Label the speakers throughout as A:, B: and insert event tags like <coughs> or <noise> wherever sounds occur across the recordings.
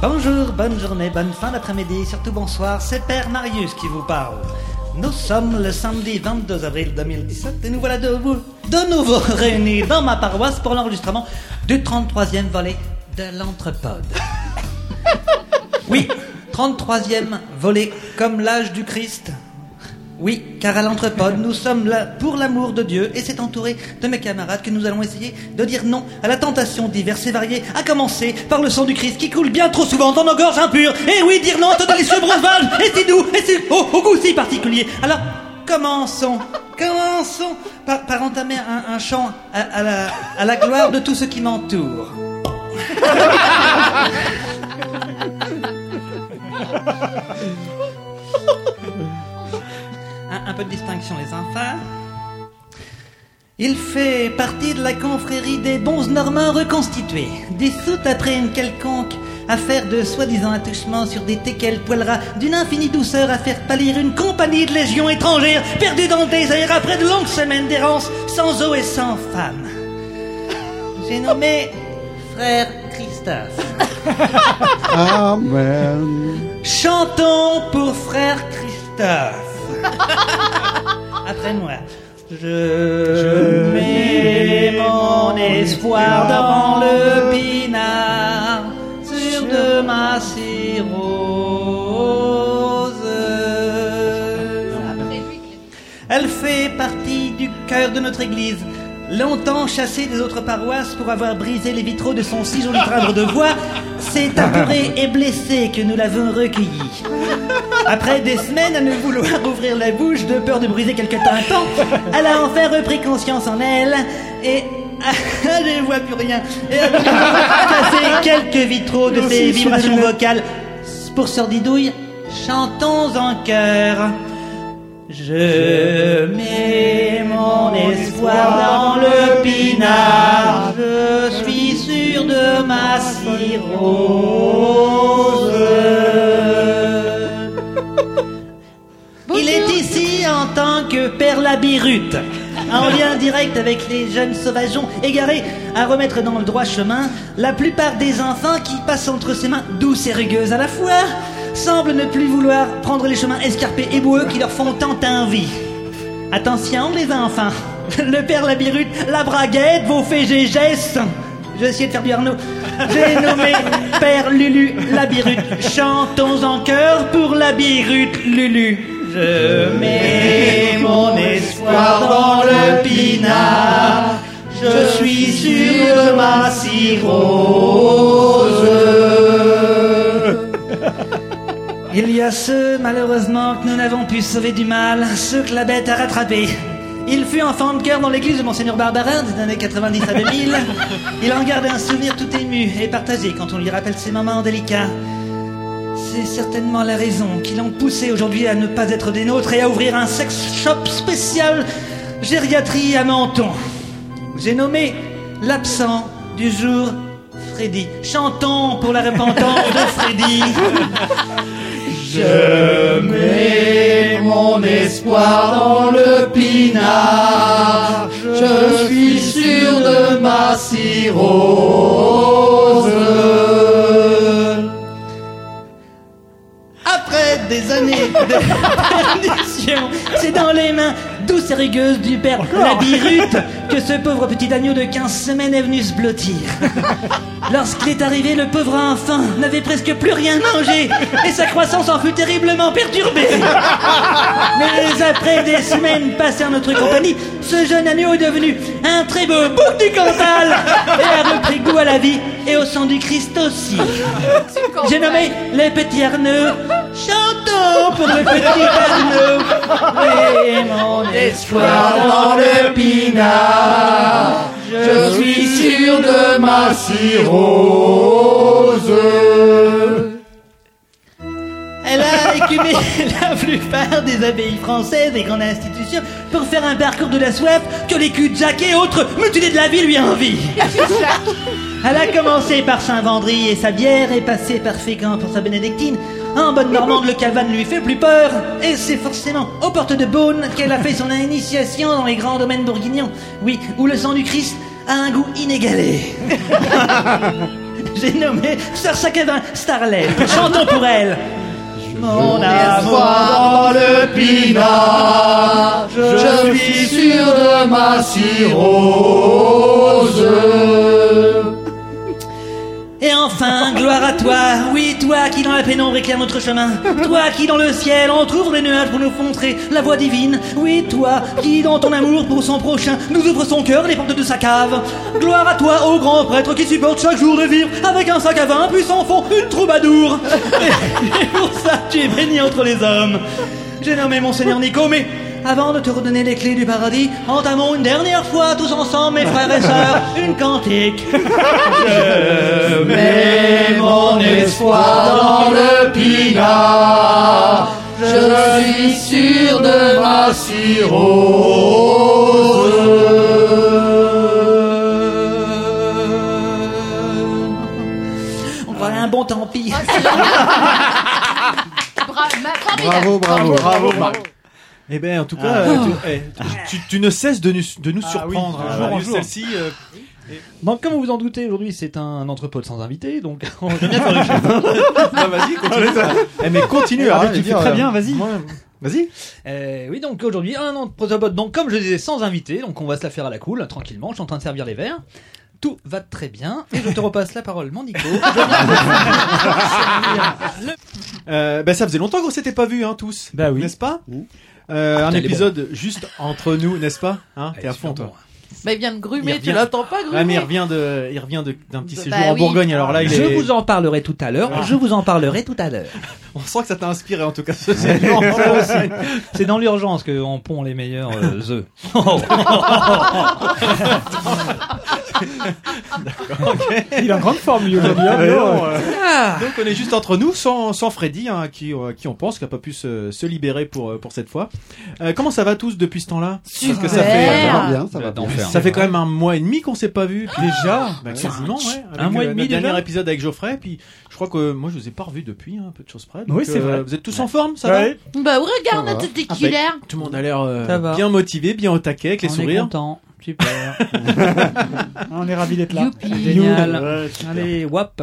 A: Bonjour, bonne journée, bonne fin d'après-midi, surtout bonsoir, c'est Père Marius qui vous parle. Nous sommes le samedi 22 avril 2017 et nous voilà de, de nouveau <laughs> réunis dans ma paroisse pour l'enregistrement du 33e volet de l'Entrepode. <laughs> Oui, 33e volet comme l'âge du Christ. Oui, car à l'entrepode, nous sommes là pour l'amour de Dieu et c'est entouré de mes camarades que nous allons essayer de dire non à la tentation diverse et variée, à commencer par le sang du Christ qui coule bien trop souvent dans nos gorges impures. Et oui, dire non à Totalis Brossval, et si doux, et si oh, au goût si particulier. Alors, commençons, commençons par, par entamer un, un chant à, à la, à la gloire de tout ce qui m'entoure. un, un peu de distinction les enfants. Il fait partie de la confrérie des bons normands reconstitués, dissoute après une quelconque affaire de soi-disant attouchement sur des tequels poilera d'une infinie douceur à faire pâlir une compagnie de légions étrangères perdue dans le désert après de longues semaines d'errance sans eau et sans femme. J'ai nommé frère Christophe.
B: Amen.
A: Chantons pour frère Christophe. Après moi. Je, mets mon espoir dans le pinard sur de ma cirrhose. Elle fait partie du cœur de notre église. Longtemps chassée des autres paroisses pour avoir brisé les vitraux de son si joli timbre de voix, c'est apeurée et blessée que nous l'avons recueillie. Après des semaines à ne vouloir ouvrir la bouche de peur de briser quelques tympans, elle a enfin repris conscience en elle et <laughs> ah, je ne vois plus rien. Et elle a passé quelques vitraux de ses vibrations vocales. Pour sordidouille, chantons en chœur. Je mets mon espoir dans le pinard, je suis sûr de ma cirrhose. Il est ici en tant que père Labirute, en lien direct avec les jeunes sauvageons égarés à remettre dans le droit chemin la plupart des enfants qui passent entre ses mains douces et rugueuses à la fois semblent ne plus vouloir prendre les chemins escarpés et boueux qui leur font tant envie. Attention les enfants, le père Labirute, la braguette, vos faits gestes. Je vais essayer de faire du Arnaud. J'ai nommé Père Lulu Labirute. Chantons en chœur pour Labirute Lulu.
C: Euh,
A: Je mets mon espoir dans le pinard. Je suis sûr de ma cirrhose. <laughs> Il y a ceux, malheureusement, que nous n'avons pu sauver du mal, ceux que la bête a rattrapés. Il fut enfant de cœur dans l'église de Monseigneur Barbarin des années 90 à 2000. Il en garde un souvenir tout ému et partagé quand on lui rappelle ses moments délicats. C'est certainement la raison qui l'ont poussé aujourd'hui à ne pas être des nôtres et à ouvrir un sex shop spécial gériatrie à Menton. J'ai nommé l'absent du jour Freddy. Chantons pour la repentance de Freddy. Je
B: Euh,
A: mets mon espoir dans le pinard. Je suis sûr de ma cirrhose. Après des années de perdition, c'est dans les mains douces et rugueuses du père Labirute que ce pauvre petit agneau de 15 semaines est venu se blottir. Lorsqu'il est arrivé, le pauvre enfant n'avait presque plus rien mangé et sa croissance en fut terriblement perturbée. Mais après des semaines passées en notre compagnie, ce jeune agneau est devenu un très beau bouc du Cantal et a repris goût à la vie et au sang du Christ aussi. J'ai nommé les petits Arneux. Chantons pour le petit Arneux. Et mon espoir dans le pinard. Je suis sûr de ma cirrhose. Elle a écumé <laughs> la plupart des abbayes françaises et grandes institutions pour faire un parcours de la soif que les culs de Jacques et autres mutilés de la vie lui envient. Elle a commencé par Saint-Vendry et sa bière et passé par Fécamp pour sa bénédictine. En bonne normande, le cavane lui fait plus peur et c'est forcément aux portes de Beaune qu'elle a fait son initiation dans les grands domaines bourguignons. Oui, où le sang du Christ a un goût inégalé. <laughs> J'ai nommé Sœur Chakavin Starlet. Chantons pour elle. Mon
B: espoir dans le pinard, je suis sûr de ma cirrhose.
A: Et enfin, gloire à toi, oui, toi qui dans la pénombre éclaire notre chemin, toi qui dans le ciel entr'ouvre les nuages pour nous montrer la voie divine, oui, toi qui dans ton amour pour son prochain nous ouvre son cœur les portes de sa cave, gloire à toi, au grand prêtre qui supporte chaque jour de vivre avec un sac à vin, puis sans fond une troubadour. Et, et pour ça, tu es béni entre les hommes. J'ai nommé Monseigneur Nico, mais avant de te redonner les clés du paradis, entamons une dernière fois tous ensemble, mes frères et sœurs, une cantique.
B: Je mets mon espoir dans le pinard, je suis sûr de ma cirrhose.
A: On croirait un bon tant pis.
D: Bra- ma- formidable.
E: Bravo, bravo.
B: Bravo Marc.
C: Eh ben, en tout cas, euh,
D: Ah.
C: tu, eh, tu- tu ne cesses de nous, de nous surprendre
E: oui,
C: hein,
E: toujours en
C: Marius,
E: jour.
C: Celle-ci, euh,
A: Ah
C: <laughs>
A: Bon, comme vous vous en doutez, aujourd'hui c'est un entrepôt de sans invité, donc <laughs> on
C: <laughs> ah, vas-y, continue. Eh, mais continue,
E: Ah,
C: hein,
E: mais tu
C: je
E: fais
C: veux dire,
E: très
C: euh,
E: bien, vas-y.
C: moi, Vas-y.
A: Euh, oui, donc aujourd'hui, un an de Protobot. Donc, comme je disais, sans invité, donc on va se la faire à la cool, tranquillement. Je suis en train de servir les verres. Tout va très bien. Et je te repasse la parole, mon Nico.
C: <laughs> Euh, ben, ça faisait longtemps qu'on s'était pas vus, hein, tous.
E: Bah oui.
C: N'est-ce pas Euh, Un
A: putain, il est
C: épisode juste entre nous, n'est-ce pas Hein, T'es à fond, toi.
D: Bah, il vient de
C: Il
D: grumer,
C: revient.
D: tu l'entends pas
C: Ouais, mais il
D: grumer
C: revient de, il revient de- d'un petit
D: Bah
C: séjour en
D: oui.
C: Bourgogne. Alors là, il
A: Je
C: est. Ah.
A: vous en parlerai tout à l'heure. Je vous en parlerai tout à l'heure.
C: On sent que ça t'a inspiré, en tout cas,
A: <laughs>
C: ce séjour.
A: C'est dans l'urgence qu'on pond les meilleurs euh,
C: <laughs>
A: œufs. <laughs>
E: Il est en grande forme, lui,
C: <laughs>
E: aujourd'hui. hein,
C: Ah,
E: non,
C: non,
E: euh.
C: euh,
A: Ah
C: Donc on est juste entre nous, sans, sans Freddy, hein, qui, euh, qui on pense, qui n'a pas pu se, se libérer pour, euh, pour cette fois. Euh, comment ça va tous depuis ce temps-là Parce que ça fait,
E: Ça
D: Super.
E: va bien, ça va bien.
A: D'enfer.
C: ça fait quand même un mois et demi qu'on s'est pas vu. Déjà bah, Quasiment,
A: Ouais.
C: ouais.
A: Un mois et
C: euh,
A: demi
C: notre
A: déjà
C: dernier épisode avec Geoffrey, puis je crois que euh, moi je vous ai pas revu depuis, hein, un peu de choses près. donc,
E: Oui, c'est vrai.
C: Vous êtes tous en forme, ça
E: Ouais.
D: Bah, regarde
E: Ça va.
D: notre tequila.
C: va Tout le monde a l'air euh,
A: Ça va.
C: bien motivé, bien au taquet, avec les
A: on est
C: sourires.
A: content.
F: <laughs>
A: Super.
E: On est ravis d'être là.
D: Youpi.
A: Génial.
E: Ouais,
A: Allez, wap.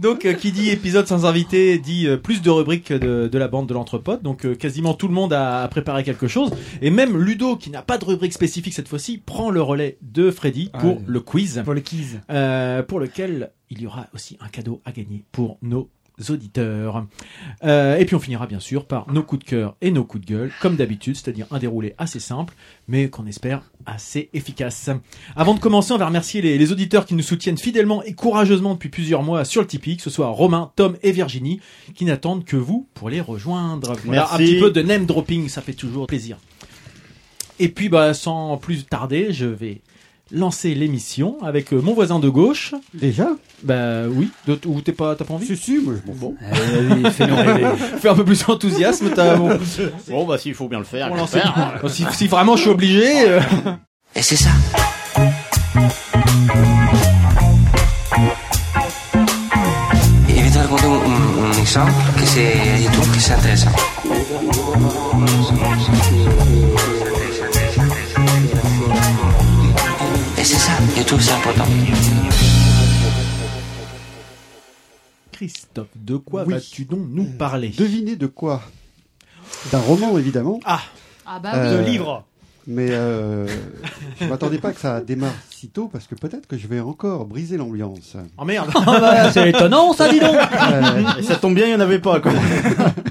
C: Donc, euh, qui dit épisode sans invité dit euh, plus de rubriques de, de la bande de l'entrepote. Donc, euh, quasiment tout le monde a, a préparé quelque chose. Et même Ludo, qui n'a pas de rubrique spécifique cette fois-ci, prend le relais de Freddy pour
E: Ouais.
C: le quiz,
E: Paul Keys.
C: euh, pour lequel il y aura aussi un cadeau à gagner pour nos auditeurs. Euh, et puis on finira bien sûr par nos coups de cœur et nos coups de gueule, comme d'habitude, c'est-à-dire un déroulé assez simple, mais qu'on espère assez efficace. Avant de commencer, on va remercier les, les auditeurs qui nous soutiennent fidèlement et courageusement depuis plusieurs mois sur le Tipeee, que ce soit Romain, Tom et Virginie, qui n'attendent que vous pour les rejoindre. Voilà,
E: Merci.
C: un petit peu de name dropping, ça fait toujours plaisir. Et puis, bah, sans plus tarder, je vais lancer l'émission avec euh, mon voisin de gauche.
E: Déjà
C: Bah oui, de- ou t'es pas, t'as pas envie Ah,
E: Si, si, moi, je m'en fous.
C: <laughs> Fais un peu plus d'enthousiasme, t'as... Bon,
B: Bon bah s'il faut bien le faire,
C: pour
B: je le
C: lancer-
B: faire.
E: Ah.
C: si, si vraiment je suis obligé... euh,
G: Et c'est ça. Et je vais te raconter un, un- un exemple que c'est, je trouve que c'est intéressant. Et c'est ça, je trouve que c'est important.
C: Christophe, de quoi
E: Oui.
C: vas-tu donc nous parler
E: Devinez de quoi D'un roman, évidemment,
C: Ah,
D: Ah, bah
E: Euh,
D: oui.
C: livre
E: mais
B: <laughs>
E: euh, je m'attendais pas que ça démarre si tôt parce que peut-être que je vais encore briser l'ambiance.
C: Oh merde
A: Ah bah, c'est étonnant, ça, dis donc.
E: Euh,
B: <laughs> Et ça tombe bien, il n'y en avait pas quoi.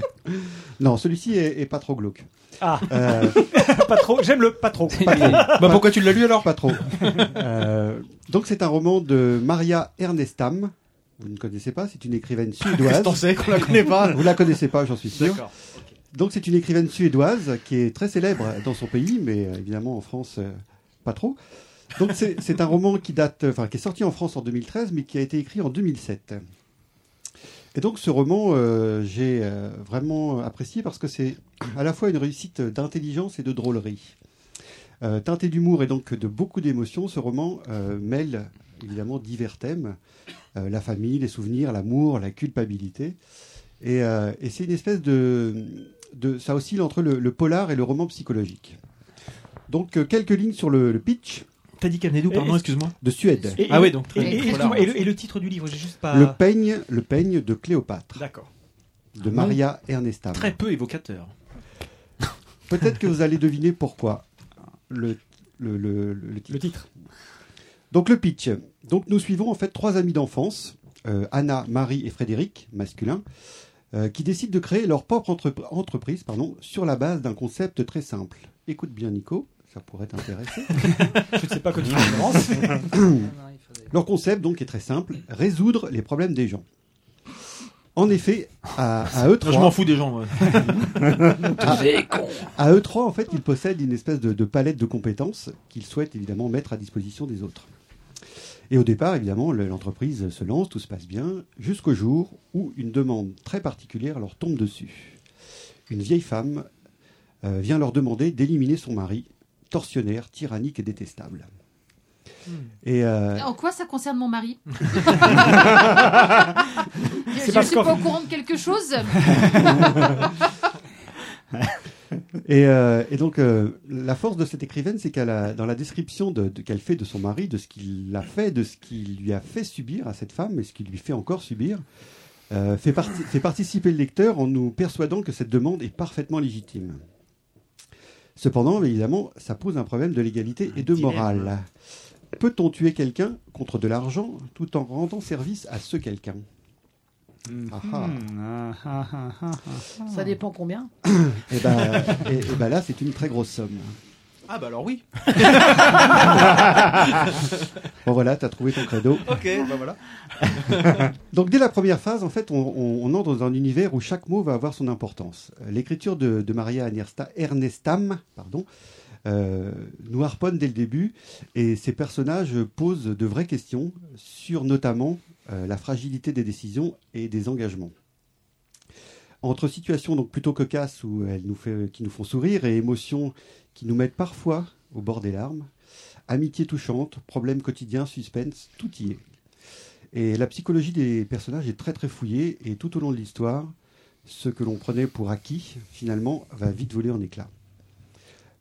E: <laughs> non, celui-ci est, est pas trop glauque.
H: Ah.
E: Euh,
H: Pas trop, j'aime le pas trop.
E: pas trop.
C: <laughs> Bah pourquoi tu l'as lu alors
E: Pas trop. Euh, donc c'est un roman de Maria Ernestam. Vous ne connaissez pas, c'est une
C: <laughs>
E: écrivaine
C: Qu'est-ce
E: suédoise.
C: que t'en sais qu'on la connaît pas
E: Vous la connaissez pas, j'en suis sûr.
C: D'accord.
E: Donc c'est une écrivaine suédoise qui est très célèbre dans son pays, mais euh, évidemment en France euh, pas trop. Donc c'est c'est un roman qui date, euh, enfin qui est sorti en France en 2013, mais qui a été écrit en 2007. Et donc ce roman, euh, j'ai euh, vraiment apprécié parce que c'est à la fois une réussite d'intelligence et de drôlerie. Euh, teinté d'humour et donc de beaucoup d'émotions, ce roman euh, mêle évidemment divers thèmes euh, la famille, les souvenirs, l'amour, la culpabilité. Et, euh, et c'est une espèce de, de- ça oscille entre le, le polar et le roman psychologique. Donc euh, quelques lignes sur le, le pitch.
C: T'as dit qu'elle venait d'où, pardon,
H: Et-
C: excuse-moi
E: de Suède.
H: Et-
C: Ah oui, donc
H: Et,
C: très
H: et-
C: bien.
H: excuse-moi, et le, et le titre du livre, j'ai juste pas.
E: Le peigne, le peigne de Cléopâtre,
H: D'accord.
E: de Maria Ernesta.
C: Très peu évocateur.
E: Peut-être que vous allez deviner pourquoi. Le, le, le, le titre.
H: Le titre.
E: Donc le pitch. Donc nous suivons en fait trois amis d'enfance, euh, Anna, Marie et Frédéric, masculins, euh, qui décident de créer leur propre entrep- entreprise pardon, sur la base d'un concept très simple. Écoute bien Nico, ça pourrait t'intéresser.
H: <laughs> Je ne sais pas quoi dire. référence.
E: Leur concept donc est très simple, résoudre les problèmes des gens. En effet, à, à eux
C: Je
E: trois,
C: m'en fous des gens. moi.
E: à eux trois, en fait, ils possèdent une espèce de, de palette de compétences qu'ils souhaitent évidemment mettre à disposition des autres. Et au départ, évidemment, le- l'entreprise se lance, tout se passe bien, jusqu'au jour où une demande très particulière leur tombe dessus. Une vieille femme euh, vient leur demander d'éliminer son mari, tortionnaire, tyrannique et détestable.
C: Hmm.
E: Et euh,
D: En quoi ça concerne mon mari Je ne
H: parce
D: suis
H: qu'en-
D: pas au courant de quelque chose.
E: <laughs> Et, euh, et donc, euh, la force de cette écrivaine, c'est qu'elle a, dans la description de, de- qu'elle fait de son mari, de ce qu'il a fait, de ce qu'il lui a fait subir à cette femme et ce qu'il lui fait encore subir, euh, fait, parti- fait participer le lecteur en nous persuadant que cette demande est parfaitement légitime. Cependant, évidemment, ça pose un problème de légalité et de
H: dilemme.
E: morale. Peut-on tuer quelqu'un contre de l'argent tout en rendant service à ce quelqu'un Ah ah.
H: Hmm.
I: Ça dépend combien.
E: Et ben et- et ben là, c'est une très grosse somme.
C: <coughs> Ah bah
E: <laughs>
C: alors oui.
E: Bon voilà, t'as trouvé ton credo.
C: Ok, bah voilà.
E: Donc dès la première phase, en fait, on, on, on entre dans un univers où chaque mot va avoir son importance. Euh, L'écriture de, de Maria Ernesta, Ernestam pardon, euh, nous harponne dès le début et ces personnages posent de vraies questions sur notamment euh, la fragilité des décisions et des engagements. Entre situations donc plutôt cocasses où elles nous fait, qui nous font sourire et émotions qui nous mettent parfois au bord des larmes, amitié touchante, problèmes quotidiens, suspense, tout y est. Et la psychologie des personnages est très très fouillée et tout au long de l'histoire, ce que l'on prenait pour acquis, finalement, va vite voler en éclats.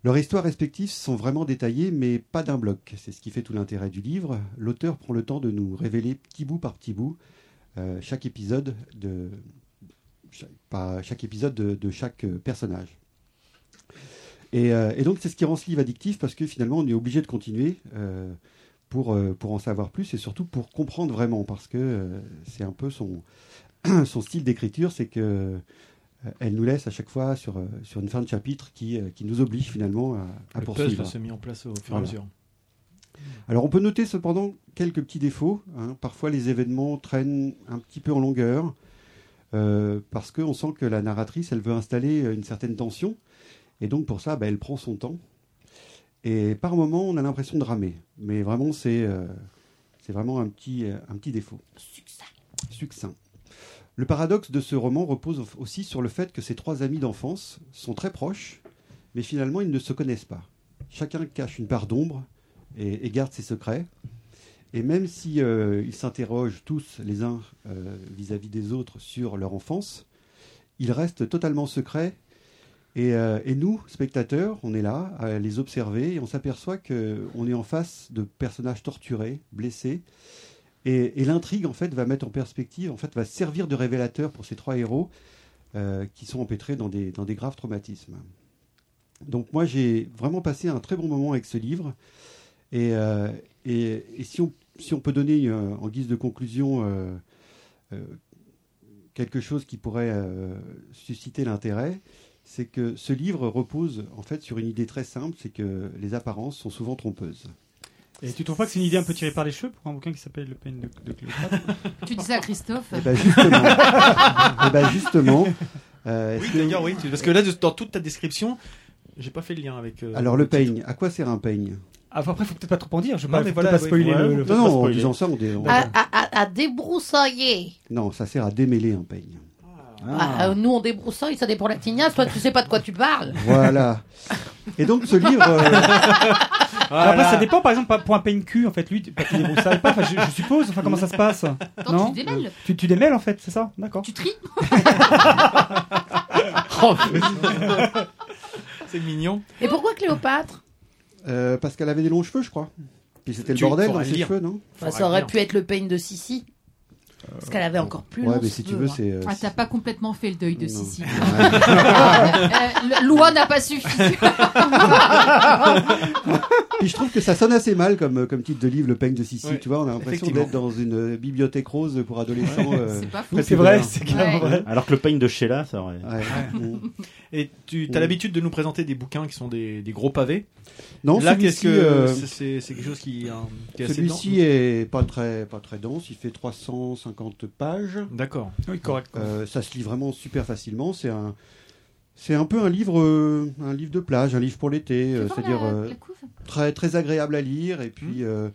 E: Leurs histoires respectives sont vraiment détaillées, mais pas d'un bloc. C'est ce qui fait tout l'intérêt du livre. L'auteur prend le temps de nous révéler petit bout par petit bout euh, chaque épisode de chaque, pas- chaque épisode de, de chaque euh, personnage. Et, euh, et donc c'est ce qui rend ce livre addictif parce que finalement on est obligé de continuer euh, pour, euh, pour en savoir plus et surtout pour comprendre vraiment, parce que euh, c'est un peu son, <clears throat> son style d'écriture, c'est que euh, elle nous laisse à chaque fois sur, euh, sur une fin de chapitre qui, euh, qui nous oblige finalement à, à
C: Le
E: poursuivre.
C: puzzle se mis en place au fur et
E: Ah, Voilà.
C: à mesure.
E: Alors on peut noter cependant quelques petits défauts. hein. Parfois les événements traînent un petit peu en longueur euh, parce qu'on sent que la narratrice, elle veut installer euh, une certaine tension. Et donc pour ça, bah, elle prend son temps. Et par moments, on a l'impression de ramer. Mais vraiment, c'est euh, c'est vraiment un petit, euh, un petit défaut. Succinct. Le paradoxe de ce roman repose au- aussi sur le fait que ces trois amis d'enfance sont très proches, mais finalement ils ne se connaissent pas. Chacun cache une part d'ombre et, et garde ses secrets. Et même si euh, ils s'interrogent tous les uns euh, vis-à-vis des autres sur leur enfance, ils restent totalement secrets. Et, euh, et nous, spectateurs, on est là à les observer et on s'aperçoit que on est en face de personnages torturés, blessés. Et, et l'intrigue, en fait, va mettre en perspective, en fait, va servir de révélateur pour ces trois héros euh, qui sont empêtrés dans des, dans des graves traumatismes. Donc moi, j'ai vraiment passé un très bon moment avec ce livre. Et, euh, et- et si, on, si on peut donner euh, en guise de conclusion euh, euh, quelque chose qui pourrait euh, susciter l'intérêt, c'est que ce livre repose en fait sur une idée très simple, c'est que les apparences sont souvent trompeuses.
H: Et tu trouves pas que c'est une idée un peu tirée par les cheveux pour un bouquin qui s'appelle Le Pen de, de Cléopâtre
D: Tu dis ça à Christophe.
E: Et ben
D: <laughs>
E: justement, eh ben justement <laughs> euh, est-ce
C: Oui,
E: que-
C: d'ailleurs, oui. Parce que là, de- dans toute ta description, j'ai pas fait le lien avec. euh,
E: alors le
C: titre.
E: peigne, à quoi sert un peigne
H: Ah, Après, faut peut-être pas trop en dire. Je veux
C: Non,
H: pas,
C: mais
H: faut
C: voilà,
H: peut-être
C: Bah, oui,
H: pas spoiler
C: ouais,
H: le. le-
E: Non, non, en
H: spoiler.
E: disant ça, on, dé- on-
I: À,
D: Ah.
I: à- à- à débroussailler.
E: non, ça sert à démêler un peigne.
I: Ah, euh, nous, on débroussaille, ça dépend de la tignasse. Toi, tu sais pas de quoi tu parles. <laughs>
E: Voilà. Et donc ce livre. euh,
H: Alors Après, ça dépend. Par exemple, pour un PNQ, en fait, lui, tu ne débroussailles pas. Enfin, je, je suppose. Enfin, comment ça se passe
D: Attends,
H: Non.
D: tu démêles,
H: tu, tu démêles, en fait, c'est ça D'accord.
D: tu
H: <laughs>
D: tries. <laughs>
C: C'est mignon.
I: Et pourquoi Cléopâtre
E: Euh, parce qu'elle avait des longs cheveux, je crois. Puis c'était le
C: Tu
E: bordel dans
C: pourras le
E: ses
C: lire.
E: cheveux, non
D: Bah,
I: Enfin, ça aurait pu être le peigne de Sissi. Parce qu'elle avait encore plus
E: Ouais,
I: long
E: mais
I: ce
E: si tu
I: cheveu,
E: veux,
I: hein.
E: c'est. euh,
D: Ah, t'as pas complètement fait le deuil de
E: Non. <laughs>
D: Sissi.
E: Ouais.
D: Euh, Loi n'a pas
E: <laughs>
D: suffi. <laughs>
E: Puis je trouve que ça sonne assez mal comme, comme titre de livre, Le peigne de Sissi.
H: Ouais.
E: Tu vois, on a l'impression
H: Effectivement.
E: d'être dans une euh, bibliothèque rose pour adolescents. euh,
D: C'est pas fou.
E: près de
H: C'est vrai,
E: Poudlard.
H: c'est carrément
D: Ouais.
H: vrai.
B: Alors que le peigne de Sheila, ça aurait.
E: Ouais. Mm.
C: Et tu as
E: Oui.
C: l'habitude de nous présenter des bouquins qui sont des, des gros pavés.
E: Non,
C: Là,
E: celui-ci,
C: qu'est-ce que
E: euh,
C: c'est- c'est c'est quelque chose qui, hein, qui est assez
E: celui-ci est pas très, pas très dense. Il fait 350 pages.
C: dense D'accord.
H: Oui, correct.
E: Euh, ça se lit vraiment super facilement. C'est un, c'est un peu un livre, euh, un livre de plage, un livre pour l'été. euh, C'est-à-dire euh, très, très agréable à lire et
C: Hmm.
E: puis euh,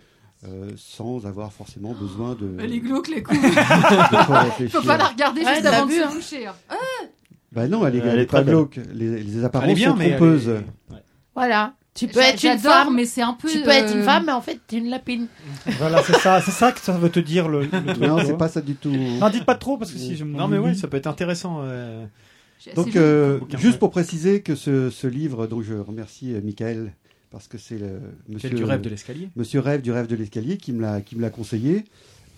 E: euh, sans avoir forcément besoin de.
D: Elle est
E: de
D: glauque, la couve.
E: trop
D: Faut
E: réfléchir.
D: pas la regarder
I: Ouais,
D: juste
I: t'as
D: avant de
I: vu,
D: se
I: hein.
D: coucher. hein.
E: Bah non, elle est,
B: Elle
E: elle
B: est
E: est pas
B: très belle.
E: glauque. Les, les apparences
C: Elle est Bah, bien,
E: sont
C: mais elle
E: trompeuses.
C: est-
I: Voilà. Tu peux
D: J'a-
I: être une
D: j'adore,
I: femme,
D: mais c'est un peu.
I: tu peux être une
D: euh,
I: femme, mais en fait, t'es une lapine.
H: Voilà, c'est ça, c'est ça que ça veut te dire le. le truc,
E: Non,
H: tu
E: c'est
H: vois.
E: pas ça du tout.
H: Non, dites pas trop parce que si je
C: Non mais ouais,
H: oui
C: ça peut être intéressant. euh.
D: j'ai assez
E: Donc,
D: lu.
E: euh,
C: bouquin,
E: juste
C: ouais.
E: pour préciser que ce, ce livre, dont je remercie euh, Michael, parce que c'est le monsieur
C: Celle du rêve de l'escalier.
E: Monsieur Rêve du Rêve de l'Escalier qui me l'a qui me l'a conseillé.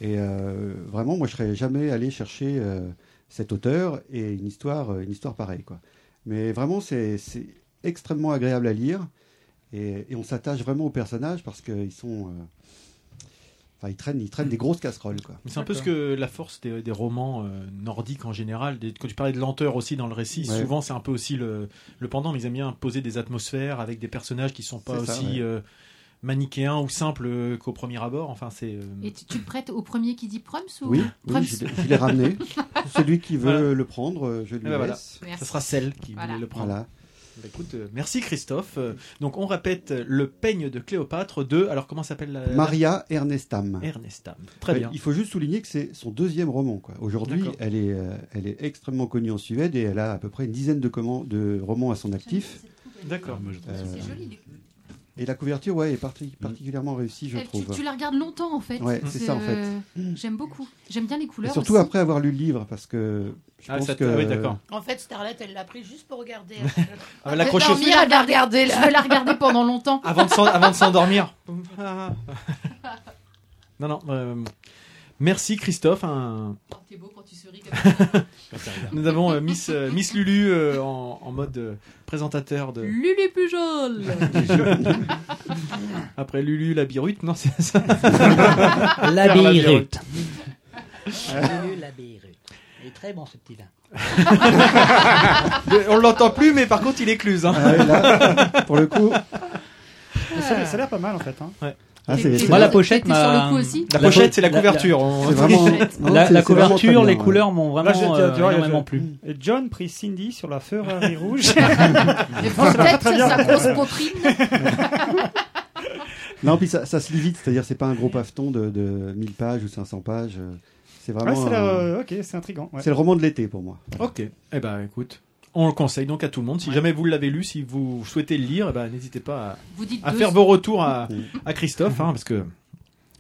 E: Et euh, vraiment, moi, je serais jamais allé chercher euh, cet auteur et une histoire, euh, une histoire pareille, quoi. Mais vraiment, c'est c'est extrêmement agréable à lire et, et on s'attache vraiment aux personnages parce qu'ils sont, euh, enfin, ils traînent, ils traînent des grosses casseroles, quoi.
C: Mais C'est un peu ce que la force des, des romans euh, nordiques en général. des- quand tu parlais de lenteur aussi dans le récit,
E: Ouais.
C: souvent c'est un peu aussi le, le pendant. Mais ils aiment bien poser des atmosphères avec des personnages qui sont pas
E: C'est ça,
C: aussi
E: ouais.
C: euh, manichéens ou simples euh, qu'au premier abord. Enfin, c'est. euh,
D: Et tu, tu te prêtes au premier qui dit proms ou
E: Mm. Oui,
D: Proms
E: oui, je, l'ai- je l'ai ramené.
D: <laughs>
E: Celui qui veut
C: Voilà.
E: le prendre, euh, je lui
C: Eh ben voilà.
E: laisse.
D: Merci.
C: Ça sera celle qui
D: Voilà.
C: voulait le prendre.
E: Voilà.
C: Bah, écoute, euh, merci Christophe. Euh, Donc on répète euh, le peigne de Cléopâtre de. Alors comment s'appelle Euh, la. Euh,
E: Maria Ernestam.
C: la- Ernestam. Très
E: Ouais,
C: bien.
E: Il faut juste souligner que c'est son deuxième roman. quoi. Aujourd'hui,
C: D'accord.
E: elle est, euh, elle est extrêmement connue en Suède et elle a à peu près une dizaine de, commen- de romans à son actif.
C: D'accord.
B: Ah,
E: Euh,
D: C'est joli. les-
E: et la couverture, ouais, est parti-
C: Mm.
E: particulièrement réussie, je
D: Elle- tu,
E: trouve.
D: tu la regardes longtemps en fait.
E: Ouais, c'est ça, en fait.
D: euh, J'aime beaucoup. J'aime bien les
E: Et
D: couleurs.
E: surtout
D: aussi.
E: après avoir lu le livre, parce que je
C: Ah,
E: pense
C: ça te-
E: que
C: ah oui, d'accord.
I: En fait, Starlet, elle l'a pris juste pour
E: <laughs>
I: regarder.
D: Euh,
C: Ah, bah,
D: Je vais
C: l'accrocher
D: dormir,
I: Mira, elle l'a regardé
D: Je
I: là.
D: vais la regarder pendant longtemps.
C: avant de s'en-
D: <laughs>
C: avant de s'endormir. non, non. euh, merci Christophe. Un-
D: T'es beau quand tu souris comme ça.
C: Nous avons euh, Miss, euh, Miss Lulu euh, en, en mode euh, présentateur de.
D: Lulu Pujol.
C: <laughs> Après Lulu la birute, non c'est ça.
J: La
C: Faire la
J: Beirut.
C: Euh,
J: La Beirut. Il est très bon ce petit vin.
C: <laughs> On l'entend plus, mais par contre il écluse. Hein.
E: Ah ouais, là, pour le coup,
H: Mais Ça, ça a l'air pas mal en fait. Hein.
E: ah, c'est
D: T'es-
E: c'est-
D: t'es-
J: Moi, la
D: t'es-
J: pochette
D: t'es sur
J: m'a-
D: le coup aussi.
C: La
J: La
C: pochette,
J: po-
C: c'est la
J: la-
C: couverture. hein. on-
E: c'est vraiment. non,
J: la,
E: c'est-
J: la
E: c'est vraiment
J: couverture,
E: très
J: les
E: bien, ouais.
J: couleurs m'ont vraiment
H: Là, je- tu- tu vois,
J: euh,
H: je-
J: énormément plu.
H: Et John prit Cindy sur
D: <laughs>
H: la Ferrari rouge.
D: Et Peut-être sa grosse poitrine.
E: <laughs> Non, puis ça, ça se lit vite, c'est-à-dire c'est pas un gros paveton de, de 1000 pages ou 500 pages. euh, C'est
H: ouais,
E: vraiment.
H: c'est
E: un-
H: la- ok, c'est intriguant. ouais.
E: C'est le roman de l'été pour moi.
C: Ok. Eh ben écoute. On le conseille donc à tout le monde. Si jamais vous l'avez lu, si vous souhaitez le lire, eh ben, n'hésitez pas
D: Vous dites
C: à, à
D: deux-
C: faire vos retours à,
E: Oui.
C: à Christophe, hein, parce que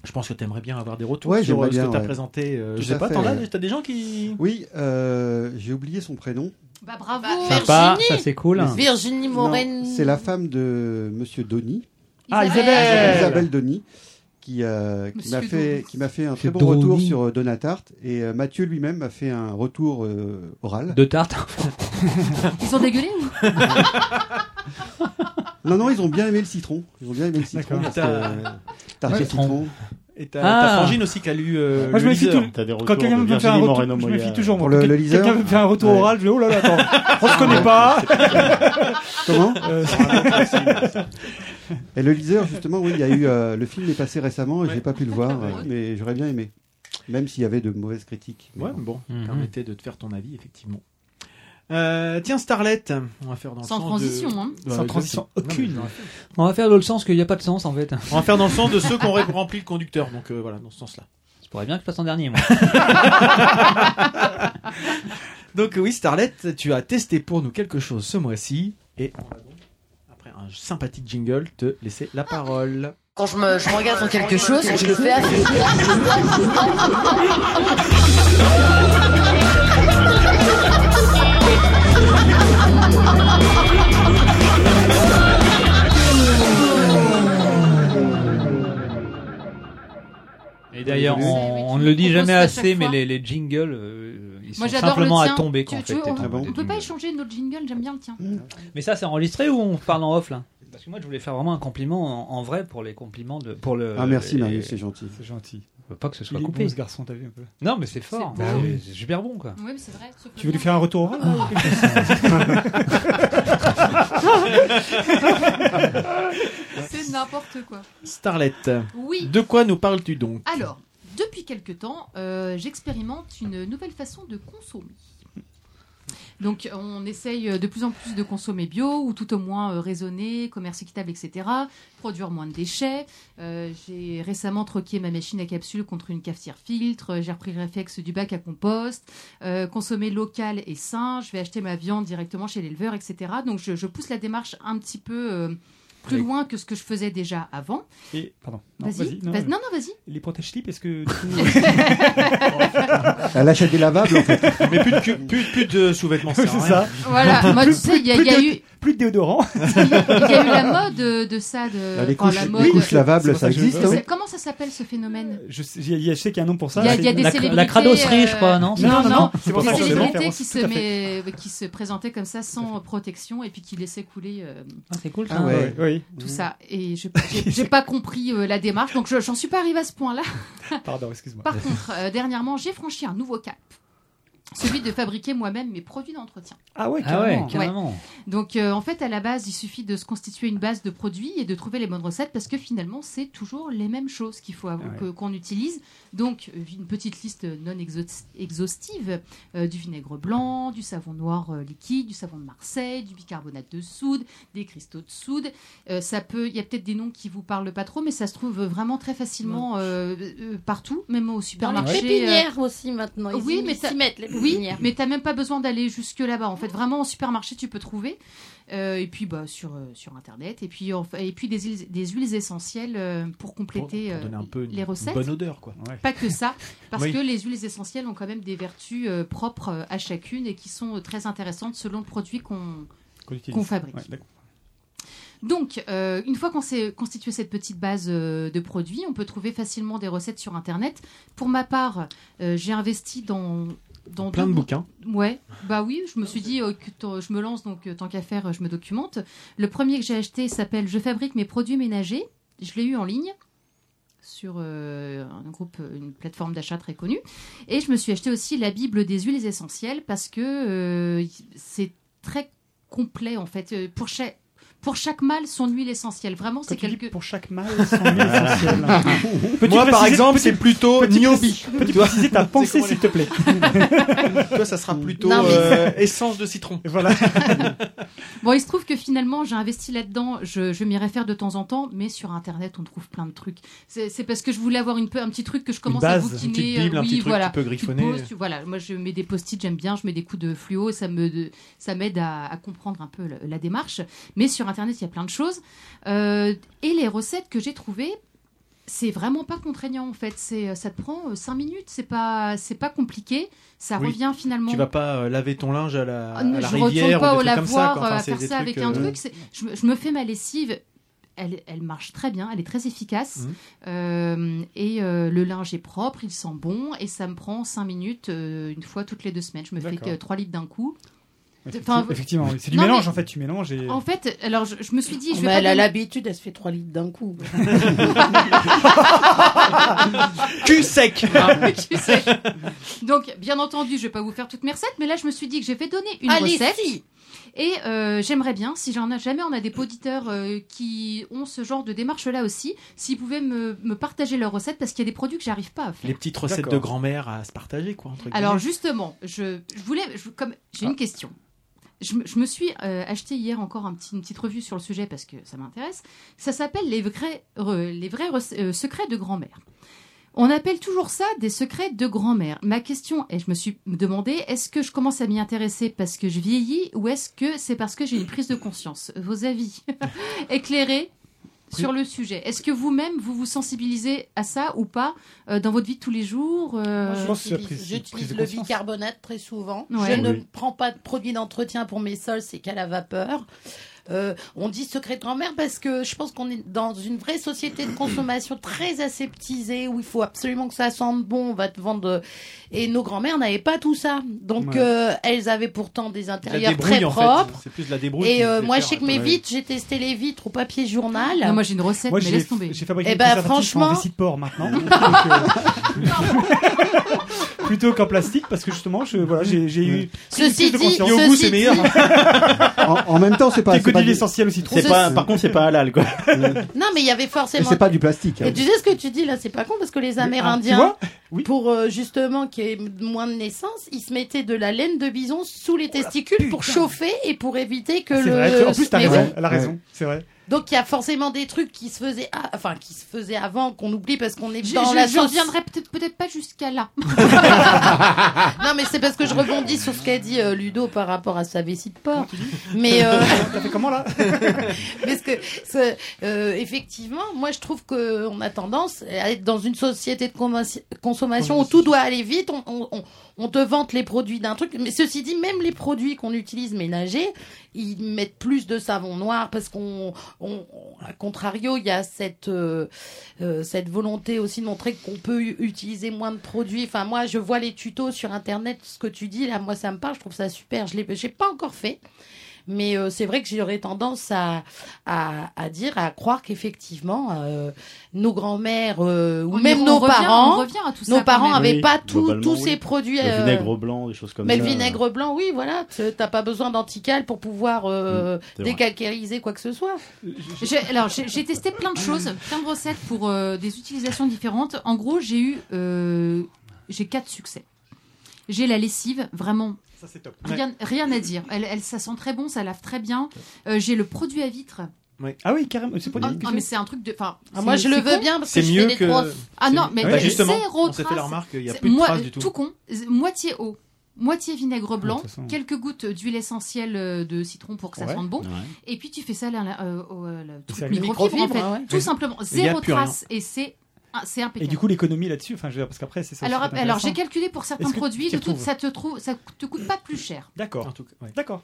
C: je pense que tu aimerais bien avoir des retours
E: Ouais,
C: sur
E: j'aimerais
C: euh, ce
E: bien,
C: que tu as
E: ouais.
C: présenté. euh,
E: Tout
C: je sais
E: à
C: pas,
E: fait,
C: t'en as,
E: ouais.
C: t'as des gens qui.
E: Oui, euh, j'ai oublié son prénom.
D: Bah bravo.
I: Bah,
J: Sympa, ça
I: Virginie
J: c'est cool. hein.
I: Virginie
E: Non,
I: Morène.
E: C'est la femme de Monsieur Donny,
H: Ah,
E: Isabelle,
H: Isabelle.
E: Donny, qui, euh, qui
D: Monsieur
E: m'a fait,
D: Donny.
E: qui m'a fait un très
J: Monsieur
E: bon retour
J: Donny.
E: sur euh, Donatarte. Et euh, Mathieu lui-même m'a fait un retour euh, oral.
J: De tarte.
D: Ils ont dégueulé ou
E: <laughs> Non, non, ils ont bien aimé le citron. Ils ont bien aimé le citron.
C: D'accord.
E: Parce que,
C: T'as-
E: euh, tarte au
J: Ouais.
E: citron.
C: Et t'as
J: Ah.
C: t'as Frangine aussi qui a lu. euh,
H: Moi, je
C: le
H: me fie
C: Leader.
H: tout-
B: T'as des retours
H: Quand quelqu'un
B: de
H: me fait un
B: Virginie
H: retour,
B: Moreno
H: je me fie
B: Moya.
H: toujours.
E: Pour
H: moi.
E: le- le
H: Quel-
E: liseur
H: Quelqu'un me fait un retour
E: Ouais.
H: oral, je dis oh là là,
E: <laughs>
H: attends, on se connaît pas.
E: Comment
H: Euh, <laughs>
E: Ah, Et le liseur, justement, oui, il y a eu euh, le film est passé récemment et
C: Ouais.
E: j'ai pas pu le voir,
C: Ouais.
E: euh, mais j'aurais bien aimé, même s'il y avait de mauvaises critiques. Mais
C: Ouais,
E: bon.
C: bon,
J: Mhm.
C: permettait de te faire ton avis, effectivement. Euh, tiens, Starlet, on va faire dans
D: Sans
C: le sens
D: transition.
C: de...
D: Hein.
C: Ouais,
H: Sans transition
C: exactement.
H: aucune.
C: Non, mais
J: On va faire dans le sens qu'il n'y a pas de sens en fait.
C: on va faire dans le sens de ceux qu'on remplit le conducteur, donc euh, voilà, dans ce sens-là.
J: Je pourrais bien que je passe en dernier moi.
C: <laughs> Donc oui, Starlet, tu as testé pour nous quelque chose ce mois-ci, et on va donc, après un sympathique jingle, te laisser la parole.
I: Quand je me, je me regarde dans quelque chose, je le fais à
D: <laughs>
F: D'ailleurs,
E: Désolé.
F: on, on ne le dit
D: On
F: jamais
D: pose ça à
F: assez,
D: chaque
F: mais
D: fois.
F: les, les jingles, euh, ils sont
D: Moi j'adore le
F: simplement à
D: tien.
F: tomber.
D: Tu-
F: quoi, en
D: tu
F: fait,
D: vois,
F: et tout.
D: on, on peut pas échanger notre jingle, j'aime bien le tien.
E: Mm.
F: Mais ça, c'est enregistré ou on parle en off là Parce que moi, je voulais faire vraiment un compliment en, en vrai pour les compliments de pour le.
E: Ah, merci,
F: les-
E: Marius, c'est gentil.
H: Euh, C'est gentil.
F: Faut Pas que ce soit
H: Il est
F: coupé.
H: bon, ce garçon, t'as vu un peu.
F: Non, mais c'est fort.
H: C'est beau.
F: C'est- C'est super bon quoi.
D: Oui, mais c'est vrai. sauf que
H: Tu veux lui
D: non.
H: faire un retour oral là, ou quelque
D: <laughs>
H: chose
D: C'est n'importe quoi.
C: Starlet.
D: Oui.
C: De quoi nous parles-tu donc
D: Alors, depuis quelque temps, euh, j'expérimente une nouvelle façon de consommer. Donc, on essaye de plus en plus de consommer bio, ou tout au moins euh, raisonné, commerce équitable, etc. Produire moins de déchets. Euh, j'ai récemment troqué ma machine à capsule contre une cafetière filtre. J'ai repris le réflexe du bac à compost. Euh, consommer local et sain. Je vais acheter ma viande directement chez l'éleveur, etc. Donc, je, je pousse la démarche un petit peu euh, plus
H: Oui.
D: loin que ce que je faisais déjà avant.
H: Et pardon. Non,
D: Vas-y.
H: vas-y.
D: Vas- non, non,
H: mais-
D: vas-y.
H: Les protège slips est-ce que
E: Elle achète des lavables en fait.
C: Mais plus de, cu- plus, plus de sous-vêtements, ça
H: c'est <laughs>
C: sert à
H: ça.
C: rien.
D: Voilà, moi, tu sais, il y a- il y a
H: de-
D: eu-
H: plus de déodorant.
D: Il y a eu la mode euh, de ça, de
E: Ah, les
D: enfin,
E: couches-
D: la
E: les
D: mode.
E: couches lavables,
H: C'est pour
E: ça
H: que je-
E: existe,
D: Ça-
E: oui.
D: Comment ça s'appelle ce phénomène
H: <laughs> Je sais, il y a- je sais qu'il y a un nom pour ça.
D: Il y a, il y a
H: c'est-
D: des
H: la-
D: célébrités. euh,
H: la-
J: cradosserie, je crois, non
D: Non, non,
H: Non, non, c'est pour
D: Des
H: ça que je faisais
D: célébrités
H: référence,
D: qui se,
H: tout à
D: mais, qui se présentaient comme ça sans protection et puis qui laissaient couler euh,
J: Ah, c'est cool ça.
E: Ah ouais.
H: Oui,
D: tout ça. Et je
E: <laughs>
D: j'ai- j'ai pas compris euh, la démarche, donc je- j'en suis pas arrivée à ce point-là.
H: pardon,
E: Bah.
H: excuse-moi.
D: Par contre, euh, dernièrement, j'ai franchi un nouveau cap. Celui de fabriquer moi-même mes produits d'entretien.
H: Ah ouais,
F: Ah ouais,
H: carrément.
F: carrément.
D: Donc, euh, en fait, à la base, il suffit de se constituer une base de produits et de trouver les bonnes recettes parce que finalement, c'est toujours les mêmes choses qu'il faut avoir-
H: Ah ouais.
D: que- qu'on utilise. Donc, euh, une petite liste non exhaust- exhaustive euh, du vinaigre blanc, du savon noir euh, liquide, du savon de Marseille, du bicarbonate de soude, des cristaux de soude. Euh, ça peut, il y a peut-être des noms qui vous parlent pas trop, mais ça se trouve vraiment très facilement euh, euh, partout, même au
I: Dans les
D: supermarché. euh,
I: pépinières aussi maintenant. Ils
D: Oui,
I: y-
D: mais
I: ils
D: ça-
I: s'y mettent les
D: oui,
I: pépinières.
D: mais t'as même pas besoin d'aller jusque là-bas. En fait, vraiment en supermarché, tu peux trouver. Euh, et puis bah sur euh, sur internet. Et puis en fa- et puis des huiles, des huiles essentielles euh, pour
C: Pour,
D: compléter
C: pour
D: euh,
C: donner un peu une,
D: les
C: une
D: recettes.
C: bonne odeur, quoi.
D: Pas que
C: <laughs>
D: ça, parce
C: Oui.
D: que les huiles essentielles ont quand même des vertus euh, propres euh, à chacune et qui sont euh, très intéressantes selon le produit qu'on
H: Qu'on utilise.
D: qu'on fabrique.
H: Ouais, d'accord.
D: Donc, euh, une fois qu'on s'est constitué cette petite base euh, de produits, on peut trouver facilement des recettes sur Internet. Pour ma part, euh, j'ai investi dans, dans
C: Plein de
D: deux
C: bouquins.
D: Ouais, bah oui, je me suis dit euh, que tant- je me lance donc euh, tant qu'à faire, euh, je me documente. Le premier que j'ai acheté s'appelle Je fabrique mes produits ménagers. Je l'ai eu en ligne sur euh, un groupe, euh, une plateforme d'achat très connue. Et je me suis acheté aussi la Bible des huiles essentielles parce que euh, c'est très complet en fait. Euh, Pour chaque, pour chaque mâle, son huile essentielle. Vraiment,
H: Quand
D: c'est
H: tu dis
D: quelque.
H: pour chaque mâle, son huile essentielle. <laughs> Peux-tu
C: Moi, par
H: Ah. préciser-
C: exemple,
H: peux-tu-
C: c'est plutôt
H: peux-tu
C: Niobi.
H: préciser- Peux-tu
C: <laughs>
H: préciser ta pensée, s'il te plaît
D: Ah
C: Toi, ça sera plutôt
I: Non, mais-
C: euh, essence de citron.
H: Voilà.
D: Bon, il se trouve que finalement, j'ai investi là-dedans. Je, je m'y réfère de temps en temps, mais sur Internet, on trouve plein de trucs. C'est c'est parce que je voulais avoir une, peu- un petit truc que je commence
C: base,
D: à
C: une
D: bouquiner.
C: petite Bible,
D: euh,
C: un
D: oui,
C: petit truc
D: voilà.
C: qui peut
D: Tu te
C: griffonner.
D: poses, tu- voilà. Moi, je mets des post-it, j'aime bien. Je mets des coups de fluo. Ça me, de- ça m'aide à, à comprendre un peu la, la démarche. Mais sur Internet, il y a plein de choses. Euh, et les recettes que j'ai trouvées, c'est vraiment pas contraignant en fait. C'est, ça te prend 5 minutes. C'est pas, c'est pas compliqué. Ça
C: Oui.
D: revient finalement.
C: Tu vas pas euh, laver ton linge à la,
D: Ah non,
C: à la
D: je retourne
C: rivière
D: pas
C: ou
D: au
C: des trucs comme ça.
D: lavoir
C: quoi. Enfin,
D: euh, à
C: c'est
D: faire
C: des
D: ça avec
C: trucs,
D: un
C: euh,
D: truc. c'est- Je, me- je me fais ma lessive. Elle, elle marche très bien, elle est très efficace.
C: Mhm.
D: Euh, et euh, le linge est propre, il sent bon. Et ça me prend 5 minutes, euh, une fois toutes les deux semaines. Je me fais
H: D'accord.
D: 3 litres d'un coup. Enfin,
H: Effectivement, Effectivement, oui. c'est du
D: Non,
H: mélange
D: mais-
H: en fait, tu mélanges et.
D: En fait, alors je, je me suis dit, je vais
I: Oh, Mais
D: pas
I: elle a
D: donner-
I: l'habitude, elle se fait 3 litres d'un coup.
D: <laughs>
C: Cul sec
D: Tu sais. Donc, bien entendu, je vais pas vous faire toutes mes recettes, mais là, je me suis dit que je vais donner une
I: Allez,
D: recette.
I: si.
D: Et euh, j'aimerais bien, si j'en ai jamais, on a des auditeurs euh, qui ont ce genre de démarche-là aussi, s'ils pouvaient me, me partager leurs recettes, parce qu'il y a des produits que j'arrive pas à faire.
C: Les petites recettes
H: D'accord.
C: de grand-mère à se partager, quoi. Entre
D: Alors
C: guillemets.
D: justement, je, je voulais, je- comme j'ai
H: Ah.
D: une question. Je, me- je me suis euh, acheté hier encore un petit, une petite revue sur le sujet parce que ça m'intéresse. Ça s'appelle les vrais, re- les vrais rec- euh, secrets de grand-mère. On appelle toujours ça des secrets de grand-mère. Ma question est, je me suis demandé, est-ce que je commence à m'y intéresser parce que je vieillis ou est-ce que c'est parce que j'ai une prise de conscience Vos avis <laughs> éclairés sur le sujet. Est-ce que vous-même, vous vous sensibilisez à ça ou pas euh, dans votre vie de tous les jours euh,
I: Moi,
H: je pense que c'est la
I: j'utilise-
H: prise- prise
I: J'utilise
H: de
I: le
H: conscience.
I: bicarbonate très souvent.
D: Ouais.
I: Je ne
E: Oui.
I: prends pas de produits d'entretien pour mes sols, c'est qu'à la vapeur. Euh, on dit secret de grand-mère parce que je pense qu'on est dans une vraie société de consommation très aseptisée où il faut absolument que ça sente bon, on va te vendre. euh, Et nos grand-mères n'avaient pas tout ça. Donc
C: Ouais.
I: euh, elles avaient pourtant des
C: La
I: intérieurs
C: débrouille,
I: très
C: en fait.
I: propres.
C: C'est plus de la débrouille. qui
I: Et euh,
C: fait
I: moi, je
C: faire
I: sais que
C: un
I: mes
C: peu.
I: vitres, j'ai testé les vitres au papier journal.
D: Non, moi, j'ai une recette,
H: Moi,
D: mais
H: j'ai-
D: laisse tomber.
H: j'ai fabriqué
I: Eh
H: des
D: bah,
I: ben,
H: préservatifs en
I: franchement-
H: vessie de porc maintenant. donc, euh, <laughs> Plutôt qu'en plastique, parce que justement, je, voilà, j'ai j'ai eu.
I: Ceci
H: prise de
I: dit, ceci
H: conscience. Yogourt, c'est
I: dit- <laughs>
H: meilleur.
E: En, en même temps, c'est pas.
H: T'es que
E: c'est pas
H: dit
E: du-
H: l'essentiel aussi trop.
I: C'est
B: Ah,
I: pas- par
E: contre, c'est pas halal,
D: <laughs>
E: quoi.
I: Non, mais il y avait
E: Et
I: forcément.
E: c'est pas du plastique. hein.
I: Et tu sais ce que tu dis là, c'est pas con parce que les Amérindiens,
H: hein, vois
I: pour euh, justement qu'il y ait moins de naissance, ils se mettaient de la laine de bison sous
H: Oh
I: les testicules pour chauffer et pour éviter que
H: <laughs> Ah, C'est
I: le.
H: vrai, en plus, t'as
I: mais
H: raison.
I: oui.
H: Elle a raison, c'est vrai.
I: Donc il y a forcément des trucs qui se faisaient, a- enfin qui se faisaient avant qu'on oublie parce qu'on est
D: Je,
I: dans
D: je-
I: la
D: je
I: sauce.
D: reviendrai peut-être peut-être pas jusqu'à là. <laughs>
I: Non mais c'est parce que je rebondis sur ce qu'a dit euh, Ludo par rapport à sa vessie de porc. Mais
H: <laughs>
I: euh,
H: T'as fait comment là
I: <laughs> Parce que ce- euh, effectivement, moi je trouve que on a tendance à être dans une société de commerci- consommation où tout doit aller vite. On, on- on- on te vante les produits d'un truc, mais ceci dit, même les produits qu'on utilise ménagers, ils mettent plus de savon noir parce qu'on, on- on- à contrario, il y a cette euh, euh, cette volonté aussi de montrer qu'on peut u- utiliser moins de produits. Enfin, moi, je vois les tutos sur internet, ce que tu dis là, moi ça me parle, je trouve ça super. Je l'ai, j'ai pas encore fait. Mais euh, c'est vrai que j'aurais tendance à, à, à dire, à croire qu'effectivement, euh, nos grands-mères euh, ou
D: On y-
I: même
D: on
I: nos
D: revient- on
I: parents,
D: revient à tout ça.
I: nos
D: quand
I: parents
D: même.
I: avaient
B: Oui,
I: pas tout,
B: globalement,
I: tous
B: oui.
I: ces produits.
B: Le
I: euh,
B: vinaigre blanc, des choses comme
I: mais
B: ça. euh.
I: le vinaigre blanc, oui, voilà, t- t'as pas besoin d'antical pour pouvoir euh,
B: Mm, c'est vrai.
I: décalcériser quoi que ce soit.
D: J'ai- alors, j'ai j'ai testé plein de choses, plein de recettes pour euh, des utilisations différentes. En gros, j'ai eu euh, j'ai quatre succès. J'ai la lessive, vraiment
H: Ça, c'est top.
D: rien, rien à dire. Elle, elle, ça sent très bon, ça lave très bien. Euh, j'ai le produit à vitre.
H: Ah oui, carrément. C'est pas
D: Ah,
H: une
D: ah, mais c'est un truc de. Enfin,
I: Ah, moi,
D: c'est-
I: je le
D: c'est
I: veux
D: con.
I: bien parce que
C: C'est
I: je
C: mieux
I: fais des
C: que.
I: grosses-
D: Ah non, mais
C: Bah, justement,
D: zéro
C: on s'est fait
D: trace.
C: la remarque, il n'y a
D: C'est
C: plus de
D: moi-
C: traces du tout.
D: con, z- moitié eau, moitié vinaigre blanc,
H: toute façon.
D: quelques gouttes d'huile essentielle euh, de citron pour que ça
H: Ouais.
D: sente bon.
B: Ouais.
D: Et puis tu fais ça à la- euh, au euh, le truc
H: C'est avec le
D: microfibre, en
I: microfibre,
D: fait.
I: ouais.
D: tout simplement
C: y a
D: zéro
C: plus
D: trace et c'est ah, c'est
H: Et
D: impeccable.
H: du coup, l'économie là-dessus, enfin, je veux dire, parce qu'après, c'est ça.
D: alors
H: aussi qui est
D: alors
H: intéressant.
D: j'ai calculé pour certains
H: Est-ce que
D: produits,
H: tu
D: de tout,
H: retrouves
D: ça te trouve ça te coûte pas plus cher.
C: En
H: D'accord.
C: tout cas, ouais.
H: D'accord.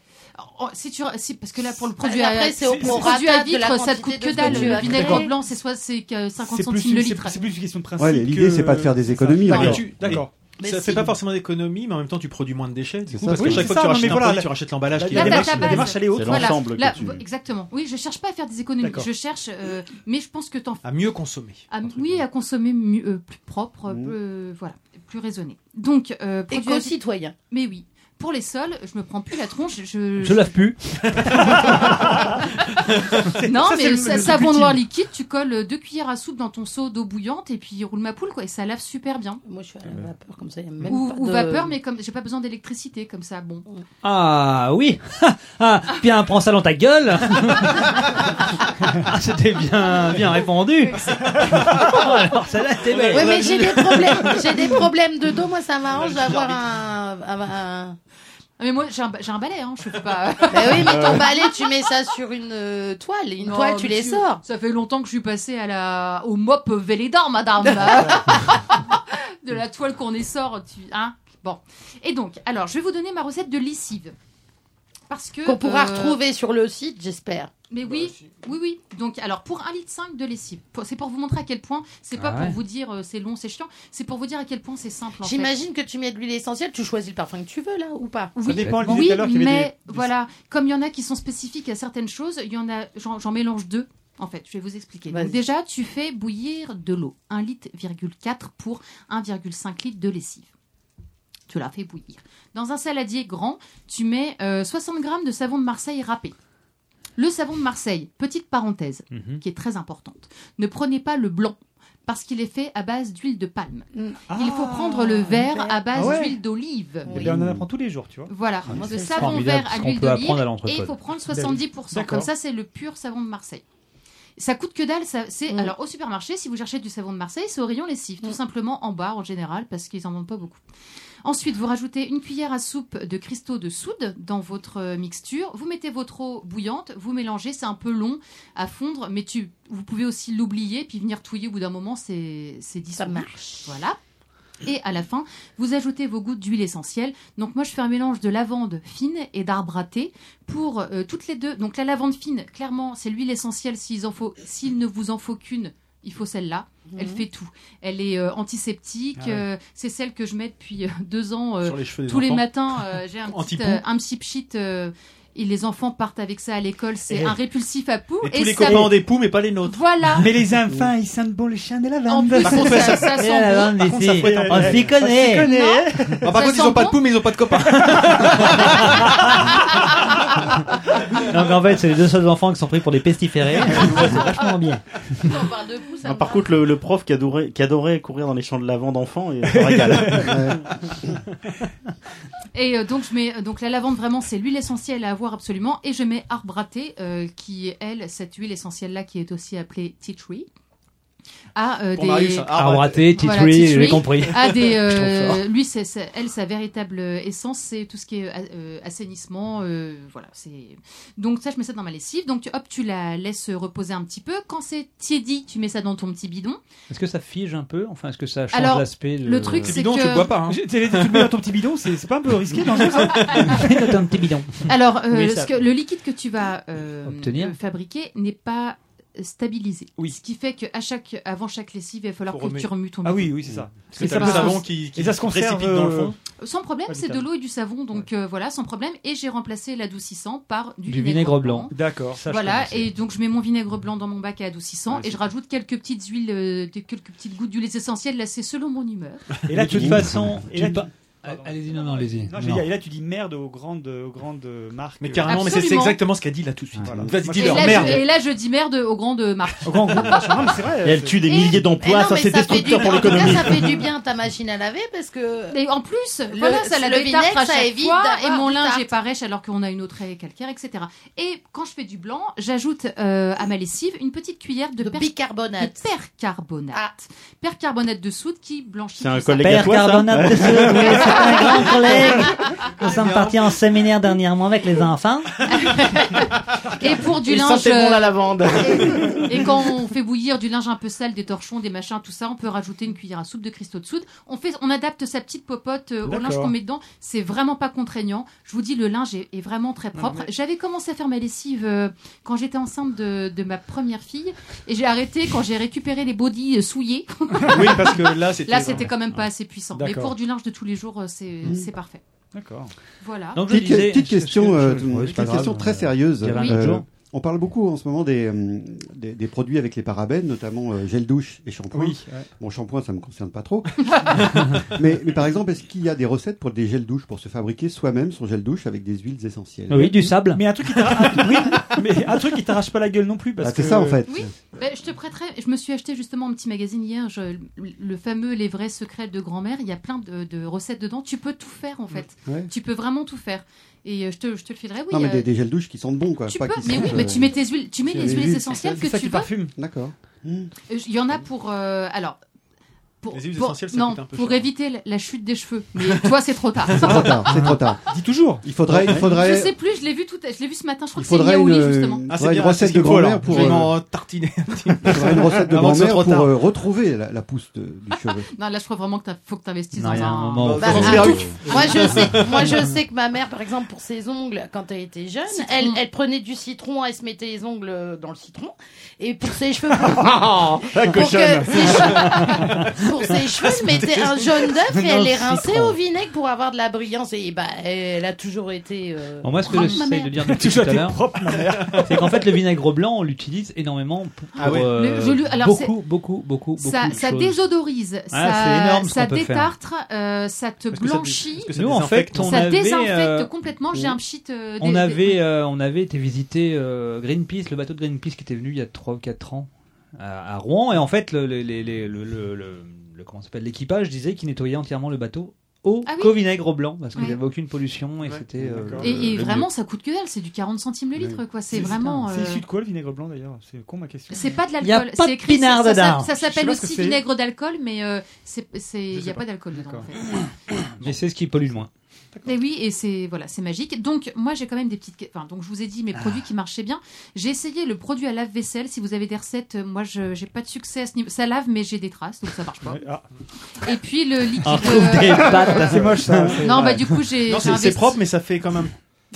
D: Oh, si tu si, parce que là pour le
I: Bah,
D: produit
I: après,
D: à,
I: c'est au
D: le
I: prorata
D: produit à
I: de la
D: vitre ça te
I: quantité
D: coûte
I: de
D: que
I: ce que
D: dalle.
I: tu
D: Le
I: as
D: vinaigre
H: acheté.
D: blanc c'est soit c'est que 50
H: C'est plus
D: centimes
H: une-
D: le
H: c'est-
D: litre.
H: C'est plus une question de principe.
E: Ouais, l'idée,
H: que-
E: c'est pas de faire des
H: c'est ça.
E: économies,
H: D'accord.
C: mais
E: alors.
C: tu- D'accord.
I: Mais
C: ça
I: si.
C: fait pas forcément d'économie, mais en même temps, tu produis moins de déchets. Du
E: C'est
C: coup,
E: ça,
C: parce
E: oui,
C: qu'à chaque fois
H: c'est ça,
C: que tu
H: non,
C: rachètes
H: mais
C: un
H: voilà,
C: produit,
H: la-
C: tu rachètes l'emballage qui est
H: La
D: démarche-
C: démarche.
D: la
H: démarche, la
D: base.
H: démarche, elle est haute.
B: C'est
D: Voilà,
B: l'ensemble
D: là,
B: que tu-
D: v- exactement. Oui, je cherche pas à faire des économies.
H: D'accord.
D: Je cherche, euh, mais je pense que t'en
C: À mieux consommer.
D: à-
C: entre
D: oui,
C: guillemets.
D: à consommer mieux, euh, plus propre, euh,
E: Mhm.
D: plus, euh, voilà, plus raisonné. Donc, euh, produit à-
I: Éco-citoyen.
D: mais oui, pour les sols, je me prends plus la tronche. Je,
F: Je lave plus.
D: <laughs> non,
H: ça, c'est
D: mais
H: le-
D: le,
H: le
D: savon
H: ultime.
D: noir liquide, tu colles euh, deux cuillères à soupe dans ton seau d'eau bouillante et puis roule ma poule quoi, et ça lave super bien.
I: Moi, je suis à la vapeur comme ça. il y a même
D: Ou,
I: pas
D: ou
I: de-
D: vapeur, mais comme j'ai pas besoin d'électricité comme ça, bon.
F: Ah oui. <laughs> Ah, bien, prends ça dans ta gueule. <laughs> Ah, C'était bien,
K: <laughs>
F: bien répondu. Alors, celle-là, t'es belle.
I: Ouais, mais j'ai des problèmes,
K: <laughs>
I: j'ai des problèmes de dos. Moi, ça m'arrange d'avoir un, un- un-
D: Ah, Mais moi j'ai un, ba- j'ai un balai, hein, je fais
I: <laughs>
D: pas.
I: Bah oui, mais
H: Euh.
D: Euh.
I: ton balai, tu mets ça sur une euh, toile. Une
D: Non,
I: toile, tu
D: mais
I: les
D: si,
I: sors.
D: Ça fait longtemps que je suis passée à la... au mop Vélédor,
I: <laughs>
D: madame. <laughs> de la toile qu'on essore. Tu... Hein bon. Et donc, alors, je vais vous donner ma recette de lessive. Parce que.
I: Qu'on pourra
D: euh,
I: retrouver sur le site, j'espère.
D: Mais
H: Bah,
D: oui, oui, oui. Donc, alors, pour 1,5 litre de lessive, pour- c'est pour vous montrer à quel point, c'est pas
F: Ah ouais.
D: pour vous dire euh, c'est long, c'est chiant, c'est pour vous dire à quel point c'est simple. en fait.
I: J'imagine que tu mets de l'huile essentielle, tu choisis le parfum que tu veux, là, ou pas
H: Ça
D: Oui,
H: dépend, elle disait
D: oui
H: tout à l'heure qu'il y avait
D: mais
H: des-
D: voilà, comme il y en a qui sont spécifiques à certaines choses, il y en a, j'en j'en mélange deux. En fait, je vais vous expliquer. Donc
I: Vas-y.
D: déjà, tu fais bouillir de l'eau, 1,4 litre pour 1,5 litre de lessive. Tu la fais bouillir. Dans un saladier grand, tu mets euh, 60 grammes de savon de Marseille râpé. Le savon de Marseille, petite parenthèse,
F: Mhm.
D: qui est très importante. Ne prenez pas le blanc parce qu'il est fait à base d'huile de palme. Mm. Il faut prendre le vert à base
H: Ah ouais.
D: d'huile d'olive.
H: Eh bien, on en apprend tous les jours, tu vois. Bah
D: Voilà,
I: moi,
D: le
I: c'est
D: savon
F: formidable,
D: vert à
F: ce qu'on
D: l'huile
F: peut apprendre à
D: d'olive
F: l'entrepôt.
D: et il faut prendre 70%.
H: D'accord.
D: Comme ça, c'est le pur savon de Marseille. Ça coûte que dalle. Ça, c'est
I: Mm.
D: alors au supermarché, si vous cherchez du savon de Marseille, c'est au rayon lessive, tout simplement en barre en général parce qu'ils en vendent pas beaucoup. Ensuite, vous rajoutez une cuillère à soupe de cristaux de soude dans votre euh, mixture. Vous mettez votre eau bouillante, vous mélangez. C'est un peu long à fondre, mais tu, vous pouvez aussi l'oublier puis venir touiller au bout d'un moment. C'est c'est
I: Ça
D: dissous.
I: marche.
D: Voilà. Et à la fin, vous ajoutez vos gouttes d'huile essentielle. Donc moi, je fais un mélange de lavande fine et d'arbre à thé pour euh, toutes les deux. Donc la lavande fine, clairement, c'est l'huile essentielle. S'il en faut- s'il ne vous en faut qu'une, il faut celle-là. Elle
L: Mhm.
D: fait tout. Elle est euh, antiseptique.
L: Ah ouais.
D: euh, c'est celle que je mets depuis euh, deux ans. euh,
L: Sur les cheveux des
D: tous les
L: enfants.
D: matins, euh,
L: <laughs>
D: j'ai un petit,
L: Anti-poux.
D: euh, un petit pchit. euh, et les enfants partent avec ça à l'école. C'est
L: Eh.
D: un répulsif à poux.
L: Et tous les
D: ça-
L: copains ont des poux, <laughs> mais pas les nôtres.
D: Voilà.
H: Mais les enfants, ils sentent bon le chien de
D: En
H: lavande.
D: plus, Par contre, ça- ça- ça sent bon. Par contre, ça fouette
L: euh,
D: un peu. On s'y connaît. Non.
L: Ah, par
D: Ça
L: contre, ils
D: sent
L: ont pas de
D: bon
L: poux, mais ils ont pas de copains.
K: Non, mais en fait, c'est les deux seuls enfants qui sont pris pour des
B: <laughs>
K: pestiférés. c'est vachement bien.
I: On parle de vous, ça
M: Ah, par contre, le, le prof qui adorait, qui adorait courir dans les champs de lavande enfant, et
C: <laughs>
M: ça régale.
H: <laughs>
D: Et euh, donc, je mets, euh, donc la lavande, vraiment, c'est l'huile essentielle à avoir absolument. Et je mets arbre à thé, euh, qui est, elle, cette huile essentielle-là, qui est aussi appelée tea tree. À, euh,
K: Pour
D: des...
K: Marius,
F: Ah,
K: arbre à thé, tea
D: Voilà,
K: tree,
D: tea
K: j'ai
D: tree.
K: compris.
D: À des,
K: Je suis
D: euh,
K: trop fort.
D: lui, c'est- c'est- elle, sa véritable euh, essence, c'est tout ce qui est euh, assainissement. euh, voilà, c'est. Donc ça, je mets ça dans ma lessive. Donc tu- hop, tu la laisses reposer un petit peu. Quand c'est tiédi, tu mets ça dans ton petit bidon.
F: <laughs> Est-ce que ça fige un peu Enfin, est-ce que ça change
D: Alors,
F: l'aspect de...
D: le truc, Tes c'est bidons, tu que- le bois pas, hein.
F: J'ai-
H: Tu le mets dans ton petit bidon, c'est c'est pas un peu risqué dans
D: <laughs>
H: le sens
F: ton petit bidon.
D: Alors, euh,
F: Mais ça-
D: ce que- le liquide que tu vas euh,
F: Obtenir.
D: euh, fabriquer n'est pas stabilisé. Ce qui fait qu'à chaque, avant chaque lessive, il va falloir
F: Faut
D: que
F: remuer.
D: tu remues ton
H: Ah
D: bidon.
H: oui, oui, c'est ça.
D: Et
H: ça
D: ça
H: peut
D: passe.
H: se- et ça se conserve euh,
D: Sans problème,
H: Pas
D: c'est de
H: vitale.
D: l'eau et du savon, donc euh, voilà, sans problème. Et j'ai remplacé l'adoucissant par du,
F: Du vinaigre blanc.
H: D'accord.
D: voilà, et donc je mets mon vinaigre blanc dans mon bac à adoucissant
F: Ouais,
D: et je rajoute quelques petites huiles, euh, des- quelques petites gouttes d'huile essentielle. Là, c'est selon mon humeur.
H: Et là, de toute façon, et là,
F: Tu
H: tu-
F: pas- Allez-y, non, non, allez-y.
H: Non, je veux dire, et là, tu dis merde aux grandes, aux grandes marques.
C: Mais carrément, mais c'est- c'est exactement ce qu'a dit là tout de suite.
H: Voilà.
C: Vas-y,
H: Moi,
C: dis-leur,
D: et, là,
C: merde.
D: je, et là, je dis merde aux grandes marques.
H: Aux grandes marques, non, mais c'est vrai.
M: <laughs> Et elle tue des
D: Et-
I: Eh,
M: milliers
D: et
M: d'emplois,
D: non,
M: ça
D: mais
M: c'est
D: ça fait
M: destructeur
D: du-
M: pour
D: en tout cas,
M: l'économie.
I: Ça fait <laughs> du bien ta machine à laver parce que.
D: Et en plus, <laughs> voilà, ça la
I: le
D: vinaigre,
I: vinaigre,
D: à
I: ça
D: chaque
I: évite
D: fois,
I: d'avoir
D: et mon
I: du
D: linge
I: tartre.
D: est parèche alors qu'on a une autre haie calcaire, etc. Et quand je fais du blanc, j'ajoute euh, à ma lessive une petite cuillère de, per-
I: bicarbonate. Ah.
D: de percarbonate. Percarbonate de soude qui blanchit.
M: C'est un
D: tout ça.
M: collègue à toi, ça
K: Percarbonate de soude, oui, c'est un grand
D: <laughs>
K: collègue. Nous sommes
D: bien.
K: partis en séminaire dernièrement avec les enfants.
D: Et pour du
K: Il
D: linge. euh,
K: sentait bon, la
M: lavande.
D: <laughs> Et, et quand on fait bouillir du linge un peu sale, des torchons, des machins, tout ça, on peut rajouter une cuillère à soupe de cristaux de soude. On fait, on adapte sa petite popote euh, au
L: D'accord.
D: linge qu'on met dedans. C'est vraiment pas contraignant. Je vous dis, le linge est, est vraiment très propre.
L: mais-
D: J'avais commencé à faire ma lessive euh, quand j'étais enceinte de, de ma première fille, et j'ai arrêté quand j'ai récupéré les bodys euh, souillés.
H: Oui, parce que là, c'était-
D: là, c'était quand même pas assez puissant. Mais
H: D'accord.
D: pour du linge de tous les jours, euh, c'est
H: Mhm.
D: c'est parfait.
H: D'accord.
D: Voilà.
H: Donc,
E: petite,
H: je disais-
E: petite
H: je-
E: question,
H: je-
E: euh,
H: je-
E: tout le monde,
H: ouais,
E: petite
H: c'est pas
E: question
H: grave,
E: très
H: euh,
E: sérieuse.
H: il y a vingt-quatre jours.
E: on parle beaucoup en ce moment des, euh, des, des produits avec les parabènes, notamment euh, gel douche et shampoing.
H: Oui, ouais.
E: Bon, shampoing, ça me concerne pas trop. <laughs> mais, mais par exemple, est-ce qu'il y a des recettes pour des gels douche, pour se fabriquer soi-même son gel douche avec des huiles essentielles
K: sable.
H: Mais un truc <laughs> qui t'arrache, oui, mais un truc qui t'arrache pas la gueule non plus parce
E: Ah, c'est
H: que-
E: ça, en fait.
D: Oui, ben, je te prêterai. Je me suis acheté justement un petit magazine hier, je- le fameux Les vrais secrets de grand-mère. Il y a plein de, de recettes dedans. Tu peux tout faire en fait.
E: Ouais.
D: Tu peux vraiment tout faire. Et euh, je te, je te le filerai. Oui,
E: non, mais
D: euh,
E: des, des gels douche qui sentent bon, quoi.
D: tu
E: pas
D: peux,
E: qui
D: mais
E: sentent,
D: oui, mais
E: euh,
D: tu mets tes huiles- tu mets
E: c'est
D: les huiles essentielles que
E: ça
D: tu
E: qui
D: veux.
E: parfume. D'accord.
D: euh, il y en a pour. euh, alors. Pour,
C: Les huiles
D: pour-
C: essentielles, ça
D: non,
C: coûte un peu
D: pour
C: cher. hein.
D: éviter la- la chute des cheveux. Mais toi, c'est trop tard.
E: <laughs> C'est trop tard, c'est trop tard.
H: Dis toujours.
E: Il faudrait, il faudrait.
D: Je sais plus, je l'ai vu tout, je l'ai vu ce matin. Je crois
E: Il
D: que c'est
E: faudrait
D: Yaouli
E: une-
D: justement.
E: Ah, c'est Ouais, bien, une recette c'est ce qu'il de faut, grand-mère alors. pour,
C: Je vais
E: euh,
C: m'en tartiner. un petit peu.
E: il faudrait une recette de
C: Avant que ce
E: grand-mère
C: soit trop
E: pour
C: tard.
E: euh, retrouver la, la pousse de- du cheveu.
D: Non, là, je crois vraiment que t'as- faut que tu investisses
E: Non,
D: dans
E: il y a un
D: un.
E: moment où-
I: Bah,
E: Dans
I: un
E: une perruque.
I: touffe. moi je
F: <laughs>
I: sais, moi je sais que ma mère, par exemple, pour ses ongles, quand elle était jeune, elle, elle prenait du citron, elle se mettait les ongles euh, dans le citron, et pour ses cheveux,
F: <laughs>
L: Ah, la
I: Oh. pour, que ses
L: cochonne. <laughs>
I: cheveux, pour ses cheveux, elle mettait un jaune
F: <laughs>
I: d'œuf
J: Dans
I: et
J: le
I: elle les rinçait
J: citron.
I: au vinaigre pour avoir de la brillance. Et bah, elle a toujours été. euh,
F: Bon, moi, ce que
I: propre, ma
F: j'essaye
I: mère.
F: de dire
H: <laughs>
F: depuis tout à l'heure, c'est qu'en fait, le vinaigre blanc, on l'utilise énormément pour
I: Ah ouais.
F: euh,
D: Le- je lui- alors, c'est-
F: beaucoup, beaucoup, beaucoup, beaucoup
D: ça,
F: de
D: ça
F: choses.
D: désodorise, ça,
F: c'est énorme ce
D: ça
F: qu'on peut faire.
D: détartre, euh, ça te
F: que ça dé-
D: blanchit.
F: est-ce que ça Nous, en désinfecte fait, on
D: ça
F: avait,
D: désinfecte
F: euh,
D: complètement. J'ai un petit. euh,
F: On
D: dé-
F: avait, euh, on avait été visiter euh, Greenpeace, le bateau de Greenpeace qui était venu il y a 3 ou 4 ans à, à Rouen. Et en fait, le, le- le- le- le- le- le- le- comment ça s'appelle, l'équipage disait qu'il nettoyait entièrement le bateau au
D: Ah oui.
F: qu'au vinaigre blanc parce qu'il n'y
D: Ouais.
F: avait aucune pollution et c'était. euh,
D: Et, et
F: le
D: vraiment,
F: mieux.
D: ça coûte que dalle. C'est du 40 centimes le litre, quoi. C'est vraiment.
H: C'est
D: euh,
H: issu de quoi le vinaigre blanc d'ailleurs C'est con ma question.
D: C'est pas de
H: Y a
D: l'alcool.
H: pas
D: C'est
H: de
D: écrit.
H: pinard
D: ça- ça-
H: dedans.
D: Ça,
H: Je sais
D: s'appelle
H: pas ce que
D: aussi
H: c'est.
D: vinaigre d'alcool, mais euh, c'est, c'est- il n'y
H: sais
D: a pas,
H: pas.
D: d'alcool dedans. en fait.
F: Mais c'est ce qui pollue le moins.
D: Et oui, et c'est voilà, c'est magique. Donc moi j'ai quand même des petites. Enfin, donc je vous ai dit mes produits qui marchaient bien. J'ai essayé le produit à lave-vaisselle. Si vous avez des recettes, euh, moi je j'ai pas de succès à ce niveau. Ça lave, mais j'ai des traces, donc ça marche pas. Et puis le liquide.
L: On <laughs>
D: euh,
L: retrouve des pattes. ah. C'est moche, ça. C'est-
D: Non,
L: ouais.
D: bah du coup j'ai.
L: Non, c'est-
D: j'ai
L: c'est
D: investi-
L: propre, mais ça fait quand même.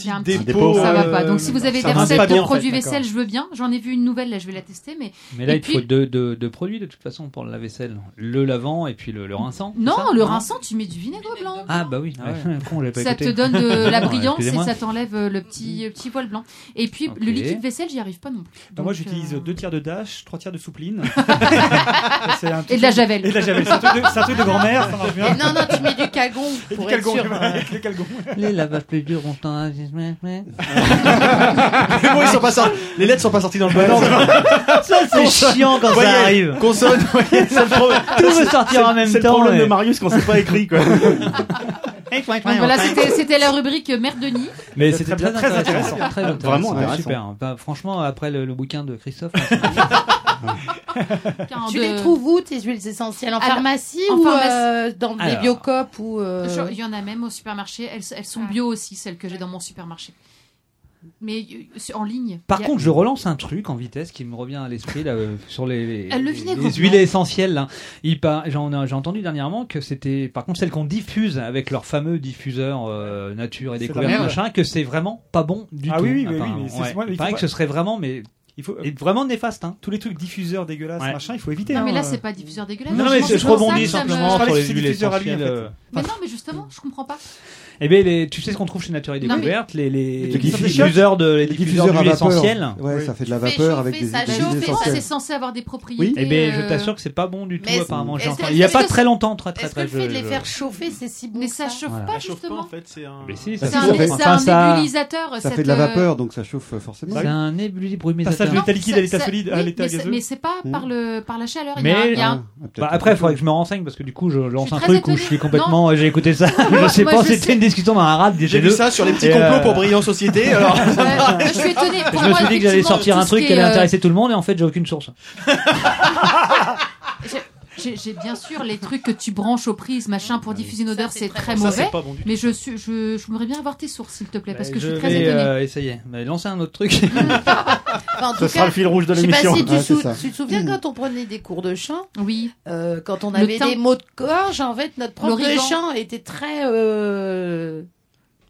D: j'ai un
L: petit
D: petit
L: dépôt,
D: peu, ça va
L: euh,
D: pas. Donc si vous avez
L: ça
D: des
L: rince pas
D: recettes
L: bien,
D: pour
L: en fait,
D: produits
L: d'accord.
D: vaisselle, je veux bien. J'en ai vu une nouvelle là, je vais la tester, mais.
F: Mais là,
D: Et
F: il
D: puis-
F: faut deux, deux- deux produits de toute façon pour le lave-vaisselle. Le lavant et puis le, le rinçant. c'est
D: Non,
F: ça
D: le rinçant, tu mets du vinaigre blanc.
F: Ah bah oui, ah ouais, con, j'avais pas
D: ça
F: écouté.
D: te donne de
F: <laughs>
D: la brillance et
F: Excusez-moi. Mm.
D: ça t'enlève euh, le petit, euh, petit voile blanc. Et puis
F: Ok.
D: le liquide vaisselle, j'y arrive pas non plus.
H: Bah, moi
D: Donc,
H: j'utilise
D: euh,
H: deux tiers de dash, trois tiers
D: <laughs>
H: de soupline. C'est un
D: Et de la javel.
H: Et de la javel. C'est un truc de, c'est un truc
D: <laughs>
H: de grand-mère, ça marche bien.
I: Et non, non, tu mets du calgon
L: <laughs>
I: pour être
H: calgon,
I: sûr.
H: tu vois, avec le
F: <laughs>
H: calgon.
K: Les lavages plus durs ont un. Mais
L: Les mots, ils sont pas sortis. Les lettres sont pas sorties dans le bon <laughs> ordre.
K: Ça, c'est chiant quand ça
L: Voyelle,
K: arrive.
L: Consonne,
M: <laughs>
L: voyelle, c'est le problème.
K: Tout veut
L: C'est-
K: sortir
L: c'est-
K: en même
L: C'est le
K: temps,
L: problème
K: mais-
L: de Marius quand c'est pas écrit, quoi.
D: Donc voilà, c'était c'était la rubrique euh, Mère Denis.
F: Mais c'était très,
D: très
F: intéressant.
D: intéressant.
F: Très intéressant.
M: Vraiment intéressant.
F: Super. Bah, franchement, après le, le bouquin de Christophe. hein,
I: Tu
D: de-
I: les trouves où tes huiles essentielles En
D: Alors,
I: pharmacie
D: en
I: ou
D: pharmacie.
I: euh, dans des
F: Alors.
I: biocopes ou euh,
D: Genre, Il y en a même au supermarché. Elles, elles sont bio aussi, celles que j'ai dans mon supermarché. Mais euh, sur- en ligne.
F: Par
D: Il y a-
F: contre, je relance un truc en vitesse qui me revient à l'esprit là, euh, sur les,
D: Ah,
F: les,
D: le
F: les-
D: vinaigre
F: les
D: blanc.
F: huiles essentielles. là. Il par- J'en ai- j'ai entendu dernièrement que c'était, par contre, celles qu'on diffuse avec leur fameux diffuseur euh, nature et
H: C'est la
F: découverte
H: merde.
F: machin, que c'est vraiment pas bon du
H: Ah
F: tout.
H: oui, oui, mais oui,
F: apparemment.
H: mais c'est-
F: Ouais.
H: c'est- moi, il
F: Il
H: faut
F: paraît
H: pas-
F: que ce serait vraiment, mais
H: il faut euh,
F: et vraiment néfaste. Hein.
H: Tous les trucs diffuseurs dégueulasses,
F: Ouais.
H: machin, il faut éviter.
D: Non, mais là,
H: hein.
D: c'est pas diffuseur dégueulasse.
F: Non,
D: Moi,
F: mais
D: pense
F: je-
D: que
F: je
D: c'est pour ça
F: rebondis
D: que ça me-
F: simplement sur les
H: c'est
F: huiles
H: diffuseur à lui, en
F: essentielles.
H: fait.
F: euh,
D: Mais non, mais justement, je comprends pas.
F: Eh bien, les, tu sais ce qu'on trouve chez Nature et
D: Non, mais-
F: Découverte, les, les,
E: Les diffuseurs
F: diffuseurs de les
E: Les
F: diffuseurs
E: diffuseurs à
F: d'huile
E: vapeur.
F: essentielle.
E: Ouais, Oui. ça fait de la Tu fais vapeur avec chauffer, des- ça des huiles chauffe et ça, essentielles.
D: C'est censé avoir des propriétés.
F: Oui. Eh ben, je
D: euh,
F: t'assure que c'est pas bon du tout.
D: mais est-ce-
F: apparemment, j'ai
D: est-ce que-
F: entendu. Il y a
D: est-ce
F: pas
D: que-
F: très longtemps, très très
I: Est-ce que
F: très.
I: le fait de
F: je-
I: les
F: je-
I: faire chauffer, c'est si bon
D: Mais
I: que ça
D: ça chauffe
F: Euh, Voilà.
D: pas,
F: Ça
D: justement.
L: c'est un.
F: Mais si,
D: C'est
F: ça
D: un,
F: chauffe.
D: c'est
F: Enfin,
D: un
F: ça-
D: nébulisateur.
E: Ça
D: cette,
E: fait de la
D: euh,
E: vapeur, donc ça chauffe forcément.
F: C'est un nébuli brumisateur.
H: Passage de l'état
D: ça-
H: liquide à l'état
D: ça-
H: solide, à
D: oui,
H: l'état
D: mais c'est-
H: gazeux.
D: Mais c'est pas
F: Hmm.
D: par, le, par la chaleur. il y a-
F: Mais
D: il y a un-
F: Bah, après, il faudrait que je me renseigne parce que du coup, je lance
D: suis
F: un
D: très
F: truc où
D: étonnée.
F: je suis complètement. J'ai écouté ça. je
L: Moi,
F: sais
L: moi,
F: pas.
L: je
F: C'était
L: sais.
F: une discussion dans un rap.
L: J'ai vu ça sur les petits complots pour briller en société. Alors.
H: <laughs>
D: Je suis étonnée.
F: Je
D: Pour
F: me
D: moi,
F: suis dit que j'allais
D: effectivement,
F: sortir
D: tout
F: un
D: ce
F: truc
D: qui
F: qui
D: est,
F: allait
D: euh,
F: intéresser tout le monde et en fait, j'ai aucune source.
D: Ah, J'ai- J'ai j'ai bien sûr les trucs que tu branches aux prises, machin,
F: Ah
D: pour diffuser une odeur, c'est très,
F: bon. Ça,
D: mauvais.
F: c'est pas bon du tout.
D: mais je suis, je, je voudrais bien avoir tes sources, s'il te plaît, parce que je suis très
F: vais
D: étonnée.
F: euh, essayer. Mais lancer un
D: <laughs>
F: autre truc.
I: Enfin, en
F: Ce
I: tout
F: sera le fil rouge de
I: je sais pas
F: l'émission.
I: si tu,
F: Ouais, c'est
I: sou-
F: ça. Hmm.
I: tu te souviens quand on prenait des cours de chant euh,
D: Oui.
I: quand on
D: Le
I: avait
D: teint.
I: des mots de gorge, en fait, notre prof de
D: L'origan.
I: chant était très euh,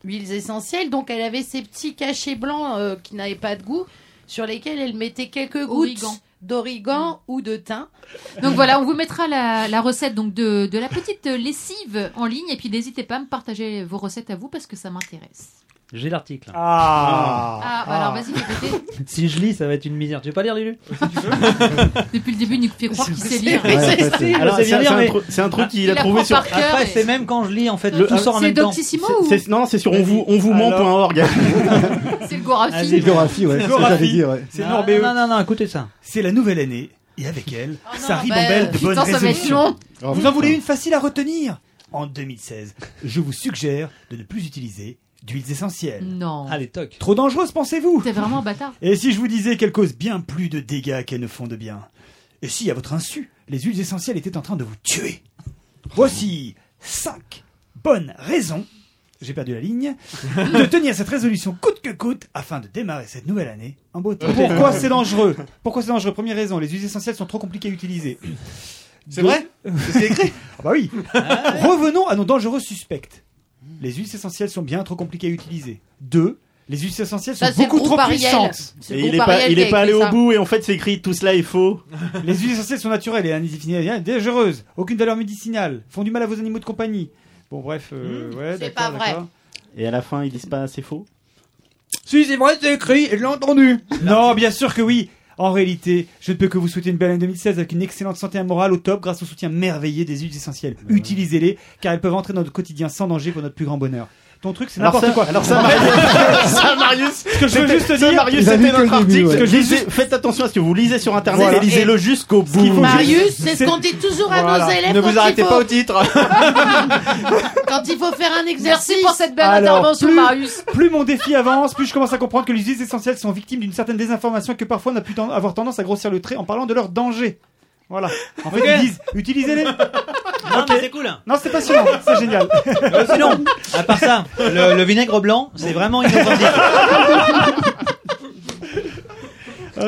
I: huiles essentielles. Donc, elle avait ces petits cachets blancs euh, qui n'avaient pas de goût, sur lesquels elle mettait quelques gouttes
D: Origan.
I: d'origan ou de thym.
D: Donc voilà, on vous mettra la, la recette donc de, de la petite lessive en ligne, et puis n'hésitez pas à me partager vos recettes à vous, parce que ça m'intéresse.
F: J'ai l'article.
D: Ah. Ah, bah alors, vas-y, fais
F: <laughs> Si je lis, ça va être une misère. Tu veux pas lire,
H: <laughs>
F: Lulu
D: Depuis le début, il nous fait croire qu'il sait lire.
F: Ouais,
M: c'est-
F: après,
M: c'est-
F: c'est-
M: alors,
F: c'est
M: c'est-
F: bien,
M: c'est un
F: mais-
M: tru- c'est un truc qu'il a
F: Il
M: trouvé
F: apprend
M: sur-
F: par cœur,
M: Après,
F: mais-
M: c'est
F: c'est même quand je lis en fait le tout sort en même temps.
M: C'est- c'est- Non, c'est sur on vous on vous ment point org.
D: C'est le Gorafi.
M: Ah, c'est le Gorafi, ouais,
H: C'est
M: c'est
H: le
M: ce que j'allais
H: Gorafi.
M: dire, ouais.
H: C'est
M: Non,
H: Norbéo.
F: non, non, non, écoutez ça.
H: C'est la nouvelle année, et avec elle,
D: Oh
H: ça
F: non,
H: ribambelle
F: bah,
H: de bonnes
F: putain, ça va être
H: résolutions.
F: long. Oh,
H: Vous en voulez
F: putain.
H: une facile à retenir En 2016, je vous suggère de ne plus utiliser d'huiles essentielles.
D: Non.
F: Allez, toc.
H: Trop dangereuse, pensez-vous
D: T'es Mm. vraiment un bâtard.
H: Et si je vous disais qu'elles causent bien plus de dégâts qu'elles ne font de bien Et si, à votre insu, les huiles essentielles étaient en train de vous tuer Voici 5 bonnes raisons, j'ai perdu la ligne, de tenir cette résolution coûte que coûte afin de démarrer cette nouvelle année en beauté.
L: Ouais.
H: <laughs> Pourquoi c'est dangereux Pourquoi c'est dangereux Première raison, les huiles essentielles sont trop compliquées à utiliser.
L: C'est vrai
H: <laughs> C'est écrit Ah bah oui Revenons à nos dangereux suspects. Les huiles essentielles sont bien trop compliquées à utiliser. Deux, les huiles essentielles sont
I: Ça, c'est le
H: beaucoup trop
I: groupe Ariel.
H: puissantes.
I: C'est
M: Et il est pas, il est pas allé au bout et en fait c'est écrit tout cela est faux.
H: <laughs> Les huiles essentielles sont naturelles et indéfinies- dangereuses. Aucune valeur médicinale. Font du mal à vos animaux de compagnie. Bon, bref, euh, ouais,
I: Hmm, c'est
H: d'accord,
I: pas vrai.
H: d'accord.
M: Et à la fin ils disent pas c'est faux.
H: Si, c'est vrai, c'est écrit, et je l'ai
M: <laughs>
H: entendu. Non, bien sûr que oui. En réalité, je ne peux que vous souhaiter une belle année 2016 avec une excellente santé et morale au top grâce au soutien merveilleux des huiles essentielles. Utilisez-les car elles peuvent entrer dans notre quotidien sans danger pour notre plus grand bonheur. Ton truc, c'est
M: Alors
H: n'importe
M: ça-
H: quoi.
M: alors ça,
H: En fait,
M: Marius- ça, Marius,
H: Ce que je veux
M: c'était-
H: juste te
M: ça,
H: dire,
M: Marius, c'était notre article.
H: Ce que je veux
M: Lisez-
H: juste-
M: Faites attention à ce que vous lisez sur internet
H: Voilà.
M: et lisez-le
H: Et-
M: jusqu'au
H: ce qu'il
M: bout.
H: faut-
I: Marius, c'est ce qu'on dit toujours à
M: Voilà.
I: nos élèves.
M: Ne
I: quand
M: vous
I: il
M: arrêtez
I: faut-
M: pas au titre.
I: Quand il faut faire un exercice.
D: Merci pour cette belle
H: Alors,
D: intervention,
H: plus,
D: Marius.
H: Plus mon défi avance, plus je commence à comprendre que les huiles essentielles sont victimes d'une certaine désinformation et que parfois on a pu ten- avoir tendance à grossir le trait en parlant de leur danger. Voilà. En fait,
L: Ok.
K: <laughs>
H: ils disent utilisez-les.
K: Non, mais c'est cool.
H: Non, c'est passionnant, c'est
K: <laughs>
H: génial.
K: Euh, sinon, à part ça, le, le vinaigre blanc, c'est vraiment inauthentique.
F: Ah.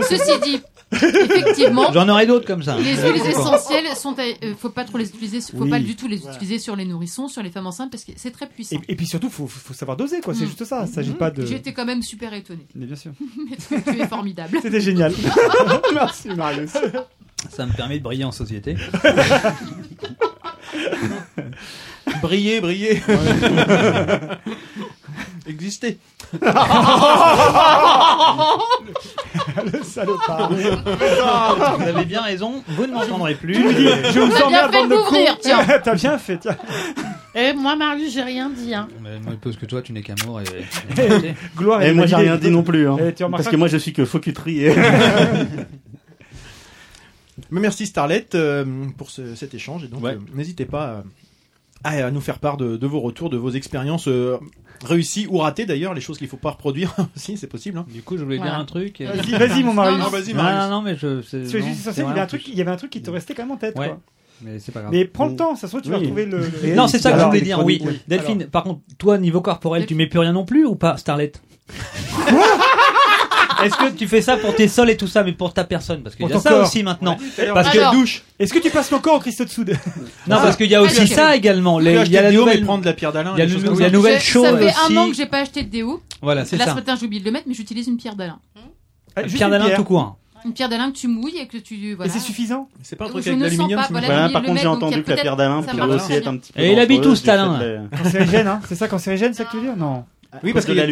D: Ceci dit, effectivement,
K: J'en aurais d'autres comme ça.
D: les huiles essentielles sont, à- euh, faut pas trop les utiliser, faut
H: Oui.
D: pas du tout les
H: Voilà.
D: utiliser sur les nourrissons, sur les femmes enceintes parce que c'est très puissant.
H: Et, et puis surtout, faut, faut savoir doser, quoi. C'est
D: Mm.
H: juste ça. Il s'agit
D: Mm.
H: pas de.
D: J'étais quand même super étonnée.
H: Mais bien sûr.
D: <laughs> Mais tu tu es formidable.
H: C'était génial.
I: <laughs>
H: Merci, Marius.
F: Ça me permet de briller en
H: <laughs>
F: société.
L: euh. briller, briller.
F: Ouais. <laughs>
L: Exister.
H: Le salopard.
K: Vous avez bien raison, vous ne m'entendrez plus.
H: Je vous
I: T'as bien
H: emmerde,
I: fait de
H: bande de
I: m'ouvrir,
H: cons.
I: tiens.
H: <laughs> T'as bien fait, tiens.
I: Et Eh, moi, Marius, j'ai rien dit. Hein.
F: Mais moi, plus que toi, tu n'es qu'un mort et.
H: Eh, Gloire
M: et
H: et
M: Eh, moi j'ai
H: validé.
M: rien dit non plus. hein.
H: Eh, tu remarques
M: Parce
H: ça
M: que moi je suis que faux cutrier.
F: <laughs>
C: Mais merci Starlet euh, pour ce- cet échange et donc euh, n'hésitez pas à, à nous faire part de, de vos retours, de vos expériences euh, réussies ou ratées d'ailleurs, les choses qu'il faut pas reproduire <laughs> si c'est possible. hein. Du
F: coup je voulais dire un truc. et-
H: Vas-y, vas-y, mon Marius.
F: Non, vas-y, Marius. Non, non, non, mais je- c'est-
H: Parce que
F: non,
H: juste
F: c'est
H: essentiel, il y,
F: vraiment Mm.
H: a un truc, il y avait un truc qui te restait quand même en tête,
F: Ouais.
H: quoi.
F: Mais c'est pas grave.
H: Mais prends le temps, ça se trouve, tu vas retrouver le. le-
F: Mm. Non, c'est ça que je
H: Alors,
F: voulais dire, oui.
H: électronique,
F: Delphine, par contre, toi, niveau corporel, tu mets plus rien non plus ou pas, Starlet Est-ce que tu fais ça pour tes sols et tout ça, mais pour ta personne Parce qu'il
H: Pour
F: y a
H: ton
F: ça
H: corps.
F: aussi maintenant.
H: On l'a dit tout à l'heure.
F: Parce que
H: Alors, Est-ce que tu passes ton corps au Ah. cristaux de soude
F: Non, parce qu'il y a aussi ça également. Les- Il y a la nouvelle
C: prendre la pierre d'Alain.
F: Il y a le- il y a la nouvelle
D: Je-
F: chose
D: Ça fait un an
F: aussi.
D: que j'ai pas acheté de déo.
F: Voilà, c'est
D: Là,
F: ça.
D: ce matin, j'ai oublié de le mettre, mais j'utilise une pierre d'Alain.
F: La
H: Ah,
F: Pierre d'Alain tout court.
D: Une pierre d'Alain que tu mouilles et que tu. Voilà.
H: c'est suffisant
C: C'est pas
D: un
M: truc
D: je
M: avec
D: ne
M: l'aluminium,
D: sens
M: tu
D: pas.
M: vois.
D: Voilà,
M: Ouais,
D: j'ai
M: par
D: oublié
M: contre,
D: le
M: j'ai
D: mettre, donc
M: entendu
D: il y a
M: que la pierre
D: peut-être-
M: d'Alain
D: ça
M: pouvait
D: marche
M: aussi
D: très
M: être
D: bien.
M: un petit peu
F: Et il habite où,
M: dangereuse,
F: Stalin
M: du fait de la-
H: Cancérigène, hein C'est ça, cancérigène, c'est ça que tu veux dire Non.
F: Ah, Oui, parce qu'il y a-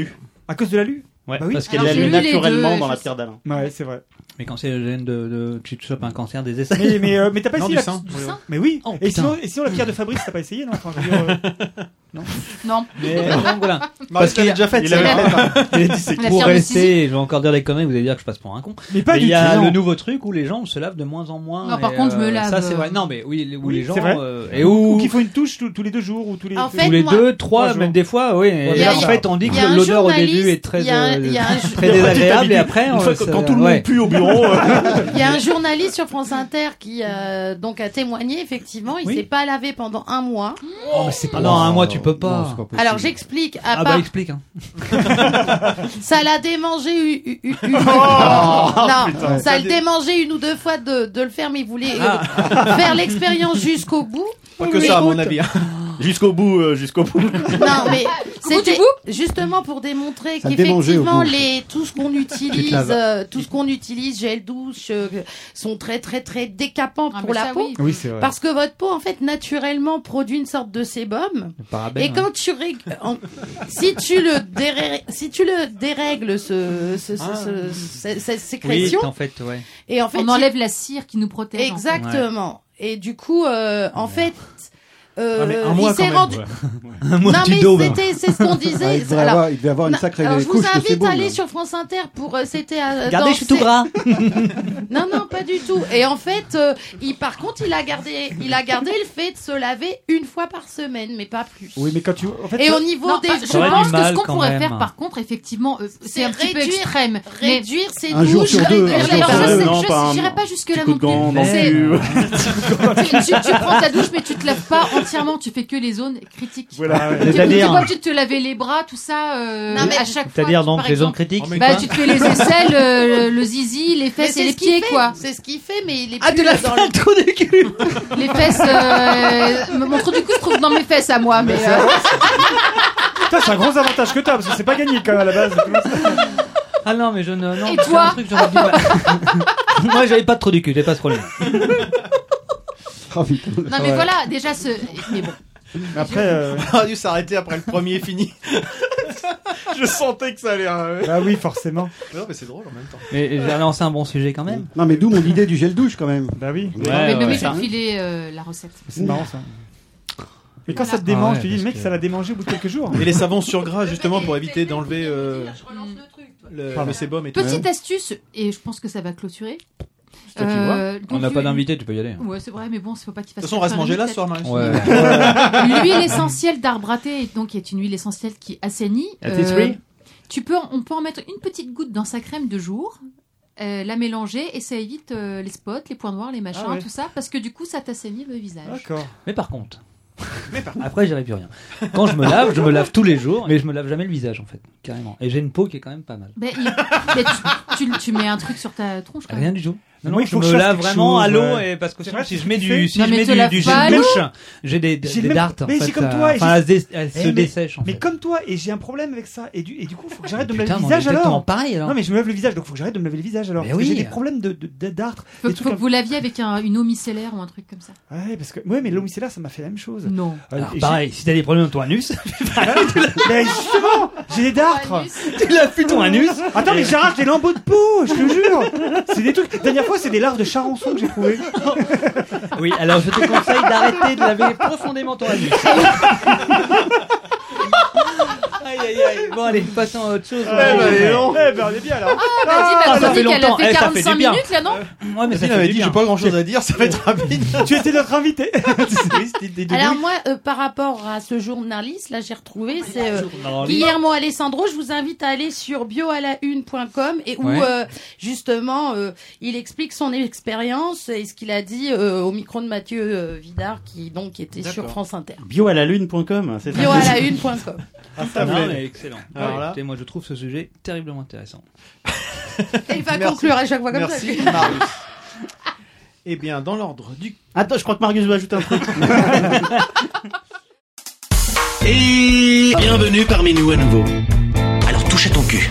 H: À cause de l'alu
F: Ouais,
H: Bah oui.
F: parce qu'il y a de Alors, l'alu j'ai lu les naturellement deux, dans la je pierre sais. d'Alain.
H: Ouais, c'est vrai.
F: Mais quand c'est le gène de, de- Tu te chopes un cancer des essais.
H: Mais, mais, euh, mais t'as pas essayé la... Mais oui.
F: Oh,
H: et,
F: putain.
H: sinon, et sinon, la pierre de Fabrice, t'as pas essayé, non Enfin, je veux dire, euh, <laughs> Non. euh,
D: Non.
F: Mais donc voilà.
H: Parce qu'il
F: y
H: a
F: a-
H: déjà fait.
F: il y a-
H: Il hein. a-
F: Il a dit, c'est
H: La
F: pour
H: firme Sisi.
F: rester, je vais encore dire des conneries, vous allez dire que je passe pour un con.
H: Mais pas
F: il
H: du
F: y a
H: tout, non.
F: le nouveau truc où les gens se lavent Ah, de moins en moins.
D: Non, par
F: et,
D: contre, je me
F: euh,
D: lave,
F: Ça c'est
D: euh,
F: vrai. Non mais oui, les- où les gens
H: c'est vrai.
F: euh, et où
H: Ou qu'il faut une touche tous, tous les deux jours ou tous les.
I: En
H: tous
I: fait,
F: les
I: moi-
F: deux, trois,
H: Trois
F: même des fois, oui. Et
H: Il y a-
F: là, en fait, on dit
H: il y a un
F: que l'odeur au
I: journaliste,
F: début est très,
I: il y a un-
F: euh,
I: il y a un-
F: très désagréable et après,
H: Une
F: on-
H: fois que-
F: ça-
H: quand tout le monde
F: ouais.
H: pue au bureau,
I: Il y a un journaliste sur France Inter qui euh, donc a témoigné effectivement, il s'est pas lavé pendant un mois.
F: Oh, mais c'est pas non, un mois tu peux
K: Non,
F: pas.
K: c'est pas
I: Alors j'explique à
F: Ah
I: part
F: bah explique. Hein.
I: ça l'a démangé u- u- u- une- non,
F: Oh, putain.
I: ça le démangeait une ou deux fois de, de le faire mais il voulait euh, faire l'expérience jusqu'au bout.
M: Pas que ça, à mon
I: Écoute,
M: avis. hein. jusqu'au bout, euh, jusqu'au bout.
I: Non,
D: <laughs>
I: mais c'était justement pour démontrer
M: Ça démangeait au
I: qu'effectivement
M: bout.
I: les tout ce qu'on
M: Tu te
I: utilise,
M: laves.
I: euh, tout ce qu'on utilise, gel douche, euh, sont très très très décapants
D: Ah,
I: pour
D: mais
I: la
D: ça,
I: peau.
D: oui. Oui, c'est vrai.
I: Parce que votre peau en fait naturellement produit une sorte de sébum.
F: Parabène,
I: Et
F: ouais.
I: quand tu ré- en- si tu le déré- si tu le dérègles ce, ce- ce-
D: Ah.
I: ce- ce- cette sécrétion,
F: en fait, ouais.
I: et en fait,
D: On enlève la cire qui nous protège. en fait.
I: Exactement. Et du coup, euh, en fait, euh,
E: Ah, mais un
I: il
E: mois
I: s'est
E: quand même,
I: rendu.
E: ouais.
F: Un
I: non
E: mois, tu
I: mais
E: daubes.
I: c'était,
E: <laughs>
I: c'est ce qu'on
E: Ah,
I: disait.
E: il devait
I: Alors,
E: avoir- il devait avoir une
I: non,
E: sacrée
I: alors, je vous
E: couche de
I: invite
E: sébum,
I: à aller
E: là.
I: sur France Inter pour euh, c'était. à-
E: Regardez,
I: dans
E: je suis tout
I: ces-
E: gras.
I: <laughs> non non pas du tout. Et en fait, euh, il par contre, il a gardé, il a gardé le fait de se laver une fois par semaine, mais pas plus.
H: Oui, mais quand tu. En fait,
I: Et
H: ça-
I: au niveau
D: Non,
I: des,
D: bah, je
I: gens,
D: pense que ce
H: mal
D: qu'on
H: quand
D: pourrait
H: même.
D: faire, par contre, effectivement, euh, c'est
I: C'est
D: un petit peu
I: réduire-
D: extrême. mais-
I: réduire ses
H: Un jour
I: douches,
H: sur deux,
I: réduire
H: un
I: les
H: jour sur
I: bains.
H: deux,
I: Je-
H: non,
I: je-
H: pas un-
I: j'irai pas jusque là
M: Coup de gants, non
D: C'est-
M: <laughs>
I: euh,
M: plus.
D: tu, tu- tu prends ta douche, mais tu te laves pas entièrement. Tu fais que les zones critiques.
K: Voilà, ouais.
D: Tu- tu,
K: C'est-à-dire-
D: vois, tu te lavais les bras, tout ça. euh,
K: Non, mais-
D: à chaque fois.
K: C'est-à-dire
D: tu-
K: donc
D: par
K: les zones
D: exemple-
K: critiques, c'est
D: Bah,
K: quoi
D: tu te fais les aisselles, euh, le zizi, les
I: Mais
D: fesses et
I: c'est
D: les
I: ce qu'il
D: pieds,
I: fait,
D: quoi.
I: C'est ce qu'il fait, mais il est
D: Ah,
I: plus
D: de la
I: dans le
D: Les fesses. euh, mon trou du cul se trouve dans mes fesses à moi, mais.
H: c'est
D: euh,
H: Putain, c'est un gros avantage que t'as parce que c'est pas gagné quand même à
F: <laughs>
H: la base.
F: Ah non mais je ne. Non,
D: Et
F: c'est
D: toi
F: un truc, j'aurais
D: <laughs>
F: du mal. <laughs> Moi j'avais pas trop du cul, j'ai pas ce problème.
D: Non, mais voilà, déjà ce. Mais bon.
F: <laughs>
H: Après, euh,
L: on
F: Ah
L: a dû s'arrêter après le premier
C: <laughs>
L: fini. je sentais que ça allait. euh,
H: Bah oui, forcément.
L: Non, mais c'est drôle en même temps.
F: Mais euh, j'ai relancé un bon sujet quand même.
E: Non, mais d'où mon idée du gel douche quand même.
H: Bah oui.
D: Mais- mais mais je vais te filer euh, la recette.
H: C'est marrant ça. Mais quand
D: Voilà.
H: ça te démange,
C: Ah ouais,
H: tu dis,
C: parce
H: mec,
C: que-
H: ça l'a démangé au bout de quelques jours.
C: Et les savons sur gras justement pour éviter d'enlever euh, le,
H: Pardon.
C: le sébum et tout.
D: Petite astuce, et je pense que ça va clôturer. Euh,
F: toi qui vois.
D: donc
F: On n'a
D: l'hu-
F: pas d'invité, tu peux y aller.
D: Ouais, c'est vrai, mais bon, il faut pas qu'il fasse.
C: De toute façon, on va se manger là
D: la
C: ce soir, Marius.
F: Ouais.
D: L'huile essentielle d'arbre à thé, donc qui est une huile essentielle qui assainit. euh,
C: La tea tree
D: tu peux, en- on peut en mettre une petite goutte dans sa crème de jour. euh, la mélanger et ça évite euh, les spots, les points noirs, les machins,
F: Ah ouais.
D: tout ça, parce que du coup, ça t'assainit le visage.
F: Mais par contre. <laughs> Après, j'avais plus rien. Quand je me lave, je me lave tous les jours, mais je me lave jamais le visage en fait, carrément. Et j'ai une peau qui est quand même pas mal.
D: Ben, il- ben, tu, tu- tu mets un truc sur ta tronche. quand
F: Rien
D: même.
F: du tout.
D: Mais
F: Non,
D: moi,
F: non,
D: il
F: je
D: faut que
F: me
D: je fasse
F: lave
D: quelque
F: vraiment
D: chose,
F: à l'eau
D: ouais.
F: et parce que
D: C'est
F: sinon,
D: vrai,
F: si
D: c'est
F: je mets
D: ce qu'il
F: du, si
D: fait. Non,
F: je
D: mais
F: mets
D: te
F: du,
D: lave
F: du
D: pas à
F: gel
D: l'eau.
F: douche, j'ai des,
H: J'ai
F: des
H: même-
F: dartes. en
H: Mais
F: fait,
H: c'est comme
F: ça-
H: toi. et
F: Enfin, elle se,
H: j'ai-
F: dé- elle se
H: Eh, mais-
F: dessèche en
H: Mais
F: fait.
H: comme toi, et j'ai un problème avec ça. Et du, et du coup, faut que j'arrête de me laver
F: Putain,
H: le
F: mais on est
H: visage
F: exactement
H: alors.
F: pareil, alors.
H: Non, mais je me lave le visage, donc faut que j'arrête de me laver le visage alors.
F: Mais
H: Parce que J'ai
F: oui.
H: des problèmes de, de, de- d'arthrite,
D: Faut,
H: des
D: faut
H: trucs
D: que vous laviez avec un- une eau micellaire ou un truc comme ça.
H: comme- Ouais, parce que ouais, mais l'eau micellaire, ça m'a fait la même chose.
D: Non.
F: Alors, pareil, si t'as des problèmes dans ton anus, <laughs>
D: <laughs>
H: Mais justement, j'ai des dartres.
F: Tu laves plus ton anus.
H: Attends, mais j'arrache des lambeaux de peau, je te jure. C'est des trucs. Dernière fois, c'est des larves de charançon que j'ai trouvé.
F: Oui, alors je te conseille d'arrêter de laver
K: <laughs>
F: profondément ton anus. aïe aïe aïe. euh, Bon allez, passons à autre chose.
H: Eh ben, dis donc. Eh ben, on est bien alors.
D: Ah, bah, dis, bah,
F: Ah,
D: t'as
F: ça
D: dit
F: fait
D: qu'elle a
F: longtemps.
D: fait
F: Eh, ça fait
D: 45
F: du bien.
D: minutes là, non
F: Ouais, mais ça fait du bien.
L: à dire, ça va
F: <laughs>
L: être rapide.
H: tu étais notre invité.
I: Alors moi, euh, par rapport à ce journaliste, là j'ai retrouvé, c'est euh,
B: journaliste.
I: Guillermo Alessandro. Je vous invite à aller sur bioalaune.com et où
B: Ouais.
I: euh, justement euh, il explique son expérience et ce qu'il a dit euh, au micro de Mathieu euh, Vidard qui donc était sur France Inter.
M: Bioalalune.com, c'est ça
I: Bioalaune.com.
F: Ah,
M: ça, vous
F: non,
M: l'avez.
F: mais excellent.
L: Ah,
M: Alors
F: Ouais,
M: là.
F: écoutez, moi je trouve ce sujet terriblement intéressant.
L: <laughs>
I: Et il va conclure à chaque fois comme ça.
L: Merci,
I: lui.
L: Marius. Eh bien, dans l'ordre du.
M: <laughs> Attends, je crois que Marius veut ajouter
C: <laughs>
M: un truc.
N: Et bienvenue parmi nous à nouveau. Alors touche à ton cul.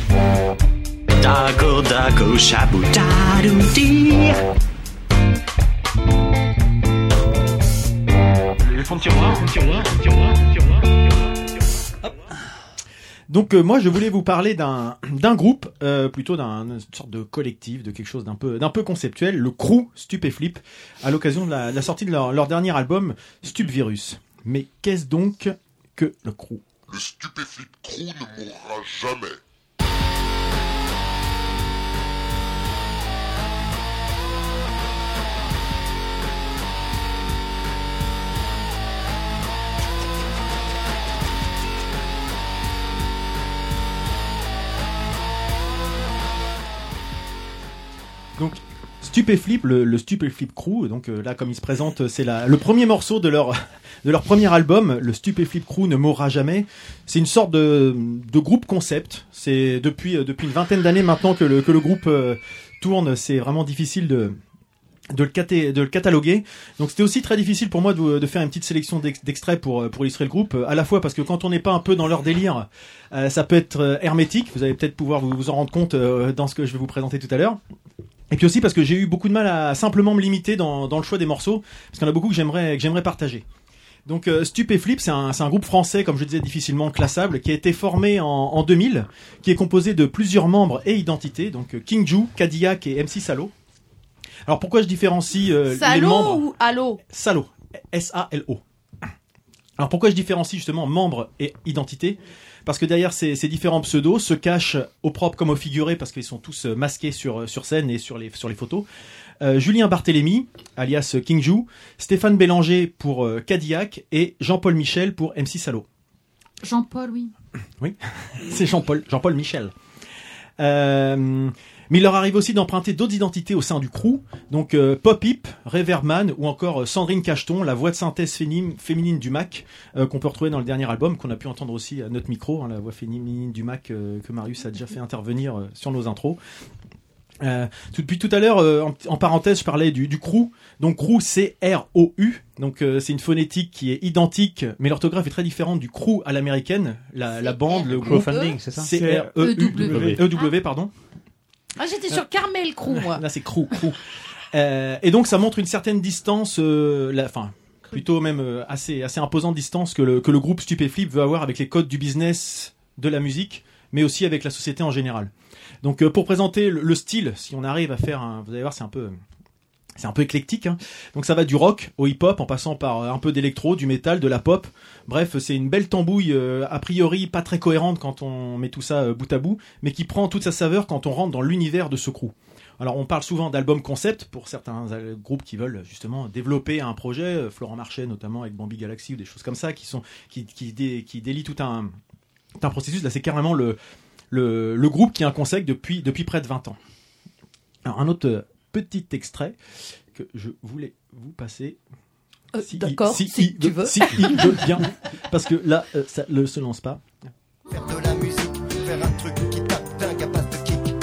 N: Dago, dago, chabou, dadoudi.
C: Donc euh, moi je voulais vous parler d'un d'un groupe euh, plutôt d'un- d'une sorte de collectif de quelque chose d'un peu d'un peu conceptuel le crew Stupéflip à l'occasion de la, de la sortie de leur, leur dernier album Stupvirus. Mais qu'est-ce donc que le crew
O: Le stupéfique crew ne mourra jamais.
C: Donc Stupéflip, le, le Stupéflip Crew, donc euh, là comme ils se présentent, c'est la- le premier morceau de leur, <laughs> de leur premier album, le Stupéflip Crew ne mourra jamais. C'est une sorte de, de groupe concept. C'est depuis, euh, depuis une vingtaine d'années maintenant que le, que le groupe euh, tourne, c'est vraiment difficile de, de le, caté- de le cataloguer. Donc c'était aussi très difficile pour moi de, vous- de faire une petite sélection d'ex- d'extraits pour, euh, pour illustrer le groupe, euh, à la fois parce que quand on n'est pas un peu dans leur délire, euh, ça peut être euh, hermétique, vous allez peut-être pouvoir vous, vous en rendre compte euh, dans ce que je vais vous présenter tout à l'heure. Et puis aussi parce que j'ai eu beaucoup de mal à simplement me limiter dans, dans le choix des morceaux, parce qu'il y en a beaucoup que j'aimerais que j'aimerais partager. Donc euh, Stupéflip, c'est un, c'est un groupe français, comme je disais, difficilement classable, qui a été formé en, en 2000, qui est composé de plusieurs membres et identités, donc euh, King Ju, Cadillac et MC Salo. Alors pourquoi je différencie euh, les membres
I: Salaud ou allô
C: Salo. S-A-L-O. Alors pourquoi je différencie justement membre et identité Parce que derrière ces, ces différents pseudos se cachent, au propre comme au figuré, parce qu'ils sont tous euh, masqués sur, euh, sur scène et sur les, sur les photos, euh, Julien Barthélémy, alias King Ju, Stéphane Bélanger pour euh, Cadillac et Jean-Paul Michel pour MC Salo.
D: Jean-Paul, oui.
C: Oui, <laughs> c'est Jean-Paul, Jean-Paul Michel. Euh, mais il leur arrive aussi d'emprunter d'autres identités au sein du crew, donc euh, Pop Hip, Reverman ou encore euh, Sandrine Cacheton, la voix de synthèse fénime- féminine du Mac, euh, qu'on peut retrouver dans le dernier album, qu'on a pu entendre aussi à notre micro, hein, la voix féminine du Mac euh, que Marius a déjà fait intervenir euh, sur nos intros. Euh, tout- depuis tout à l'heure, euh, en, en parenthèse, je parlais du, du crew. Donc crew, c'est R-O-U. Donc euh, c'est une phonétique qui est identique, mais l'orthographe est très différente du crew à l'américaine. La, la bande, le groupe.
F: Crowdfunding, E, c'est ça
C: C'est E R-E-W.
F: C'est
C: E-W, pardon.
I: Ah, j'étais
F: Euh.
I: sur Carmel Crew, moi.
C: Là, c'est crew, crew. Euh, et donc, ça montre une certaine distance, euh, la, enfin, plutôt même euh, assez, assez imposante distance que le, que le groupe Stupéflip veut avoir avec les codes du business, de la musique, mais aussi avec la société en général. Donc, euh, pour présenter le, le style, si on arrive à faire un, vous allez voir, c'est un peu, c'est un peu éclectique. hein. Donc ça va du rock au hip-hop en passant par euh, un peu d'électro, du métal, de la pop. Bref, c'est une belle tambouille euh, a priori pas très cohérente quand on met tout ça euh, bout à bout, mais qui prend toute sa saveur quand on rentre dans l'univers de ce crew. Alors on parle souvent d'album concept pour certains euh, groupes qui veulent justement développer un projet, euh, Florent Marchais notamment avec Bambi Galaxy ou des choses comme ça qui sont qui qui, dé- qui délient tout un tout un processus. Là c'est carrément le le, le groupe qui a un concept depuis depuis près de 20 ans. Alors, Alors, un autre euh, petit extrait que je voulais vous passer.
I: Euh,
C: il-
I: d'accord, si
C: il
I: tu
C: veut-
I: veux.
C: si il veut
I: <laughs>
C: bien. Parce que là, euh, ça ne se lance pas.
P: Faire un truc qui tape dingue à base de kick.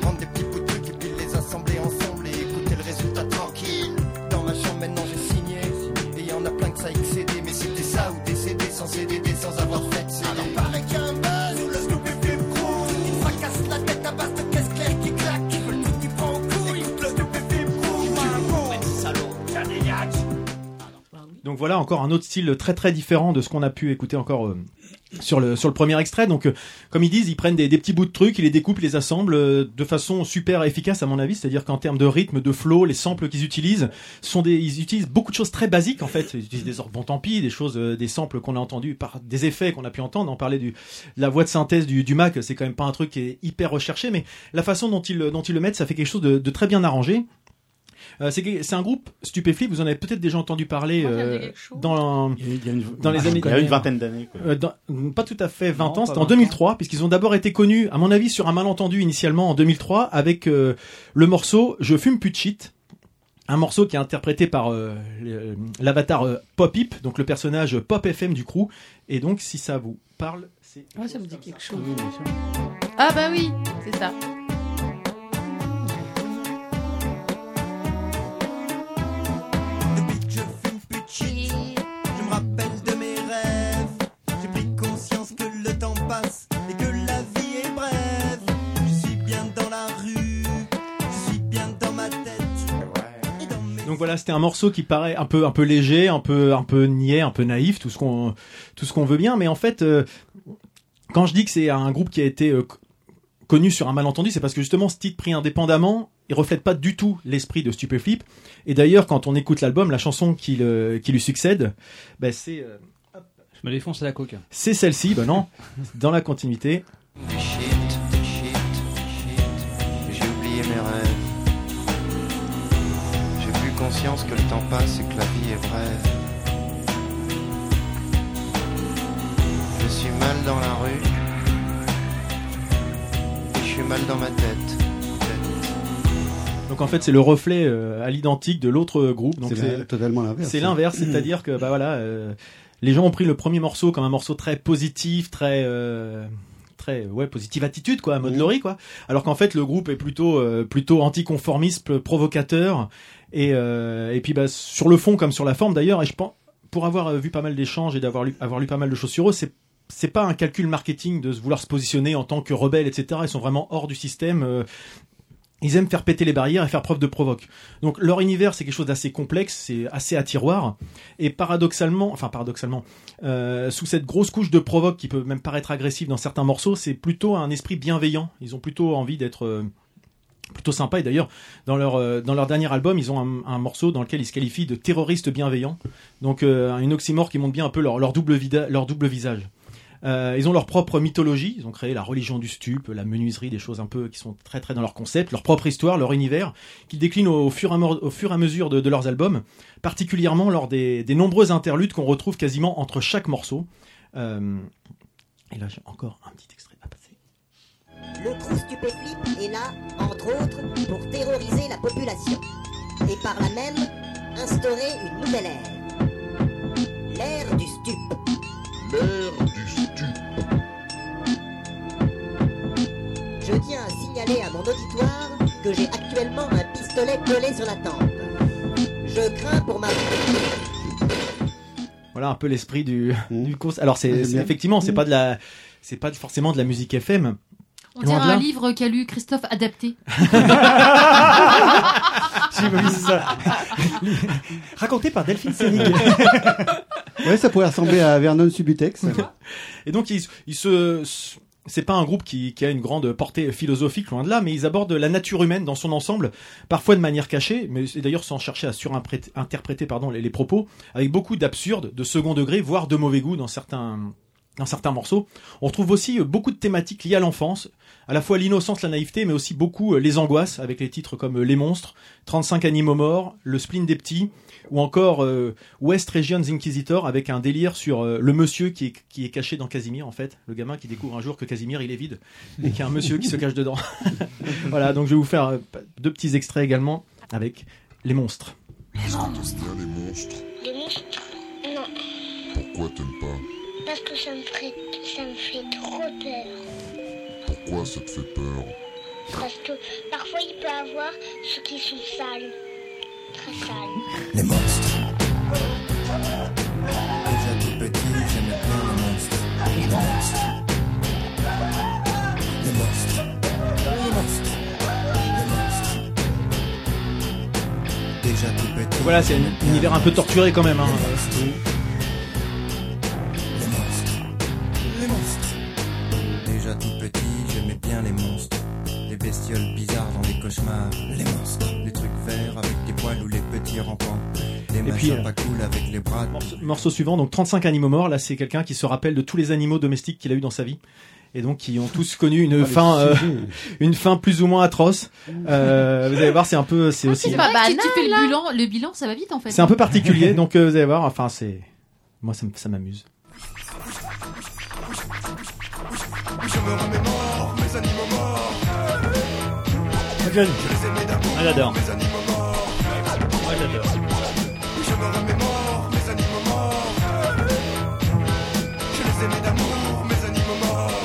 P: Prendre des petits bouts de trucs et puis les assembler ensemble et écouter le résultat tranquille. Dans ma chambre maintenant j'ai signé. Et y en a plein que ça excédé. Mais c'était ça ou décédé sans CDD, sans avoir fait de CD. Alors paraît qu'il y a un buzz où le snoopy flip croule. Ils fracassent la tête à base de caisse claire qui claque. Ils veulent tout qui prend en couille. Écoute le snoopy flip croule. Ouais, salaud, t'as des yaks.
C: Donc voilà encore un autre style très très différent de ce qu'on a pu écouter encore euh, sur le sur le premier extrait. Donc euh, comme ils disent, ils prennent des, des petits bouts de trucs, ils les découpent, ils les assemblent euh, de façon super efficace à mon avis. C'est-à-dire qu'en termes de rythme, de flow, les samples qu'ils utilisent sont des ils utilisent beaucoup de choses très basiques en fait. Ils utilisent des or- bon tant pis, des choses, euh, des samples qu'on a entendus par des effets qu'on a pu entendre. On parlait du de la voix de synthèse du, du Mac, c'est quand même pas un truc qui est hyper recherché, mais la façon dont ils dont ils le mettent, ça fait quelque chose de, de très bien arrangé. Euh, c'est que- c'est un groupe stupéflip, vous en avez peut-être déjà entendu parler euh, dans, dans les
M: Ah,
C: années.
M: il y a une vingtaine d'années, quoi.
C: Euh, dans- pas tout à fait 20
M: Non,
C: ans,
M: pas
C: c'était en
M: 20 ans.
C: 2003, puisqu'ils ont d'abord été connus, à mon avis, sur un malentendu initialement en 2003 avec euh, le morceau Je fume plus de shit. Un morceau qui est interprété par euh, le- l'avatar euh, Pop Hip, donc le personnage Pop FM du crew. Et donc, si ça vous parle, c'est.
I: Ouais, ça me dit quelque chose. Ah bah oui, c'est ça.
P: Shit. Je me rappelle de mes rêves. J'ai pris conscience que le temps passe et que la vie est brève. Je suis bien dans la rue, je suis bien dans ma tête.
C: Donc voilà, c'était un morceau qui paraît un peu un peu léger, un peu un peu niais, un peu naïf, tout ce qu'on tout ce qu'on veut bien, mais en fait euh, quand je dis que c'est un groupe qui a été euh, co- connu sur un malentendu, c'est parce que justement ce titre pris indépendamment, il reflète pas du tout l'esprit de Stupéflip. Et d'ailleurs, quand on écoute l'album, la chanson qui, le- qui lui succède,
L: Ah,
C: ben, c'est euh,
F: Je me défonce à la coque.
C: c'est celle-ci, ben non, dans la continuité.
P: Shit, shit, shit. J'ai oublié mes rêves. J'ai plus conscience que le temps passe et que la vie est brève. Je suis mal dans la rue. Et je suis mal dans ma tête.
C: Donc en fait, c'est le reflet euh, à l'identique de l'autre euh, groupe. Donc
E: C'est la- totalement l'inverse.
C: C'est l'inverse, c'est-à-dire que bah voilà, euh, les gens ont pris le premier morceau comme un morceau très positif, très euh, très ouais positive attitude quoi, à
E: Mhm.
C: mode Laurie quoi. Alors qu'en fait, le groupe est plutôt euh, plutôt anticonformiste, p- provocateur et euh, et puis bah sur le fond comme sur la forme d'ailleurs. Et je pense pour avoir euh, vu pas mal d'échanges et d'avoir lu avoir lu pas mal de choses sur eux, c'est c'est pas un calcul marketing de se vouloir se positionner en tant que rebelle, etc. Ils sont vraiment hors du système. euh, ils aiment faire péter les barrières et faire preuve de provoque. Donc leur univers c'est quelque chose d'assez complexe, c'est assez à tiroir et paradoxalement, enfin paradoxalement, euh, sous cette grosse couche de provoque qui peut même paraître agressive dans certains morceaux, c'est plutôt un esprit bienveillant. Ils ont plutôt envie d'être euh, plutôt sympa et d'ailleurs dans leur euh, dans leur dernier album ils ont un, un morceau dans lequel ils se qualifient de terroristes bienveillants donc euh, une oxymore qui montre bien un peu leur, leur double vida- leur double visage Euh, ils ont leur propre mythologie ils ont créé la religion du stup la menuiserie des choses un peu qui sont très très dans leur concept leur propre histoire leur univers qu'ils déclinent au, fur et à, mo- au fur et à mesure de, de leurs albums particulièrement lors des, des nombreuses interludes qu'on retrouve quasiment entre chaque morceau Euh, et là j'ai encore un petit extrait à passer
Q: Le trou stupéflip est là, entre autres, pour terroriser la population et par là même instaurer une nouvelle ère. L'ère du stup.
O: L'air du stup.
Q: Je tiens à signaler à mon auditoire que j'ai actuellement un pistolet collé sur la tempe. Je crains pour ma vie.
C: voilà un peu l'esprit du, du cours. Alors c'est c'est- effectivement c'est pas de la c'est pas forcément de la musique FM.
D: On
C: Loin
D: dirait
C: de
D: un
C: là.
D: livre qu'a lu Christophe <laughs> Adapté. <laughs>
H: Raconté par Delphine Sénig.
E: Ouais, ça pourrait ressembler à Vernon Subutex.
C: Et donc ils, ils se c'est pas un groupe qui, qui a une grande portée philosophique loin de là, mais ils abordent la nature humaine dans son ensemble, parfois de manière cachée, mais c'est d'ailleurs sans chercher à surinterpréter pardon les, les propos, avec beaucoup d'absurde, de second degré, voire de mauvais goût dans certains dans certains morceaux. On retrouve aussi euh, beaucoup de thématiques liées à l'enfance, à la fois l'innocence, la naïveté, mais aussi beaucoup euh, les angoisses, avec les titres comme euh, Les Monstres, 35 animaux morts, Le spleen des petits, ou encore euh, West Regions Inquisitor, avec un délire sur euh, le monsieur qui est, qui est caché dans Casimir, en fait, le gamin <laughs> qui découvre un jour que Casimir, il est vide, et qu'il y a un monsieur qui se cache dedans. voilà, donc je vais vous faire euh, deux, deux petits extraits également avec les monstres.
O: Est-ce que t'aimes bien les monstres
R: Les monstres Non,
O: Pourquoi t'aimes pas
R: parce que ça me fait, ça me fait trop peur.
O: Pourquoi ça te fait peur
R: Parce que parfois il peut avoir ceux qui sont sales. Très sales.
P: Les monstres. Déjà tout petit, j'aimais bien les monstres. Les monstres. Les monstres. Les monstres. Les monstres. Déjà tout petit.
C: Voilà, c'est un univers un peu torturé quand même. hein.
P: Les monstres. Les monstres. Déjà tout petit, j'aimais bien les monstres. Les bestioles bizarres dans les cauchemars. Les monstres. Les trucs verts avec des poils ou les petits rampants. Les
C: Et
P: machins
C: puis, euh,
P: pas cool avec les bras.
C: Morceau suivant, donc 35 animaux morts. Là, c'est quelqu'un qui se rappelle de tous les animaux domestiques qu'il a eu dans sa vie. Et donc, qui ont tous connu une
L: Ah, les
C: fin, euh,
L: sujets.
C: <laughs> une fin plus ou moins atroce. Euh, vous allez voir, c'est un peu, c'est aussi.
D: Ah, C'est pas banal. hein. Tu fais le bilan, le bilan, ça va vite en fait.
C: C'est un peu particulier, donc euh, vous allez voir. Enfin, c'est moi, ça m- ça m'amuse.
P: Je me remets mort, mes animaux morts.
K: Je les
P: aimais d'amour.
K: Ah, j'adore.
P: Mes animaux morts.
K: Moi, j'adore.
P: Je me remets mort, mes animaux morts. Je les aimais d'amour, mes animaux morts.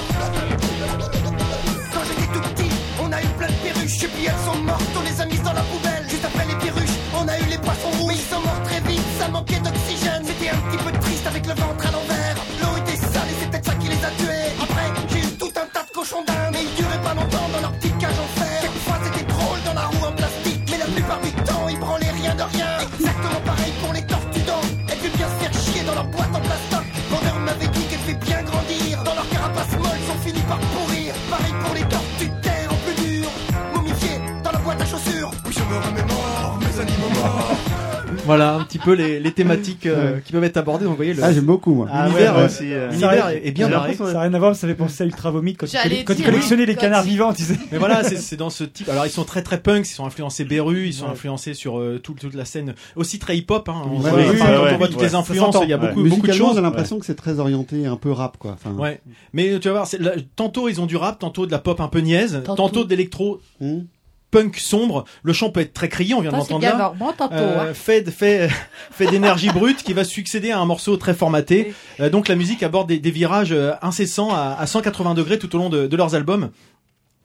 P: Quand j'étais tout petit, on a eu plein de perruches, et puis elles sont mortes, on les a mises dans la poubelle. Juste après les perruches, on a eu les poissons rouges, ils sont morts très vite, ça manquait d'oxygène. C'était un petit peu triste avec le ventre à l'envers. L'eau était sale et c'est peut-être ça qui les a tués. Après, j'ai eu tout un tas de cochons d'Inde, mais ils duraient pas longtemps dans leur petite cage en fer. Quelquefois, c'était drôle dans la roue en plastique, mais la plupart du temps, ils branlaient rien de rien. Exactement pareil pour les tortues d'or. Elles devaient bien se faire chier dans leur boîte en plastoc. Vendeur m'avait dit qu'elles devaient bien grandir. Dans leur carapace molle, sont finis par pourrir. Pareil pour les tortues de terre en plus dur. Momifié dans la boîte à chaussures. Oui, je me remémore mes animaux morts.
C: Voilà, un petit peu les, les thématiques euh, qui peuvent être abordées. Donc, vous voyez, le...
E: Ah, j'aime beaucoup, moi.
C: Ah,
E: L'univers,
C: ouais, ouais.
E: euh, c'est, euh,
C: L'univers est est bien barré.
H: Ça n'a rien à voir, ça fait penser à Ultravomite quand tu
C: J'allais
H: colle- quand tu
C: dire,
H: collectionnais
C: oui,
H: les
C: quand
H: canards
C: tu-
H: vivants, tu sais.
C: Mais voilà, c'est-
H: <laughs>
C: c'est dans ce type. Alors, ils sont très très punks, ils sont influencés Beru, ils sont
H: Ouais.
C: influencés sur euh, tout- toute la scène, aussi très hip-hop. Hein. On
E: Ouais,
C: voit-
E: ouais,
C: enfin,
E: ouais,
C: quand
E: ouais,
C: on voit toutes
E: ouais.
C: les influences, il y a
E: Ouais.
C: beaucoup, beaucoup de
E: Musicalement,
C: choses.
E: j'ai l'impression que c'est très orienté un peu rap, quoi. Enfin,
C: Ouais. Mais tu vas voir, c'est- là, tantôt ils ont du rap, tantôt de la pop un peu niaise, tantôt, de l'électro punk sombre. Le chant peut être très crié, on vient de
I: Ça, c'est
C: l'entendre
I: bien
C: là.
I: normand, tantôt, hein.
C: Fait, de- fait, <laughs> fait d'énergie brute qui va succéder à un morceau très formaté. Euh, donc la musique aborde des, des virages euh, incessants à, à 180 degrés tout au long de, de leurs albums.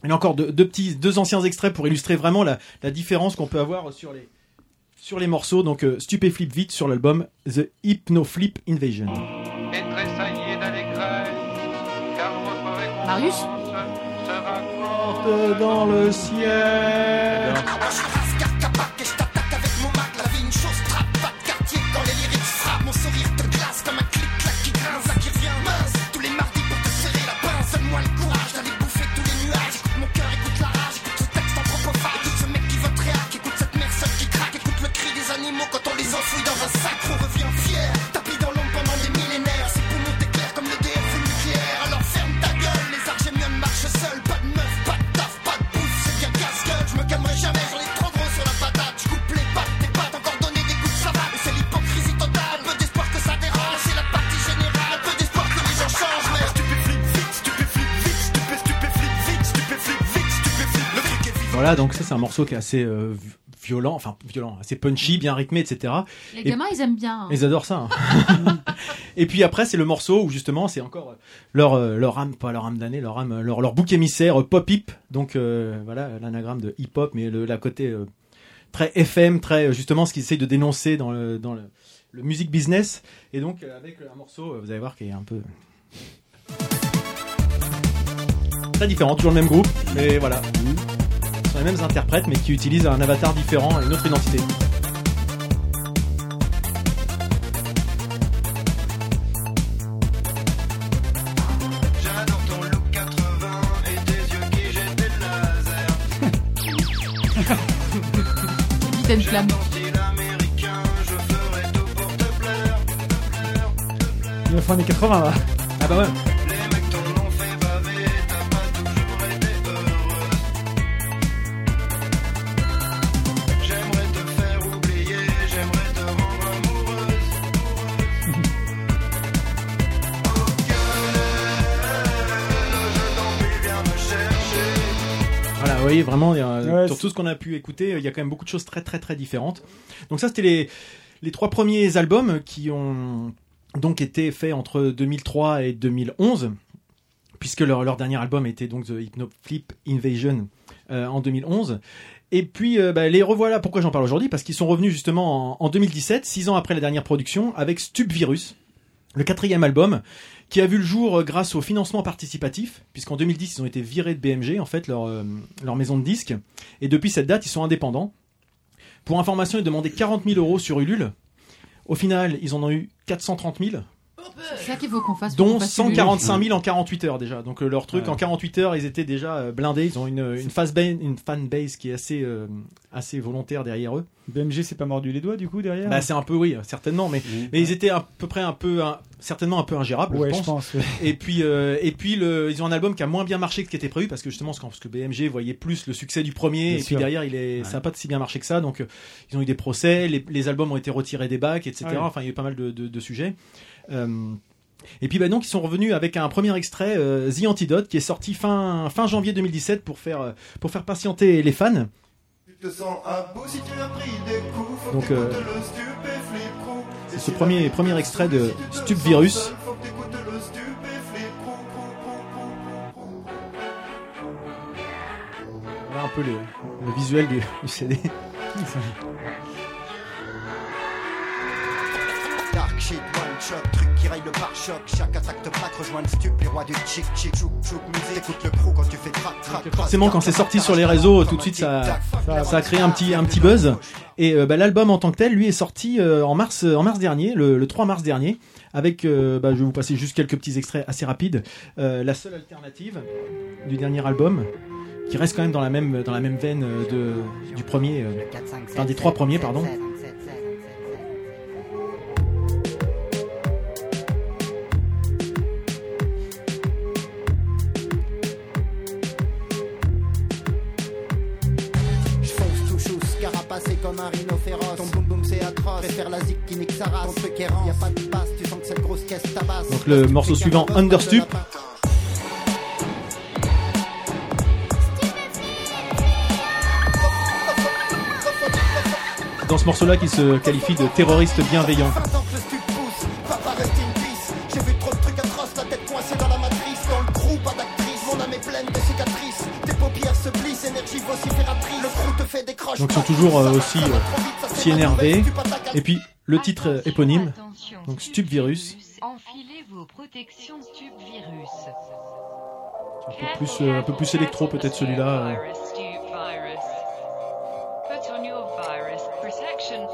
C: Il y a encore deux, deux petits, deux anciens extraits pour illustrer vraiment la, la différence qu'on peut avoir sur les, sur les morceaux. Donc euh, Stupéflip vite sur l'album The Hypno Flip Invasion.
D: Marius
C: dans le ciel.
P: La vie, une chose trappe, pas de quartier. Quand les lyriques frappent, mon sourire te glace comme un clic-clac qui grince, ça qui revient mince. Tous les mardis pour te serrer la pince, donne-moi le courage d'aller bouffer tous les nuages. Écoute mon cœur, écoute la rage, écoute ce texte en propophage. Écoute ce mec qui veut tréac, écoute cette mère seule qui craque, écoute le cri des animaux quand on les enfouit dans un sac. On revient fier, tapis dans l'ombre pendant des millénaires. Ses poumons t'éclairent comme le DF ou nucléaire. Alors ferme ta gueule, les argémiums marchent seuls. Pas de meuf, pas de taf, pas de bouffe, c'est bien casse-gueule. Je me calmerai jamais, j'en ai trop gros sur la patate. Je coupe les pattes, tes pattes, encore donner des coups de savate. Et c'est l'hypocrisie totale, peu d'espoir que ça dérange. C'est la partie générale, peu d'espoir que les gens changent. Mais stupéflip vite, stupéflip vite, stupé, stupéflip vite, stupéflip vite, stupéflip. Le truc est vivant.
C: Voilà, donc ça c'est un morceau qui est assez euh, vi- violent, enfin violent, assez punchy, bien rythmé, etc.
D: Les
C: Et-
D: gamins, ils aiment bien. hein.
C: ils adorent ça. hein. et puis après, c'est le morceau où justement, c'est encore euh, leur euh, leur âme, pas leur âme d'année, leur âme, leur, leur bouc émissaire euh, pop hip. Donc euh, voilà, l'anagramme de hip hop, mais le, la côté euh, très FM, très euh, justement ce qu'ils essayent de dénoncer dans le dans le, le music business. Et donc euh, avec un morceau, euh, vous allez voir qui est un peu très différent, toujours le même groupe, mais voilà. Ce sont les mêmes interprètes, mais qui utilisent un avatar différent et une autre identité.
P: J'adore ton look 80 et tes yeux qui jettent des lasers.
D: Vite, une flamme.
H: La fin des 80 là.
C: Ah bah ouais. Voilà, vous voyez, vraiment, il y a-
H: Ouais,
C: sur
H: c'est-
C: tout ce qu'on a pu écouter, il y a quand même beaucoup de choses très, très, très différentes. Donc ça, c'était les, les trois premiers albums qui ont donc été faits entre 2003 et 2011 puisque leur, leur dernier album était donc The Hypnoflip Invasion euh, en 2011. Et puis euh, bah, les revoilà, pourquoi j'en parle aujourd'hui Parce qu'ils sont revenus justement en, en 2017, six ans après la dernière production, avec Stub Virus, le quatrième album, qui a vu le jour euh, grâce au financement participatif, puisqu'en 2010 ils ont été virés de BMG, en fait, leur, euh, leur maison de disques. Et depuis cette date, ils sont indépendants. Pour information, ils demandaient 40 000 euros sur Ulule. Au final, ils en ont eu 430 000
D: C'est ça qu'il faut qu'on fasse. pour qu'on
C: dont
D: fasse
C: 145
D: une-
C: 000 en 48 heures déjà. Donc euh, leur truc
D: Ouais.
C: en 48 heures, ils étaient déjà euh, blindés. Ils ont une, une, fanbase, une fanbase qui est assez, euh, assez volontaire derrière eux.
H: BMG s'est pas mordu les doigts du coup derrière hein
C: Bah, c'est un peu oui, certainement, mais, mais ils étaient à peu près un peu, un- certainement un peu ingérables,
H: Ouais,
C: bah, je
H: je
C: pense.
H: pense, ouais.
C: <laughs> Et puis, euh, et puis le, ils ont un album qui a moins bien marché que ce qui était prévu parce que justement, parce que- parce que BMG voyait plus le succès du premier,
H: Bien
C: et puis
H: sûr.
C: derrière, il est, ça n'a pas si bien marché que ça. Donc, euh, ils ont eu des procès, les, les albums ont été retirés des bacs, etc.
H: Ouais.
C: Enfin, il y a eu pas mal de, de- de sujets. Euh, et puis bah, donc ils sont revenus avec un premier extrait, euh, The Antidote, qui est sorti fin, fin janvier 2017 pour faire, euh, pour faire patienter les fans.
P: Tu te sens un bout si tu as pris des coups. Faut
C: Donc,
P: que t'écoutes
C: euh,
P: le stupéflip crew.
C: C'est ce premier, premier extrait de Stup Virus.
P: Faut que t'écoutes le stupéflip crew, crew, crew, crew, crew, crew.
C: Voilà un peu le, le visuel du, du <laughs> CD.
P: Dark shit, one shot, truc qui raille le pare-choc. Chaque attaque te plaque, rejoins le stup, les rois du chic chic, chouk chouk, musique. Écoute le crew quand tu fais trac trac. trac,
C: Forcément, quand c'est sorti sur les réseaux, tout de suite, ça, ça a créé un petit, un petit buzz. Et euh, bah, l'album en tant que tel, lui, est sorti euh, en mars, en mars dernier, le, le 3 mars dernier, avec, euh, bah, je vais vous passer juste quelques petits extraits assez rapides. Euh, la seule alternative du dernier album, qui reste quand même dans la même, dans la même veine euh, de, du premier, euh, enfin des trois premiers, pardon.
P: Je fonce tout chousse, carapacé comme un rhino féroce. Ton boum boum c'est atroce, préfère la zik qui nique sa race. Ton truc errant, y a pas de passe, tu sens que cette grosse caisse tabasse.
C: Donc le morceau suivant, Understup. Dans ce morceau-là, qui se qualifie de terroriste bienveillant.
P: Tant que le stup pousse, papa reste in peace. J'ai vu trop de trucs atroces, la tête coincée dans la matrice. Dans le crew, pas d'actrice, mon âme est pleine de cicatrices. Tes paupières se plissent, énergie vocifératrice. Le crew te fait des croches.
C: Donc ils sont toujours euh, aussi, euh, aussi énervés. Et puis le titre euh, éponyme, donc Stup Virus,
S: Enfilez vos protections tube virus.
C: un peu plus, euh, un peu plus électro peut-être celui-là. euh.
S: Tube virus. Put on your virus protection.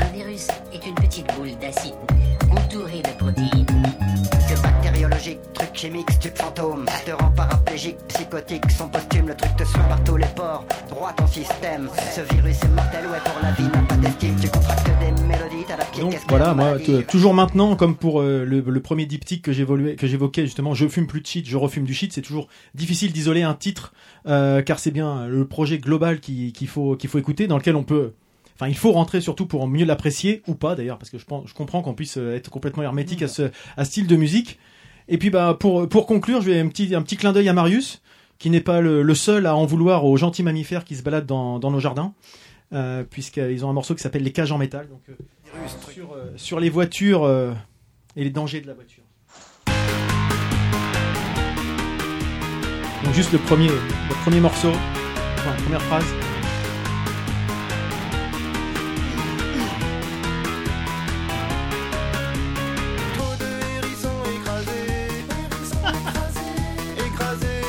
Q: Un virus est une petite boule d'acide entourée de protéines.
P: Que bactériologique, truc chimique, stup fantôme. Te rend paraplégique, psychotique, son posthume, le truc te suit par tous les ports. Droit ton système, ce virus est mortel, ouais, pour la vie, n'a pas d'estime. Tu contractes des mélodies, t'as la pied
C: Donc voilà, moi t- toujours maintenant, comme pour euh, le, le premier diptyque que j'évoluais, que j'évoquais justement, je fume plus de shit, je refume du shit. C'est toujours difficile d'isoler un titre euh, car c'est bien le projet global qui- qu'il faut qu'il faut écouter, dans lequel on peut, enfin il faut rentrer surtout pour mieux l'apprécier ou pas d'ailleurs, parce que je pense, je comprends qu'on puisse euh, être complètement hermétique à ce à ce style de musique. Et puis bah pour pour conclure, je vais un petit un petit clin d'œil à Marius qui n'est pas le, le seul à en vouloir aux gentils mammifères qui se baladent dans, dans nos jardins, euh, puisqu'ils ont un morceau qui s'appelle Les cages en métal. Donc, euh, sur, euh, sur les voitures euh, et les dangers de la voiture. Donc juste le premier, le premier morceau, enfin, la première phrase.
P: Trop de hérissons écrasés, écrasés, écrasés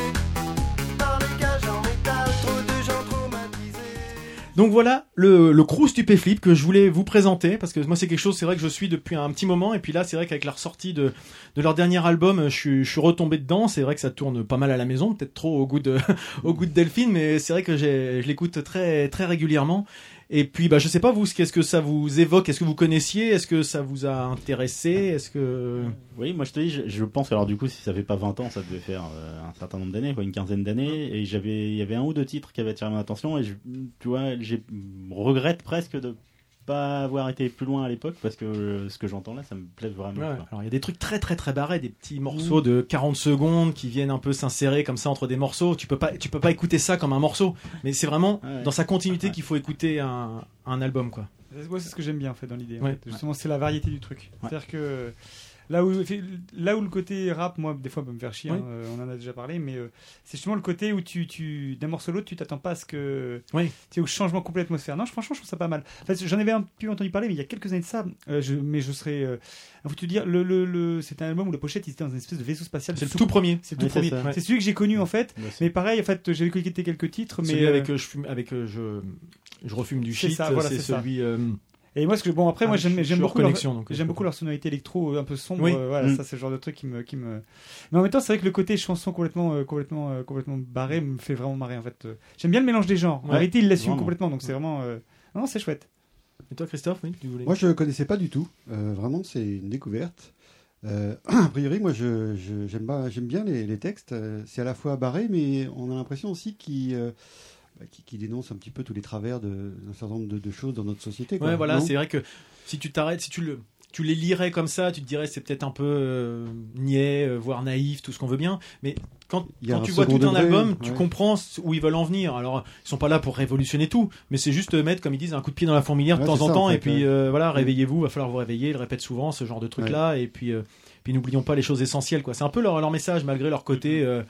P: par les cages en métal. Trop de gens traumatisés.
C: Donc voilà le, le crew stupéflip que je voulais vous présenter parce que moi c'est quelque chose c'est vrai que je suis depuis un petit moment et puis là c'est vrai qu'avec la ressortie de, de leur dernier album je, suis- je suis retombé dedans c'est vrai que ça tourne pas mal à la maison peut-être trop au goût de <laughs> au goût de Delphine mais c'est vrai que j'ai- je l'écoute très très régulièrement et puis bah je sais pas vous ce qu'est-ce que ça vous évoque est-ce que vous connaissiez est-ce que ça vous a intéressé est-ce que
M: Oui, moi je te dis, je, je pense, alors du coup, si ça fait pas 20 ans, ça devait faire euh, un certain nombre d'années, quoi, une quinzaine d'années, et j'avais, il y avait un ou deux titres qui avaient attiré mon attention, et je, tu vois, j'ai, regrette presque de pas avoir été plus loin à l'époque parce que euh, ce que j'entends là, ça me plaît vraiment.
C: Ouais,
M: quoi.
C: Alors il y a des trucs très très très barrés, des petits morceaux
H: Mm.
C: de 40 secondes qui viennent un peu s'insérer comme ça entre des morceaux. Tu peux pas, tu peux pas écouter ça comme un morceau, mais c'est vraiment
H: Ouais.
C: dans sa continuité qu'il faut écouter un, un album quoi.
H: Moi, c'est ce que j'aime bien en fait dans l'idée. en
C: Ouais.
H: fait. Justement, c'est la variété du truc. C'est-à-dire que là où, là où le côté rap, moi, des fois, peut me faire chier,
C: Oui.
H: hein, euh, on en a déjà parlé, mais euh, c'est justement le côté où tu, tu d'un morceau à l'autre, tu t'attends pas à ce que.
C: Oui.
H: Tu sais, au changement complet d'atmosphère. Non, je- franchement, je trouve ça pas mal. En fait, J'en avais un peu entendu parler, mais il y a quelques années de ça, euh, je, mais je serais. Euh, faut te dire, le, le, le- c'est un album où la pochette, il était dans une espèce de vaisseau spatial.
C: C'est le
H: sous-
C: tout premier.
H: C'est le tout
C: Ouais, c'est
H: premier.
C: ça. Ouais. Bah,
H: C'est celui que j'ai connu en fait. Mais pareil, en fait, j'avais collecté quelques titres, mais.
C: celui
H: euh,
C: avec euh, je fume, avec euh, je, je refume du
H: c'est
C: shit,
H: ça, voilà,
C: c'est
H: c'est ça.
C: celui. euh,
H: Et moi, ce que bon après,
C: Ah,
H: moi
C: je-
H: j'aime
C: je
H: j'aime
C: suis
H: beaucoup
C: hors
H: leur,
C: connexion, donc,
H: j'aime beaucoup leur sonorité électro euh, un peu sombre.
C: Oui.
H: euh, voilà,
C: Mm.
H: ça c'est le genre de truc qui me qui me. Mais en même temps, c'est vrai que le côté chanson complètement euh, complètement euh, complètement barré me fait vraiment marrer en fait. Euh, J'aime bien le mélange des genres. En
C: Ouais,
H: vérité, ils l'assument
C: vraiment.
H: complètement, donc c'est vraiment euh, non, c'est chouette.
C: Et toi, Christophe, oui, tu voulais.
E: Moi, je ne connaissais pas du tout. Euh, vraiment, c'est une découverte. Euh, <clears throat> a priori, moi, je- je- j'aime pas- j'aime bien les, les textes. Euh, C'est à la fois barré, mais on a l'impression aussi qu'ils euh, bah, qu'ils- qu'ils dénoncent un petit peu tous les travers de- d'un certain nombre de, de choses dans notre société. quoi.
C: Ouais, voilà,
E: Non <laughs>
C: c'est vrai que si tu t'arrêtes, si tu le tu les lirais comme ça, tu te dirais c'est peut-être un peu euh, niais, euh, voire naïf, tout ce qu'on veut bien, mais quand,
E: Il y a
C: quand
E: un
C: tu vois tout
E: second
C: un
E: degré,
C: album, tu
E: ouais.
C: comprends c- où ils veulent en venir. Alors, ils sont pas là pour révolutionner tout, mais c'est juste euh, mettre, comme ils disent, un coup de pied dans la fourmilière de
E: Ouais,
C: temps
E: c'est
C: en
E: ça, en
C: temps,
E: fait,
C: et puis
E: ouais.
C: euh, voilà,
E: Mm.
C: réveillez-vous, va falloir vous réveiller, ils le répètent souvent, ce genre de truc-là, et puis, euh, puis n'oublions pas les choses essentielles, quoi. C'est un peu leur, leur message, malgré leur
H: Mm-hmm.
C: côté... euh,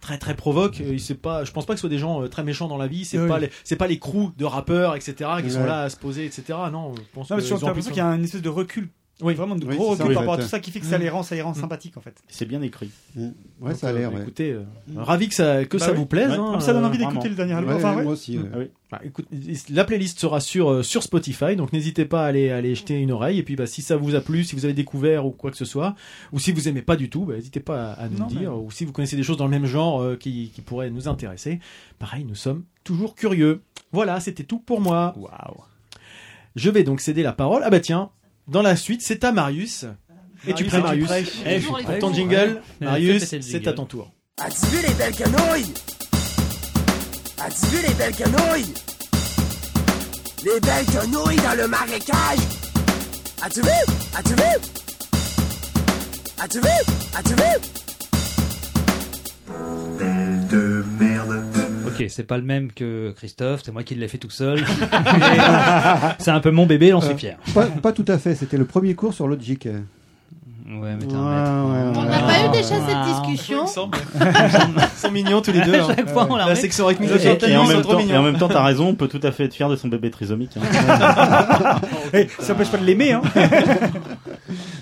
C: très très provoque Euh, c'est pas je pense pas que ce soit des gens euh, très méchants dans la vie c'est
H: Oui.
C: pas les, c'est pas les crews de rappeurs etc qui sont
H: Ouais.
C: là à se poser, etc. Non, je pense
H: Non, mais
C: que
H: surtout,
C: ils ont
H: t'as l'impression
C: plus-
H: qu'il y a une espèce de recul. Vraiment de
C: Oui,
H: gros
C: c'est ça,
H: recul
C: en
H: par
C: fait.
H: rapport à tout ça qui fait que ça
C: Mm.
H: les rend, ça les rend
C: Mm.
H: sympathiques en fait.
M: C'est bien écrit.
E: Mmh. Ouais,
C: Donc,
E: ça a
C: euh,
E: l'air. ouais.
C: Écoutez, euh,
E: Mm.
C: ravi que ça, que
E: Bah
C: ça
E: oui.
C: vous plaise.
E: Ouais.
C: hein,
E: Ça donne envie
C: euh,
E: d'écouter le dernier album. Ouais, Enfin, ouais. moi aussi, ouais.
C: Ah oui. Bah, écoute, la playlist sera sur, euh, sur Spotify, donc n'hésitez pas à aller, à aller jeter une oreille. Et puis, bah, si ça vous a plu, si vous avez découvert ou quoi que ce soit, ou si vous aimez pas du tout, bah, n'hésitez pas à, à nous
H: Non,
C: le dire. Ou si vous connaissez des choses dans le même genre euh, qui, qui pourraient nous intéresser, pareil, nous sommes toujours curieux. Voilà, c'était tout pour moi. Je vais donc céder la parole. Ah bah tiens, dans la suite, c'est à Marius. Et tu
N: Marius,
C: prends
N: es-tu
C: Marius.
N: prêt
C: Eh, je suis
N: Toujours les
C: prêt.
N: fous.
C: Ton jingle,
N: Ouais.
C: Marius,
N: Fais péter le
C: c'est à
N: jingle.
C: ton tour.
N: As-tu vu les belles canouilles As-tu vu les belles canouilles Les belles canouilles dans le marécage As-tu vu As-tu vu As-tu vu As-tu vu
F: de merde. Ok, c'est pas le même que Christophe, c'est moi qui l'ai fait tout seul. Et, euh, c'est un peu mon bébé, j'en suis
E: Euh,
F: fier.
E: Pas, pas tout à fait. C'était le premier cours sur Logic. Ouais,
F: mais
E: t'es un
F: On
I: n'a pas eu déjà cette
L: Ah,
I: discussion
C: Ils sont mignons tous les deux. hein.
I: Chaque fois, on leur
C: la
I: met-
C: section rythmique.
M: Et,
C: ils sont
M: et en
C: tellement- ils
M: même
C: sont trop
M: temps, et en
C: mignons.
M: même temps, t'as raison, on peut tout à fait être fier de son bébé trisomique. hein.
H: <laughs> Eh, ça empêche pas de l'aimer hein.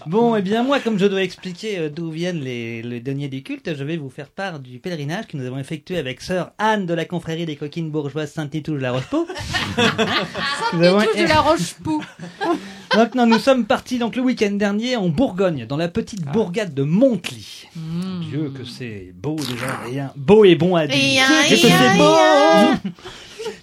J: Bon, eh bien moi, comme je dois expliquer euh, d'où viennent les, les deniers du culte, je vais vous faire part du pèlerinage que nous avons effectué avec sœur Anne de la confrérie des coquines bourgeoises Saint-Titouche-la Rochepau. Nous avons- eh,
I: Saint-Pétouche de la Roche-Pou.
F: Donc, non, nous sommes partis donc le week-end dernier en Bourgogne, dans la petite bourgade de Montly. Dieu, que c'est beau déjà, rien. Beau et bon à dire.
I: Rien,
F: Dieu, que
I: rien,
F: c'est
I: rien.
F: beau <laughs>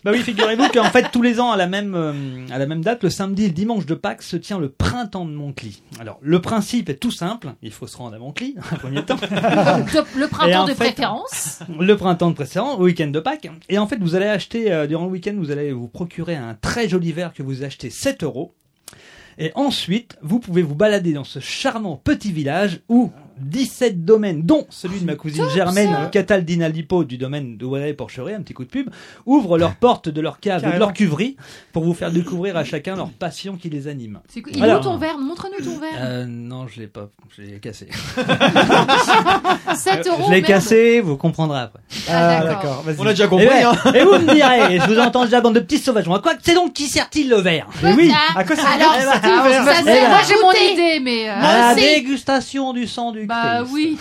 F: Bah oui, figurez-vous qu'en fait, tous les ans, à la, même, euh, à la même date, le samedi et le dimanche de Pâques, se tient le printemps de Montly. Alors, le principe est tout simple. Il faut se rendre à Montly, en premier temps.
D: Le
F: Et en
D: printemps de
F: fait,
D: préférence.
F: le printemps de précédent, au week-end de Pâques. Et en fait, vous allez acheter, euh, durant le week-end, vous allez vous procurer un très joli verre que vous achetez 7 euros. Et ensuite, vous pouvez vous balader dans ce charmant petit village où 17 domaines, dont celui de ma cousine
J: Comme ça.
F: Germaine Cataldina Lipo du domaine de Wallet Porcheret, un petit coup de pub, ouvrent leurs portes de leur cave et de
J: Carrément.
F: leur cuverie pour vous faire découvrir à chacun leur passion qui les anime.
D: C'est quoi- Il
F: Alors-
D: est où ton verre Montre-nous ton verre.
F: euh, non, je l'ai pas, je l'ai cassé.
D: <laughs> 7 euros,
F: euh, Je l'ai
D: Oh, merde.
F: cassé, vous comprendrez après.
D: Ah, d'accord.
F: vas-y.
C: On a déjà compris,
F: Et, ouais,
C: hein.
F: et vous me direz, je vous entends déjà, bande de petits sauvages. À quoi que c'est donc qui sert-il le verre Mais oui.
D: Ah, Alors,
F: Eh
D: ça,
F: ben, on se passe- eh ben,
D: moi j'ai mon idée, mais. euh,
F: à la dégustation du sang du
D: Bah
F: Christ.
D: oui.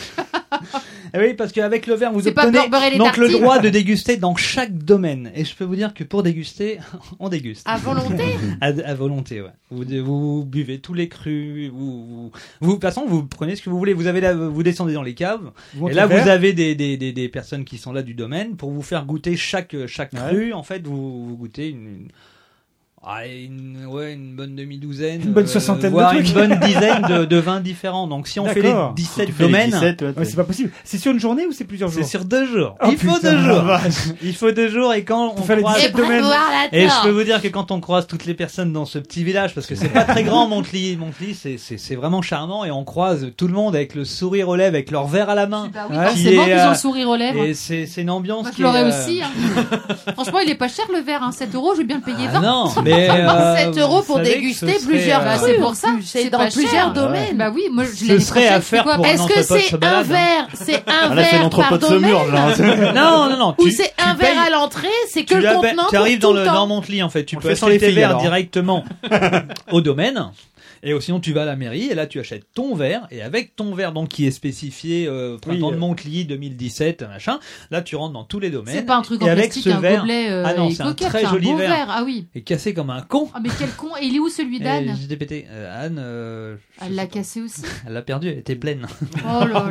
F: Eh oui, parce qu'avec le verre, vous
D: C'est pas
F: obtenez
D: Burberry et les
F: donc le
D: tartines.
F: droit de déguster dans chaque domaine. Et je peux vous dire que pour déguster, <laughs> on déguste.
D: À volonté
F: <laughs> à, à volonté, ouais. Vous, vous buvez tous les crus. Vous, vous, vous- de toute façon, vous prenez ce que vous voulez. Vous, avez la- vous descendez dans les caves.
J: Vous montez
F: et là,
J: le
F: vous
J: verre.
F: avez des, des, des, des personnes qui sont là du domaine pour vous faire goûter chaque, chaque
J: Ouais.
F: cru. En fait, vous, vous goûtez une... une- Ah, une, ouais, une bonne demi-douzaine.
H: Une bonne
F: euh,
H: soixantaine de
F: voire
H: trucs.
F: une bonne dizaine
H: <laughs>
F: de, de vins différents. Donc si on fait les
H: D'accord.
F: 17 domaines.
H: Ouais, c'est pas possible. C'est sur une journée ou c'est plusieurs jours
F: C'est sur deux jours.
H: Oh,
F: Il faut
H: putain,
F: deux
H: la
F: jours.
H: vache.
F: <laughs> Il faut deux jours et quand on
H: faire les
F: croise
H: 17 Et domaines. prévoir la
F: Et je
H: terre.
F: peux vous dire que quand on croise toutes les personnes dans ce petit village, parce que c'est pas très grand Montli, Montli, c'est- c'est c'est vraiment charmant et on croise tout le monde avec le sourire aux lèvres, avec leur verre à la main.
D: bah oui,
F: Qui
D: forcément
F: est,
D: qu'ils ont
F: euh,
D: le sourire aux lèvres.
F: Et c'est c'est une ambiance
D: Moi, je
F: qui
D: l'aurais
F: est, euh,
D: aussi. hein. Franchement, il est pas cher le verre. Hein. 7 euros, je vais bien le payer 20.
F: Ah non,
D: <laughs>
F: mais, euh,
I: 7 euros pour déguster plusieurs
D: Bah,
I: trucs.
D: c'est pour ça.
I: Plus- c'est dans
D: pas
I: plusieurs
F: Ah
D: cher.
I: domaines.
D: Bah oui, moi, je
F: Ce
D: l'ai
F: serait à faire pour un
I: Est-ce que
F: entrepôt de
I: c'est
F: chevalade,
I: un
F: hein.
I: verre C'est un
F: Ah, là, c'est
I: verre par
F: l'entrepôt de
I: domaine
F: Saumur, là. <laughs> Non, non, non,
I: Ou
F: tu-
I: c'est
F: tu
I: un verre
F: payes-
I: à l'entrée, c'est que
F: tu
I: le
F: abe-
I: contenant
F: Tu arrives
I: coûte
F: dans
I: tout
F: le
I: temps.
F: dans Montli en fait, tu
K: On le
F: peux
K: fait sans
F: acheter
K: les
F: tes
K: filles,
F: verres
K: alors. hein. <laughs>
F: directement au domaine. Et ou sinon tu vas à la mairie et là tu achètes ton verre et avec ton verre donc qui est spécifié euh, printemps
K: Oui,
F: de
K: euh.
F: Montli 2017 machin, là tu rentres dans tous les domaines.
D: C'est pas un truc en
F: et avec
D: plastique,
F: ce
D: un
F: verre-
D: gobelet, euh,
F: ah non,
D: et
F: c'est un
D: coquette,
F: très
D: c'est un
F: joli
D: beau
F: verre.
D: verre, ah oui.
F: Et cassé comme un con.
D: Ah, mais quel con. Et il est où celui
F: Et
D: d'Anne
F: j'ai pété. Euh, Anne euh, je
D: Elle l'a cassé aussi.
F: elle l'a perdu, elle était pleine.
D: Oh là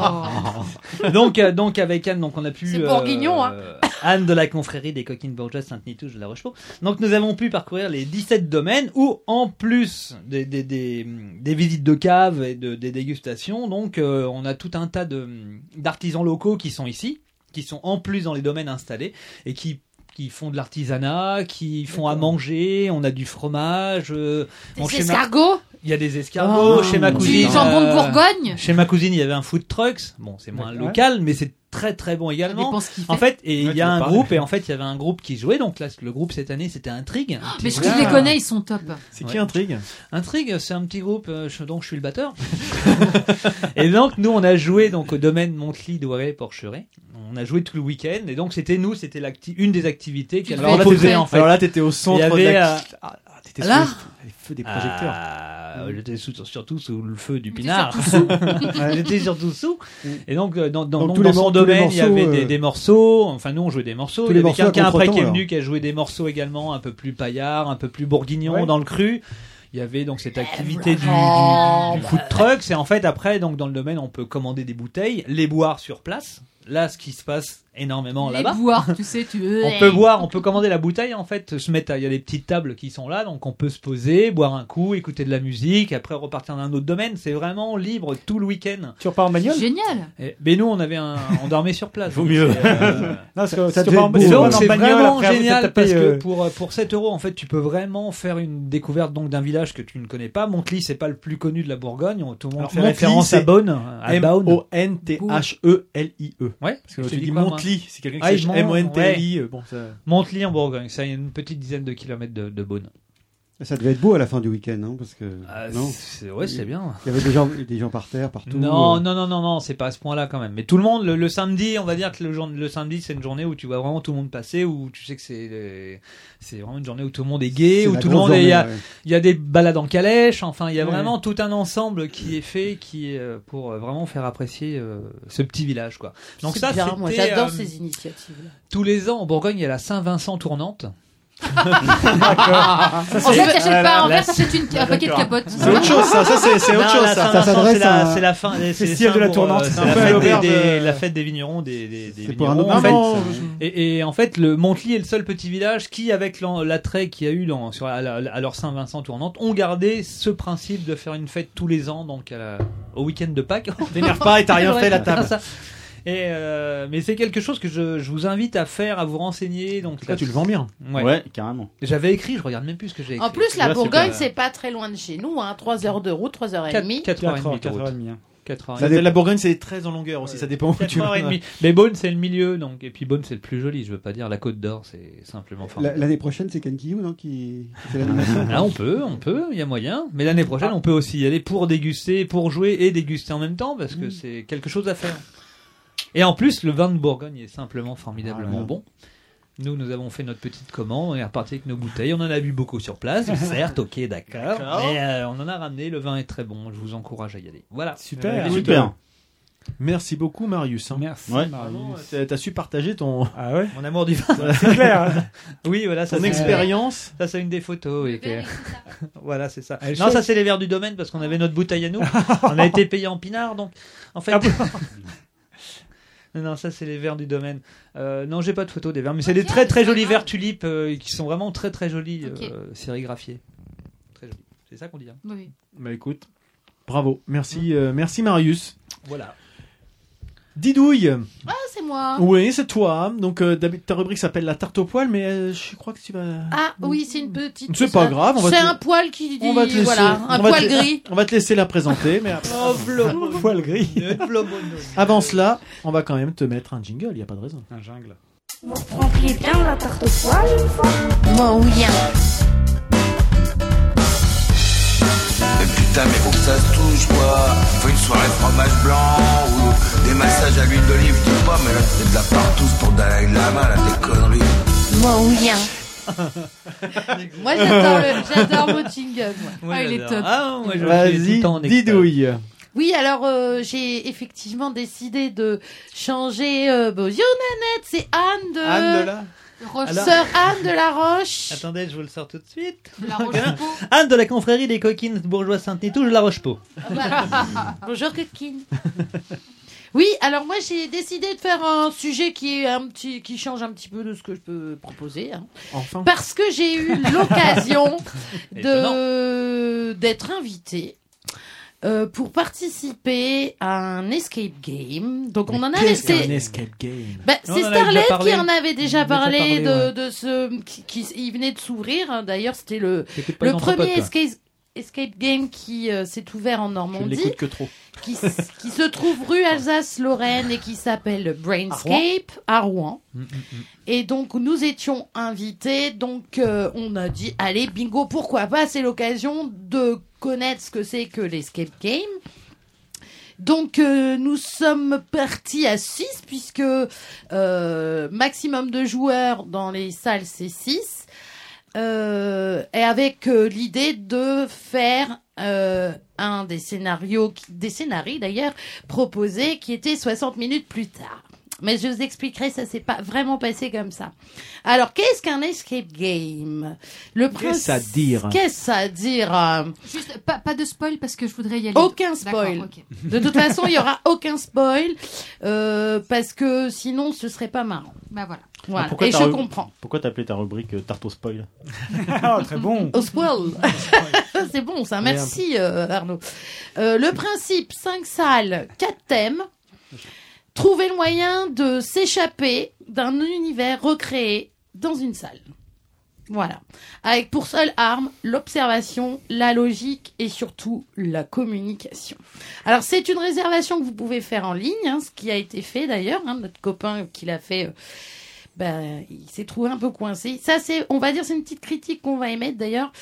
D: là.
F: <laughs> donc, euh, donc avec Anne, donc on a pu. euh,
I: C'est bourguignon, hein.
F: Anne de la confrérie des coquines bourgeoises Sainte-Nitouche de la Rochefort. Donc nous avons pu parcourir les 17 domaines où, en plus des, des, des, des visites de caves et de, des dégustations, donc euh, on a tout un tas de d'artisans locaux qui sont ici, qui sont en plus dans les domaines installés et qui qui font de l'artisanat, qui font à manger, on a du fromage, euh,
I: Des
F: on- chez ma-
I: escargots
F: il y a des escargots
I: Oh,
F: chez ma
I: du
F: cousine.
I: jambon de
F: euh,
I: Bourgogne.
F: Chez ma cousine, il y avait un food trucks. Bon, c'est moins
K: D'accord.
F: local, mais c'est très très bon également.
K: dépend ce qu'il
F: En
K: fait.
F: fait, et il
K: tu
F: y a
K: veux
F: un
K: parler.
F: groupe, et en fait, il y avait un groupe qui jouait. Donc là, le groupe cette année, c'était Intrigue.
D: Mais je je les connais, ils sont top.
F: C'est qui Intrigue Intrigue, c'est un petit groupe euh, je- dont je suis le batteur. <laughs> et donc, nous, on a joué donc au domaine Montly, Douai, Porcheret. On a joué tout le week-end. Et donc, c'était nous, c'était l'acti- une des activités
L: Tu
F: qui a
L: devais être prêt.
F: en fait.
L: Alors là, t'étais au centre
F: Il y avait,
L: de la-
F: euh, ah, ah, t'étais sous
L: Là
F: le- les
L: feux des projecteurs.
F: Ah,
L: Mm.
F: J'étais sous- surtout sous le feu du pinard. <laughs>
L: surtout sous.
F: J'étais surtout sous. Et donc, euh, dans, dans,
L: Donc,
F: donc,
L: tous
F: dans
L: les
F: son
L: mor- tous les
F: domaine, il y avait
L: morceaux,
F: des,
L: euh,
F: des morceaux. Enfin, nous, on jouait des morceaux.
L: tous
F: Il y
L: les
F: avait
L: morceaux à
F: quelqu'un après
L: contretemps,
F: qui est
L: alors.
F: venu, qui a joué des morceaux également, un peu plus paillard, un peu plus bourguignon
L: Ouais.
F: dans le cru. Il y avait donc cette activité du, du- du food truck. C'est en fait, après, donc, dans le domaine, on peut commander des bouteilles, les boire sur place. Là, ce qui se passe énormément
D: Les
F: là-bas.
D: boire, tu sais, tu
F: On peut boire, on peut commander la bouteille en fait, se mettre à- il y a des petites tables qui sont là donc on peut se poser, boire un coup, écouter de la musique, après repartir dans un autre domaine, c'est vraiment libre tout le week-end.
H: Tu repars en bagnole
D: Génial.
F: Et- mais nous on avait un on dormait
L: <laughs>
F: sur place.
H: Vaut
F: donc
H: mieux.
F: c'est, euh,
H: Non, parce que
F: ça
H: si tu
F: devait
H: repars en-
F: être beau.
H: si tu
F: Donc,
H: repars en
F: c'est
H: bagnole,
F: vraiment
H: après avoir
F: génial
H: tapé,
F: parce que
H: euh,
F: pour euh, pour 7 euros en fait tu peux vraiment faire une découverte donc d'un village que tu ne connais pas. Montly c'est pas le plus connu de la Bourgogne, on- tout le monde fait
L: Montly,
F: référence à
L: c'est
F: Bonne, à Baune.
L: E M-O-N-T-H-E-L-I-E.
F: Ouais.
L: Parce que
F: Je
L: tu
F: dis
L: dis
F: quoi, moi
L: Montly, c'est quelqu'un
F: Ah,
L: qui cherche
F: Mont-
L: M-O-N-T-L-I.
F: ouais.
L: euh, Bon, ça.
F: Montly en Bourgogne, hein, ça a une petite dizaine de kilomètres de, de Beaune.
E: Ça devait être beau à la fin du week-end, hein, parce que non.
F: Ah, c'est- ouais, c'est bien.
E: Il y avait des gens, des gens par terre, partout.
F: Non,
E: euh,
F: non, non, non, non, c'est pas à ce point-là quand même. Mais tout le monde, le, le samedi, on va dire que le, jour, le samedi, c'est une journée où tu vois vraiment tout le monde passer, où tu sais que c'est euh, c'est vraiment une journée où tout le monde est
K: C'est
F: gay, où
K: la
F: tout le
K: grosse
F: monde est- il y a,
K: journée, ouais.
F: il y a des balades en calèche. Enfin, il y a
K: Ouais.
F: vraiment tout un ensemble qui est fait, qui est, euh, pour euh, vraiment faire apprécier euh, ce petit village, quoi. Donc
I: C'est
F: ça,
I: bien, moi
F: c'était,
I: j'adore
F: euh,
I: ces initiatives-là.
F: Tous les ans en Bourgogne, il y a la Saint-Vincent tournante.
I: Ça, c'est- En fait, t'achètes pas un verre, t'achètes une- un paquet de capotes. C'est autre chose, ça. Ça, c'est- c'est autre
F: Non,
I: chose, ça.
F: la Saint-Vincent,
I: Ça s'adresse
F: c'est la-
I: à-
F: C'est la fin. c'est- c'est
H: Festival de la
F: Saint- pour, euh,
H: Tournante.
F: C'est
H: Un
F: la
H: peu à
F: fête des-
H: l'auberge,
F: des-
H: euh,
F: la fête des vignerons. des- des- des
H: C'est pour un
F: vignerons,
H: autre
F: en fait.
H: moment,
F: Et et en fait, le Montly est le seul petit village qui, avec l'en- l'attrait qu'il y a eu dans- sur- à la- à leur Saint-Vincent tournante, ont gardé ce principe de faire une fête tous les ans, donc à la- au week-end de Pâques.
L: <laughs> T'énerve pas et t'as rien fait, la table.
F: Ça. Et euh, mais c'est quelque chose que je, je vous invite à faire, à vous renseigner. Donc
L: cas, tu le vends bien.
F: Ouais,
L: Ouais,
F: carrément. J'avais écrit, je regarde même plus ce que j'ai écrit.
I: En plus, la
F: Là, c'est
I: Bourgogne,
F: pas-
I: c'est pas très loin de chez nous, hein. 3 heures de route, 3 heures et
F: Quatre-
I: demie.
F: quatre heures et demie de
L: Quatre
F: route.
L: heures et demie, hein.
F: Quatre heures et
L: Ça
F: demie.
L: dé- La Bourgogne, c'est très en longueur aussi, ça dépend où tu
F: Quatre heures
L: vas.
F: et demie. Mais Beaune, c'est le milieu, donc. Et puis Beaune, c'est le plus joli. Je veux pas dire la Côte d'Or, c'est simplement
E: la-
F: formidable.
E: L'année prochaine, c'est Ken Kiyou, non qui, qui fait
F: <laughs>
E: l'animation.
F: Là, Ah, on peut, on peut, il y a moyen. Mais l'année
L: Ah.
F: prochaine, on peut aussi y aller pour déguster, pour jouer et déguster en même temps, parce
L: Mm.
F: que c'est quelque chose à faire. Et en plus, le vin de Bourgogne est simplement formidablement bon. Nous, nous avons fait notre petite commande, on est reparti avec nos bouteilles, on en a bu beaucoup sur
L: <laughs>
F: place, certes, ok, d'accord,
L: D'accord.
F: mais euh, on en a ramené, le vin est très bon, je vous encourage à y aller. Voilà.
L: Super.
F: Écoute,
L: Super. Merci beaucoup, Marius.
F: Merci,
L: ouais.
F: Marius.
L: Vraiment, t'as- T'as su partager ton.
H: Ah ouais
F: Mon amour du vin.
L: C'est clair, hein.
F: <laughs> oui, voilà, ça
L: Ton
F: c'est-
L: expérience.
F: Ça, c'est une des photos. oui, que- <laughs> voilà, c'est ça.
L: Elle
F: non,
L: chouette.
F: ça, c'est les verres du domaine parce qu'on avait notre bouteille à nous. On a été payé en pinard, donc. En fait. <laughs> Non, non, ça c'est les vers du domaine. Euh, non, j'ai pas de photo des vers, mais c'est des très très jolis vers tulipes euh, qui sont vraiment très très jolis,
D: Ok.
F: euh, sérigraphiés. Très jolis. C'est ça qu'on dit. hein.
D: Oui.
C: Bah écoute, bravo. Merci, euh, merci Marius.
F: Voilà.
C: Didouille.
I: Ah, c'est moi.
C: Oui, c'est toi. Donc euh, d'habitude, ta rubrique s'appelle la tarte au poil, mais euh, je crois que tu vas.
I: Ah oui, c'est une petite.
C: C'est pas grave, on va
I: C'est
C: te-
I: un poil qui dit.
C: On va te laisser.
I: Voilà, un
C: on va te-
I: poil gris.
C: On va te laisser la présenter, mais
I: Oh,
C: poil <laughs> gris. Avant cela, on va quand même te mettre un jingle. Il n'y a pas de raison.
F: Un jungle.
R: On plie bien la tarte au poil une fois
I: Moi, oui.
R: hein.
N: Mais putain, mais faut que ça se touche, quoi. Faut une soirée fromage blanc ou des massages à l'huile d'olive, je dis pas, mais là, c'est de la partouze pour Dalai Lama, là, des conneries.
I: Moi, oui. Moi, j'adore le- j'adore mon jingle. moi.
F: Oui,
I: Ah, il est
F: j'adore.
I: top.
F: Ah, moi, je- je l'ai tout
C: Vas-y,
F: le temps en extase.
C: Didouille.
I: Oui, alors euh, j'ai effectivement décidé de changer. Euh, bah, yo, Nanette, c'est Anne de.
J: Anne de la-
I: Euh, Roche-
J: Alors-
I: Sœur Anne de la
F: <laughs>
I: Roche.
J: Attendez, je vous le sors tout de suite.
I: La Rochepau.
J: Anne de la confrérie des coquines bourgeois Saint-Nitouche, La Rochepau.
I: Voilà. Bonjour coquine. Oui, alors moi j'ai décidé de faire un sujet qui est un petit, qui change un petit peu de ce que je peux proposer, hein.
C: Enfin.
I: parce que j'ai eu
C: <laughs>
I: l'occasion de
J: Étonnant.
I: d'être invitée euh, pour participer à un escape game. Donc on en a
C: Qu'est-ce qu'un
I: laissé.
C: escape game
I: Bah,
C: Non,
I: c'est
C: on en avait déjà
I: Starlet
C: parlé.
I: qui en avait déjà
C: On en avait
I: parlé,
C: déjà
I: de,
C: parlé,
I: de ce qui, qui- il venait de s'ouvrir. hein. D'ailleurs, c'était le
C: T'écoutes pas les
I: le
C: enfants
I: premier
C: potes, toi.
I: escape, escape game qui euh, s'est ouvert en
C: Je ne
I: Normandie
C: l'écoute que trop.
I: qui, s- qui se trouve rue Alsace-Lorraine et qui s'appelle Brainscape à Rouen.
C: Mm,
I: Et donc nous étions invités, donc euh, on a dit allez bingo, pourquoi pas, c'est l'occasion de connaître ce que c'est que l'escape game. Donc euh, nous sommes partis à 6 puisque euh, maximum de joueurs dans les salles c'est 6 euh, et avec euh, l'idée de faire euh, un des scénarios, qui- des scénarios d'ailleurs proposés qui était 60 minutes plus tard. Mais je vous expliquerai, ça s'est pas vraiment passé comme ça. Alors, qu'est-ce qu'un escape game Le
C: Qu'est-ce à
I: principe-
C: dire
I: Qu'est-ce à dire euh,
D: Juste, pas, pas de spoil parce que je voudrais y aller.
I: aucun spoil.
D: D'accord, ok.
I: De toute façon, il y aura aucun spoil euh, parce que sinon, ce serait pas marrant.
D: Bah voilà.
I: <laughs> Voilà.
M: Ah, Pourquoi
I: Et
M: ta
I: je
M: ru-
I: comprends.
M: Pourquoi t'as appelé ta rubrique euh, tarte au
H: <laughs>
M: spoil
H: Oh, Très Ah bon.
I: Au spoil. <laughs> C'est bon, ça.
M: Merde.
I: Merci, euh, Arnaud. Euh, le principe 5 salles, 4 thèmes. Trouver le moyen de s'échapper d'un univers recréé dans une salle. Voilà. Avec pour seule arme l'observation, la logique et surtout la communication. Alors c'est une réservation que vous pouvez faire en ligne, hein, ce qui a été fait d'ailleurs. hein, notre copain qui l'a fait, euh, ben, il s'est trouvé un peu coincé. Ça c'est, on va dire, c'est une petite critique qu'on va émettre d'ailleurs.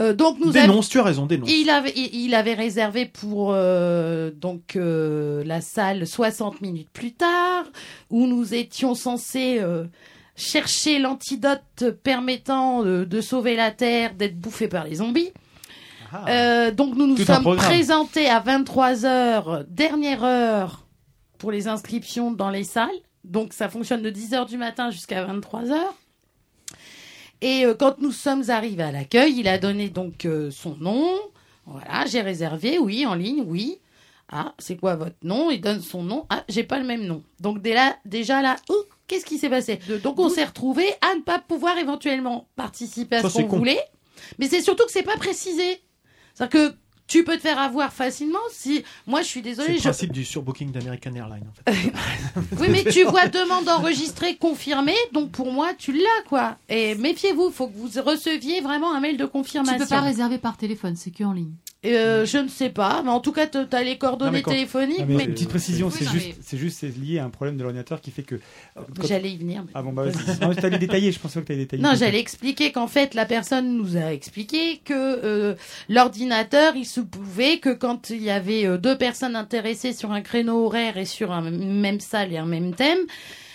I: Euh, donc nous avons-
C: Dénonce, tu as raison, dénonce.
I: il avait, il il avait réservé pour euh, donc euh, la salle 60 minutes plus tard, où nous étions censés euh, chercher l'antidote permettant euh, de sauver la Terre d'être bouffé par les zombies. Euh, donc nous nous
C: Ah. Tout un
I: sommes
C: programme.
I: présentés à 23h, dernière heure pour les inscriptions dans les salles. Donc ça fonctionne de 10h du matin jusqu'à 23h. Et euh, quand nous sommes arrivés à l'accueil, il a donné donc euh, son nom. Voilà, j'ai réservé, oui, en ligne, oui. Ah, c'est quoi votre nom Il donne son nom. Ah, j'ai pas le même nom. Donc dès là, déjà là, oh, qu'est-ce qui s'est passé Donc on s'est retrouvés à ne pas pouvoir éventuellement participer à
C: Ça,
I: ce
C: c'est
I: qu'on
C: con.
I: voulait. Mais c'est surtout que c'est pas précisé. C'est-à-dire que tu peux te faire avoir facilement si. Moi, je suis
C: C'est
I: désolée.
C: le
I: je-
C: principe du surbooking d'American Airlines. En fait.
I: <laughs> Oui, mais tu vois demande enregistrée confirmée, donc pour moi, tu l'as quoi. Et méfiez-vous, faut que vous receviez vraiment un mail de confirmation.
D: Tu peux pas réserver par téléphone, c'est que en ligne.
I: Euh, je ne sais pas, mais en tout cas, tu as les
H: Hmm. Non, mais
I: coordonnées
H: quand-
I: téléphoniques.
H: Non, mais
I: mais-
H: Une petite précision,
I: Oui,
H: c'est
I: non,
H: juste, c'est juste, c'est lié à un problème de l'ordinateur qui fait que. euh, quand-
I: J'allais y venir, mais-
H: Ah bon, bah vas-y. Non, t'allais détailler, je pensais que t'allais détailler.
I: Non, j'allais expliquer qu'en fait, la personne nous a expliqué que euh, l'ordinateur, il se pouvait que quand il y avait euh, deux personnes intéressées sur un créneau horaire et sur un m- même salle et un même thème,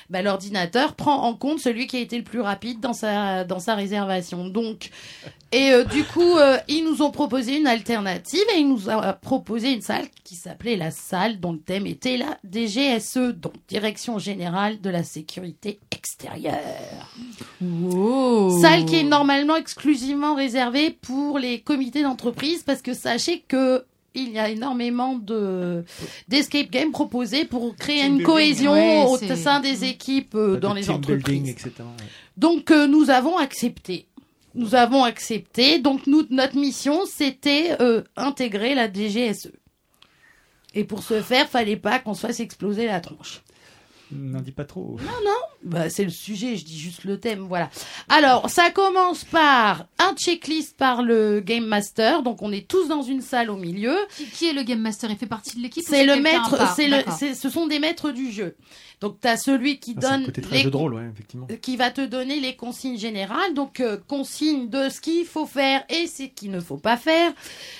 I: bah, l'ordinateur prend en compte celui qui a été le plus rapide dans sa, dans sa réservation. Donc, et euh, du coup, euh, ils nous ont proposé une alternative et ils nous ont proposé une salle qui s'appelait la salle dont le thème était la DGSE, E, donc Direction Générale de la Sécurité Extérieure. Salle qui est normalement exclusivement réservée pour les comités d'entreprise parce que sachez que il y a énormément de d'escape games proposés pour créer une
D: building.
I: cohésion
D: Ouais,
I: au
D: c'est- Mm.
I: sein des équipes euh, dans les entreprises.
L: etc.
I: Donc euh, nous avons accepté. Nous avons accepté. Donc nous, notre mission, c'était euh, intégrer la DGSE. E. Et pour ce faire, fallait pas qu'on se fasse exploser la tronche.
H: N'en dis pas trop.
I: Non, non, bah, c'est le sujet, je dis juste le thème, voilà. Alors, ça commence par un checklist par le Game Master, donc on est tous dans une salle au milieu. Qui, est le Game Master Il fait partie de l'équipe
D: ou
I: C'est
D: c'est
I: le
D: quelqu'un à
I: maître,
D: part
I: c'est le,
D: D'accord.
I: c'est- ce sont des maîtres du jeu. Donc, tu as celui qui
C: Ah, c'est un
I: donne
C: côté très
I: les
C: jeu de rôle, ouais, effectivement.
I: qui va te donner les consignes générales, donc euh, consignes de ce qu'il faut faire et ce qu'il ne faut pas faire.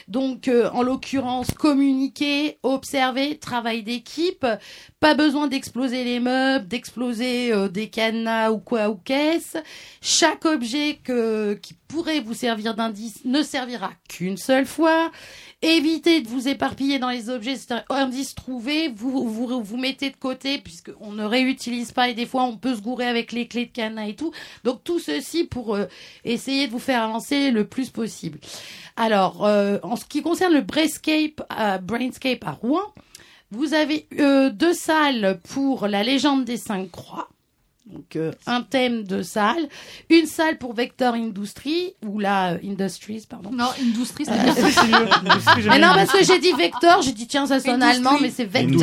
I: Donc euh, en l'occurrence, communiquer, observer, travail d'équipe, pas besoin d'exploser les meubles, d'exploser euh, des cadenas ou quoi ou caisse. Chaque objet que, qui pourrait vous servir d'indice ne servira qu'une seule fois. Évitez de vous éparpiller dans les objets, c'est un indice trouvé, vous, vous vous mettez de côté puisqu'on ne réutilise pas et des fois on peut se gourer avec les clés de cana et tout. Donc tout ceci pour euh, essayer de vous faire avancer le plus possible. Alors, euh, en ce qui concerne le Brainscape à, Brainscape à Rouen, vous avez euh, deux salles pour la légende des cinq croix. Donc euh, un thème de salle, une salle pour Vector Industries ou la euh, Industries pardon.
D: Non, Industries, ça veut
I: Euh,
D: dire ça.
B: <laughs>
I: mais non parce que j'ai dit Vector, j'ai dit tiens ça sonne
D: Industrie.
I: allemand mais c'est Vector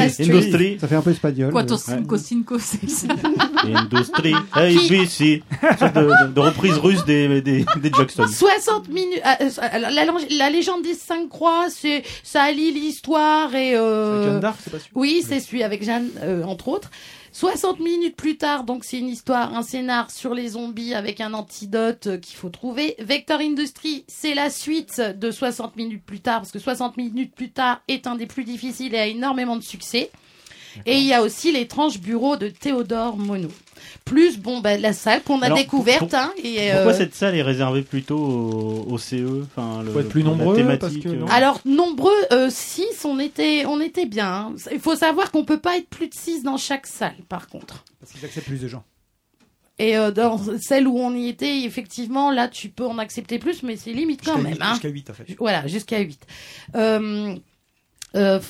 E: Ça fait un peu espagnol.
D: Quator
E: mais-
D: cinco cinco seis.
I: <laughs>
M: Industrie, ABC, sorte de, de- de reprise russe des, des, des Jackson.
I: 60 minutes. ah, euh, alors, la, lang- la légende des cinq croix, c'est ça allie l'histoire et. euh,
B: C'est avec Jeanne d'Arc, c'est pas celui-là
I: Oui, c'est celui avec Jeanne, euh, entre autres. 60 minutes plus tard, donc c'est une histoire, un scénar sur les zombies avec un antidote euh, qu'il faut trouver. Vector Industries, c'est la suite de 60 minutes plus tard, parce que 60 minutes plus tard est un des plus difficiles et a énormément de succès. Et il y a aussi l'étrange bureau de Théodore Monod. Plus, bon, bah, la salle qu'on a
M: Alors,
I: découverte.
M: pour-
I: hein, et,
M: Pourquoi
I: euh,
M: cette salle est réservée plutôt au, au CE enfin, le,
C: Faut être plus
M: la
C: nombreux,
M: thématique,
C: parce que
M: euh,
C: non.
I: Alors nombreux, euh, six, on était, on était bien. hein. Il faut savoir qu'on peut pas être plus de six dans chaque salle, par contre.
H: Parce qu'ils acceptent plus de gens.
I: Et euh, dans celle où on y était, effectivement, là tu peux en accepter plus, mais c'est limite quand
H: Jusqu'à
I: même.
H: huit-
I: hein.
H: jusqu'à huit, en fait.
I: Voilà, jusqu'à Euh, 8. euh,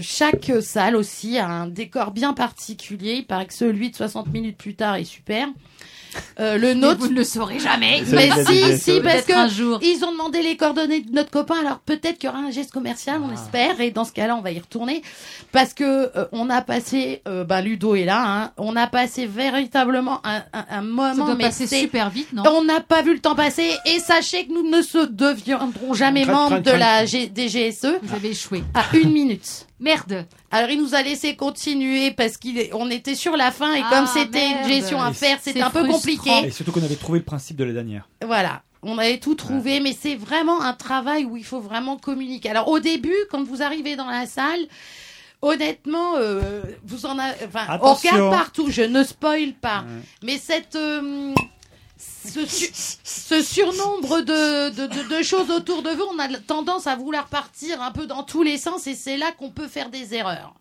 I: chaque salle aussi a un décor bien particulier. Il paraît que celui de 60 minutes plus tard est super. Euh, le
D: Mais
I: nôtre,
D: vous ne le saurez jamais. Ça,
I: Mais
D: il a dit
I: si,
D: des-
I: si, parce
D: Peut-être
I: que
D: un jour.
I: ils ont demandé les coordonnées de notre copain. Alors peut-être qu'il y aura un geste commercial, on espère. Et dans ce cas-là, on va y retourner parce que euh, on a passé, euh, ben Ludo est là. hein. on a passé véritablement un, un- un moment.
D: doit
I: mais
D: passer
I: c'est-
D: super vite, non
I: On n'a pas vu le temps passer. Et sachez que nous ne se deviendrons jamais
D: Crac,
I: membres
D: crac,
I: de
D: crac.
I: la G- DGSE.
D: Vous avez échoué.
I: À une minute.
D: Merde.
I: Alors il nous a laissé continuer parce qu'il est- on était sur la fin et
D: Ah,
I: comme c'était une
D: merde.
I: gestion à
D: Et
I: faire,
D: c'est
I: c'était un peu compliqué.
H: Et surtout qu'on avait trouvé le principe de la dernière.
I: Voilà. On avait tout trouvé,
D: Ah.
I: mais c'est vraiment un travail où il faut vraiment communiquer. Alors au début, quand vous arrivez dans la salle, honnêtement, euh, vous en avez. Enfin, on
B: Attention.
I: regarde partout. Je ne spoil pas, mais cette euh, ce, su- ce surnombre de, de, de- de choses autour de vous, on a tendance à vouloir partir un peu dans tous les sens, et c'est là qu'on peut faire des erreurs.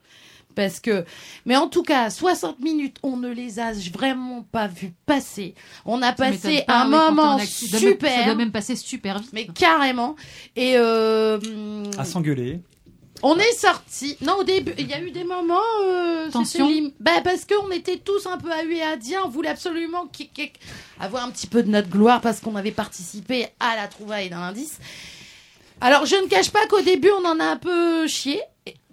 I: Parce que, mais en tout cas, 60 minutes, on ne les a vraiment pas vues passer. On a
D: Ça
I: passé
D: m'étonne pas,
I: un
D: oui, quand
I: moment
D: on a- ça doit même-
I: super.
D: ça doit même passer super vite.
I: Mais carrément. Et euh, hum,
H: À s'engueuler.
I: on est sorti. Non, au début, il y a eu des moments. Euh,
D: Tension.
I: c'était lim- Bah, parce qu'on était tous un peu ahués à dire. On voulait absolument qui- qui- avoir un petit peu de notre gloire parce qu'on avait participé à la trouvaille d'un indice. Alors, je ne cache pas qu'au début, on en a un peu chié.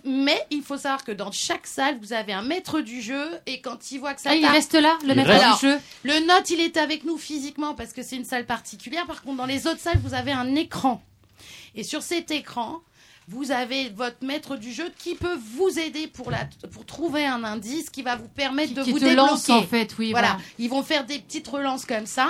I: Mais il faut savoir que dans chaque salle, vous avez un maître du jeu et quand il voit que ça
D: Ah, il
I: tape-
D: reste là, le Il maître reste. du
I: Alors,
D: jeu
I: Le note, il est avec nous physiquement parce que c'est une salle particulière. Par contre, dans les autres salles, vous avez un écran. Et sur cet écran, vous avez votre maître du jeu qui peut vous aider pour, la, pour trouver un indice qui va vous permettre de
D: qui
I: vous
D: te
I: débloquer.
D: lance, en fait, oui,
I: Voilà.
D: voilà.
I: Ils vont faire des petites relances comme ça.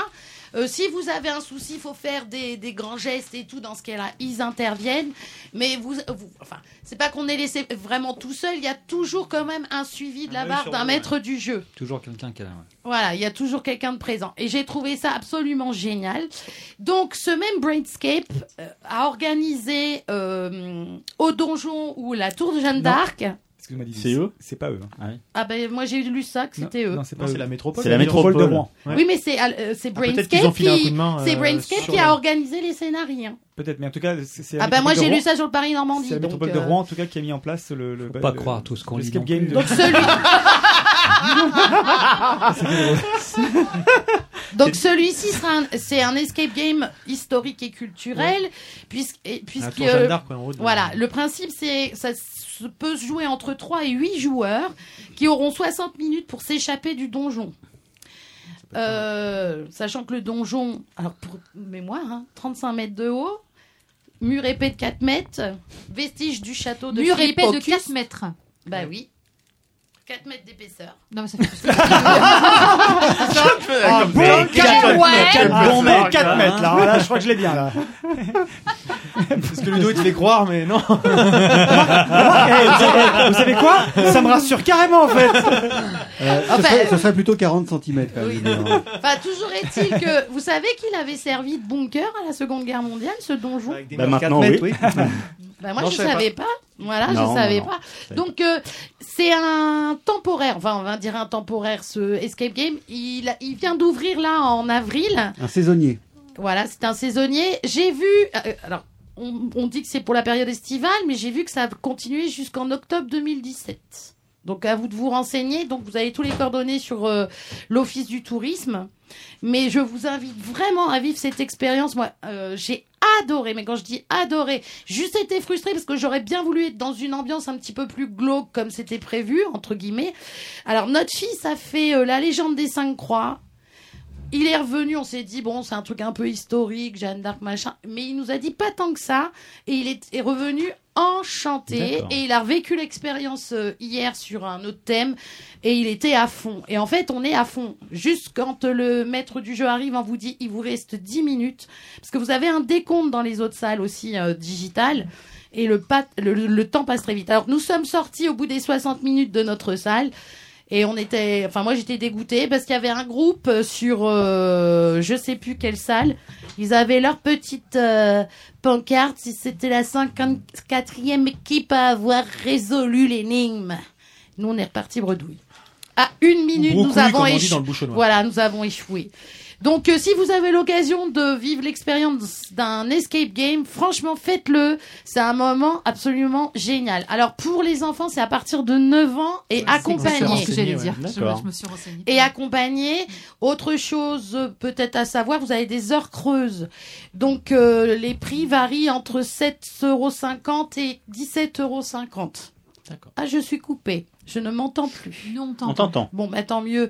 I: Euh, si vous avez un souci, il faut faire des, des grands gestes et tout. Dans ce cas-là, ils interviennent. Mais vous, vous enfin, c'est pas qu'on est laissé vraiment tout seul. Il y a toujours quand même un suivi de Ah la
F: œil
I: barre
F: sur
I: d'un
F: vous,
I: maître du jeu.
F: Toujours quelqu'un qui a. ouais.
I: Voilà, il y a toujours quelqu'un de présent. Et j'ai trouvé ça absolument génial. Donc, ce même Brainscape euh, a organisé euh, au donjon ou la tour de Jeanne
H: Non.
I: d'Arc.
H: Excuse-moi, Didier.
M: C'est eux
H: C'est pas eux. hein.
I: Ah ben moi j'ai lu ça que c'était eux.
H: Non, c'est pas
L: Non,
H: eux.
L: c'est la métropole.
H: C'est la métropole de Rouen.
I: Oui, mais c'est euh, c'est
H: Ah, peut-être
I: Brainscape
H: qu'ils ont
I: qui,
H: filé un coup de main,
I: c'est
H: euh,
I: Brainscape
H: sur
I: qui
H: le-
I: a organisé les scénarios. hein.
H: Peut-être, mais en tout cas, c'est c'est la
I: Ah ben moi
H: métropole
I: j'ai
H: de
I: lu
H: Rouen.
I: ça sur le Paris Normandie.
H: C'est la
I: donc,
H: métropole de
I: euh, <laughs>
H: Rouen, en tout cas, qui a mis en place le. le
F: pas
H: le-
F: croire tout ce qu'on lit
H: l'escape
F: non
H: game
F: plus.
H: de-
F: Donc
H: <laughs>
F: celui-
I: Donc celui-ci sera un- c'est un escape game historique et culturel puisque et- puisque
C: tour Jeanne d'Arc, ouais, en haut de-
I: voilà le principe c'est ça se peut se jouer entre 3 et 8 joueurs qui auront 60 minutes pour s'échapper du donjon. Euh, sachant que le donjon, alors pour mémoire, hein, 35 mètres de haut, mur épais de 4 mètres, vestige du château de
D: Mur
I: Philippe
D: épais de
I: Auguste.
D: 4 mètres.
I: Bah oui. 4 mètres d'épaisseur.
D: Non, mais ça
I: <laughs>
D: fait
H: Ah,
B: Comme
H: bon,
B: ça.
H: quatre mètres,
B: Ouais.
H: quatre
B: Ah,
H: bons
B: ça,
H: mètres, quatre
B: hein.
H: mètres, là. Alors là, je crois que je l'ai
C: <laughs>
H: bien, là.
L: Parce que Ludo, il te fait croire, mais
C: <laughs>
H: <laughs>
L: non.
C: Bah,
H: Eh, vous, savez, vous savez quoi Ça me rassure carrément, en fait.
E: Euh, ce,
I: Enfin,
E: serait,
I: euh,
E: ce serait plutôt 40 cm quand même. hein.
I: Enfin, toujours est-il que vous savez qu'il avait servi de bunker à la Seconde Guerre mondiale, ce donjon.
M: Bah, maintenant, oui.
I: Bah, moi,
M: Non,
I: je
M: je savais
I: savais
M: pas.
I: pas. Voilà,
M: Non, non,
I: je savais
M: non.
I: pas.
M: Je savais
I: Donc, euh, c'est un temporaire. Enfin, on va dire un temporaire. Ce escape game, il, il vient d'ouvrir là en avril.
E: Un saisonnier.
I: Voilà, c'est un saisonnier. J'ai vu. euh, alors, on, on dit que c'est pour la période estivale, mais j'ai vu que ça a continué jusqu'en octobre 2017. Donc, à vous de vous renseigner. Donc, vous avez tous les coordonnées sur euh, l'Office du tourisme. Mais je vous invite vraiment à vivre cette expérience. Moi, euh, j'ai adoré. Mais quand je dis adoré, juste été frustrée parce que j'aurais bien voulu être dans une ambiance un petit peu plus glauque comme c'était prévu, entre guillemets. Alors, notre fils a fait euh, la légende des cinq croix. Il est revenu, on s'est dit, bon, c'est un truc un peu historique, Jeanne d'Arc, machin. Mais il nous a dit pas tant que ça. Et il est, est revenu enchanté.
Q: D'accord.
I: Et il a vécu l'expérience euh, hier sur un autre thème. Et il était à fond. Et en fait, on est à fond. Juste quand le maître du jeu arrive, on vous dit, il vous reste 10 minutes. Parce que vous avez un décompte dans les autres salles aussi euh, digitales. Et le, pat- le, le temps passe très vite. Alors, nous sommes sortis au bout des 60 minutes de notre salle. Et on était, enfin moi j'étais dégoûtée parce qu'il y avait un groupe euh, sur euh, je sais plus quelle salle. Ils avaient leur petite euh, pancarte si c'était la 54e équipe à avoir résolu l'énigme. Nous on est reparti bredouille. À une minute
C: Ou
I: nous
C: brocoli,
I: avons
C: comme on dit
I: échou-
C: dans le bouchonnois.
I: Voilà, nous avons échoué. Donc euh, si vous avez l'occasion de vivre l'expérience d'un escape game, franchement faites-le. C'est un moment absolument génial. Alors pour les enfants, c'est à partir de 9 ans et accompagné.
D: C'est ce que j'allais dire. Je me-
M: D'accord.
D: je me suis renseignée.
I: Et accompagné. Autre chose euh, peut-être à savoir, vous avez des heures creuses. Donc euh, les prix varient entre 7,50€ et 17,50€. D'accord. Ah, je suis coupée. Je ne m'entends plus.
D: Non,
M: On t'entend.
I: Bon, bah, tant mieux.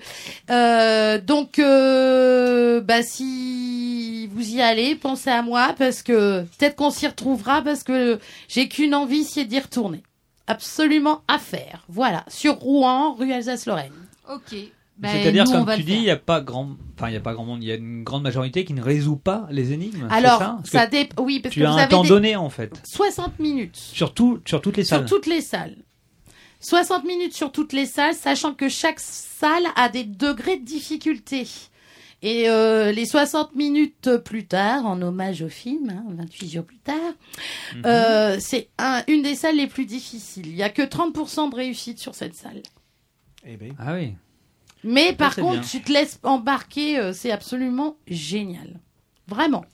I: Euh, donc, euh, bah, si vous y allez, pensez à moi parce que peut-être qu'on s'y retrouvera parce que j'ai qu'une envie, c'est d'y retourner. Absolument à faire. Voilà. Sur Rouen, rue Alsace-Lorraine.
D: Ok. Ben,
F: C'est-à-dire,
D: nous, on
F: comme
D: va
F: tu
D: le
F: dis,
D: faire.
F: il n'y a pas grand, enfin, il y a pas grand monde, il y a une grande majorité qui ne résout pas les énigmes. c'est
I: Alors,
F: ça, Parce
I: ça
F: que
I: dépend. Oui, parce
F: tu
I: que
F: as
I: vous
F: un
I: avez
F: temps
I: des-
F: donné en fait
I: 60 minutes
F: sur tout, sur toutes les
I: sur
F: salles.
I: toutes les salles. 60 minutes sur toutes les salles, sachant que chaque salle a des degrés de difficulté. Et euh, les 60 minutes plus tard, en hommage au film, hein, 28 jours plus tard,
F: Mhm.
I: euh, c'est un- une des salles les plus difficiles. Il n'y a que 30% de réussite sur cette salle.
F: Ah oui.
I: Mais
F: Ça,
I: par
F: c'est
I: contre,
F: bien.
I: tu te laisses embarquer, euh, c'est absolument génial. Vraiment.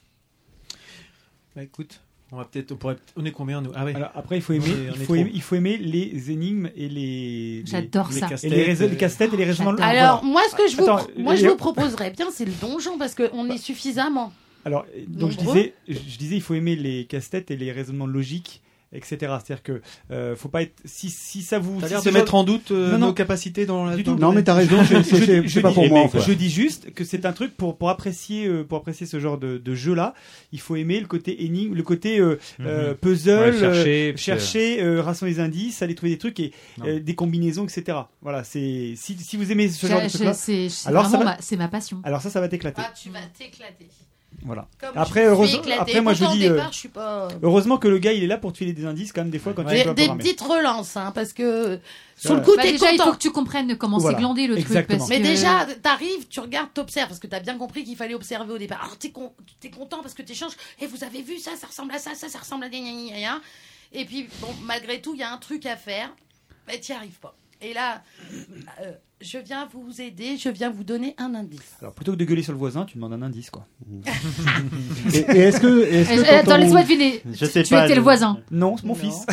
C: Bah écoute, on va peut-être, on, pourrait- on est combien nous Ah ouais.
H: Alors, après, il faut aimer,
C: On est- on
H: il
C: est
H: faut
C: trop.
H: aimer, il faut aimer les énigmes et les. les-
D: J'adore
H: les
D: ça.
H: casse-têtes, Et les résol- les casse-têtes et les raisonnements.
I: Alors, moi, ce que je vous,
H: Attends, euh,
I: moi, je
H: Léo-
I: vous proposerais bien, c'est le donjon, parce qu'on est suffisamment.
H: Alors, euh, donc je
I: Nombreux.
H: disais, je je disais, il faut aimer les casse-têtes et les raisonnements logiques, etc. C'est-à-dire que euh, faut pas être si si ça vous.
L: T'as
H: si
L: l'air
H: ce
L: de
H: genre-
L: mettre en doute, euh,
H: Non, non.
L: nos capacités dans la-
H: Du
L: dans
H: tout.
L: le Non, mais t'as raison,
H: Je-
L: c'est-
H: je-
L: c'est-
H: je
L: c'est pas
H: dis-
L: pour moi, en fait.
H: Je dis juste que c'est un truc pour pour apprécier euh, pour apprécier ce genre de, de jeu là, il faut aimer le côté énigme, le côté euh,
L: Mhm.
H: euh, puzzle,
F: Ouais, chercher,
H: euh,
F: puis,
H: chercher, euh, rassembler les indices, aller trouver des trucs et euh, des combinaisons, etc. Voilà, c'est si si vous aimez ce genre
D: J'ai-
H: de truc là,
D: j'ai- C'est c'est
H: alors ça
D: vraiment
H: va-
D: ma- c'est ma passion.
H: alors ça ça va t'éclater.
D: Ah,
I: tu vas t'éclater.
H: Voilà.
I: Comme
H: après,
I: je me suis
H: heureusement,
I: éclatée.
H: après, moi, je
I: Pourtant,
H: dis,
I: au départ,
H: euh,
I: je suis pas-
H: heureusement que le gars, il est là pour te filer des indices quand même des fois quand tu
I: Des,
H: es pas
I: des
H: programmé.
I: petites relances, hein, parce que sur
H: Voilà.
I: le coup,
D: Bah,
I: t'es
D: déjà, il
I: content.
D: faut que tu comprennes comment c'est
H: Voilà.
D: glandé le truc.
H: Exactement.
D: parce
I: Mais
D: que-
I: déjà, t'arrives, tu regardes, t'observes, parce que t'as bien compris qu'il fallait observer au départ. Alors, t'es con- t'es content parce que t'échanges. Et vous avez vu ça, ça ressemble à ça, ça, ça ressemble à rien. Et puis, bon, malgré tout, il y a un truc à faire. mais t'y arrives pas. Et là, euh, je viens vous aider, je viens vous donner un indice.
H: Alors plutôt que de gueuler sur le voisin, tu demandes un
D: <laughs>
H: indice quoi.
E: Et, et est-ce que. Est
D: Eh,
I: Euh,
D: attends, laisse-moi deviner. Je sais Tu pas, étais le je- voisin.
H: Non, c'est mon fils.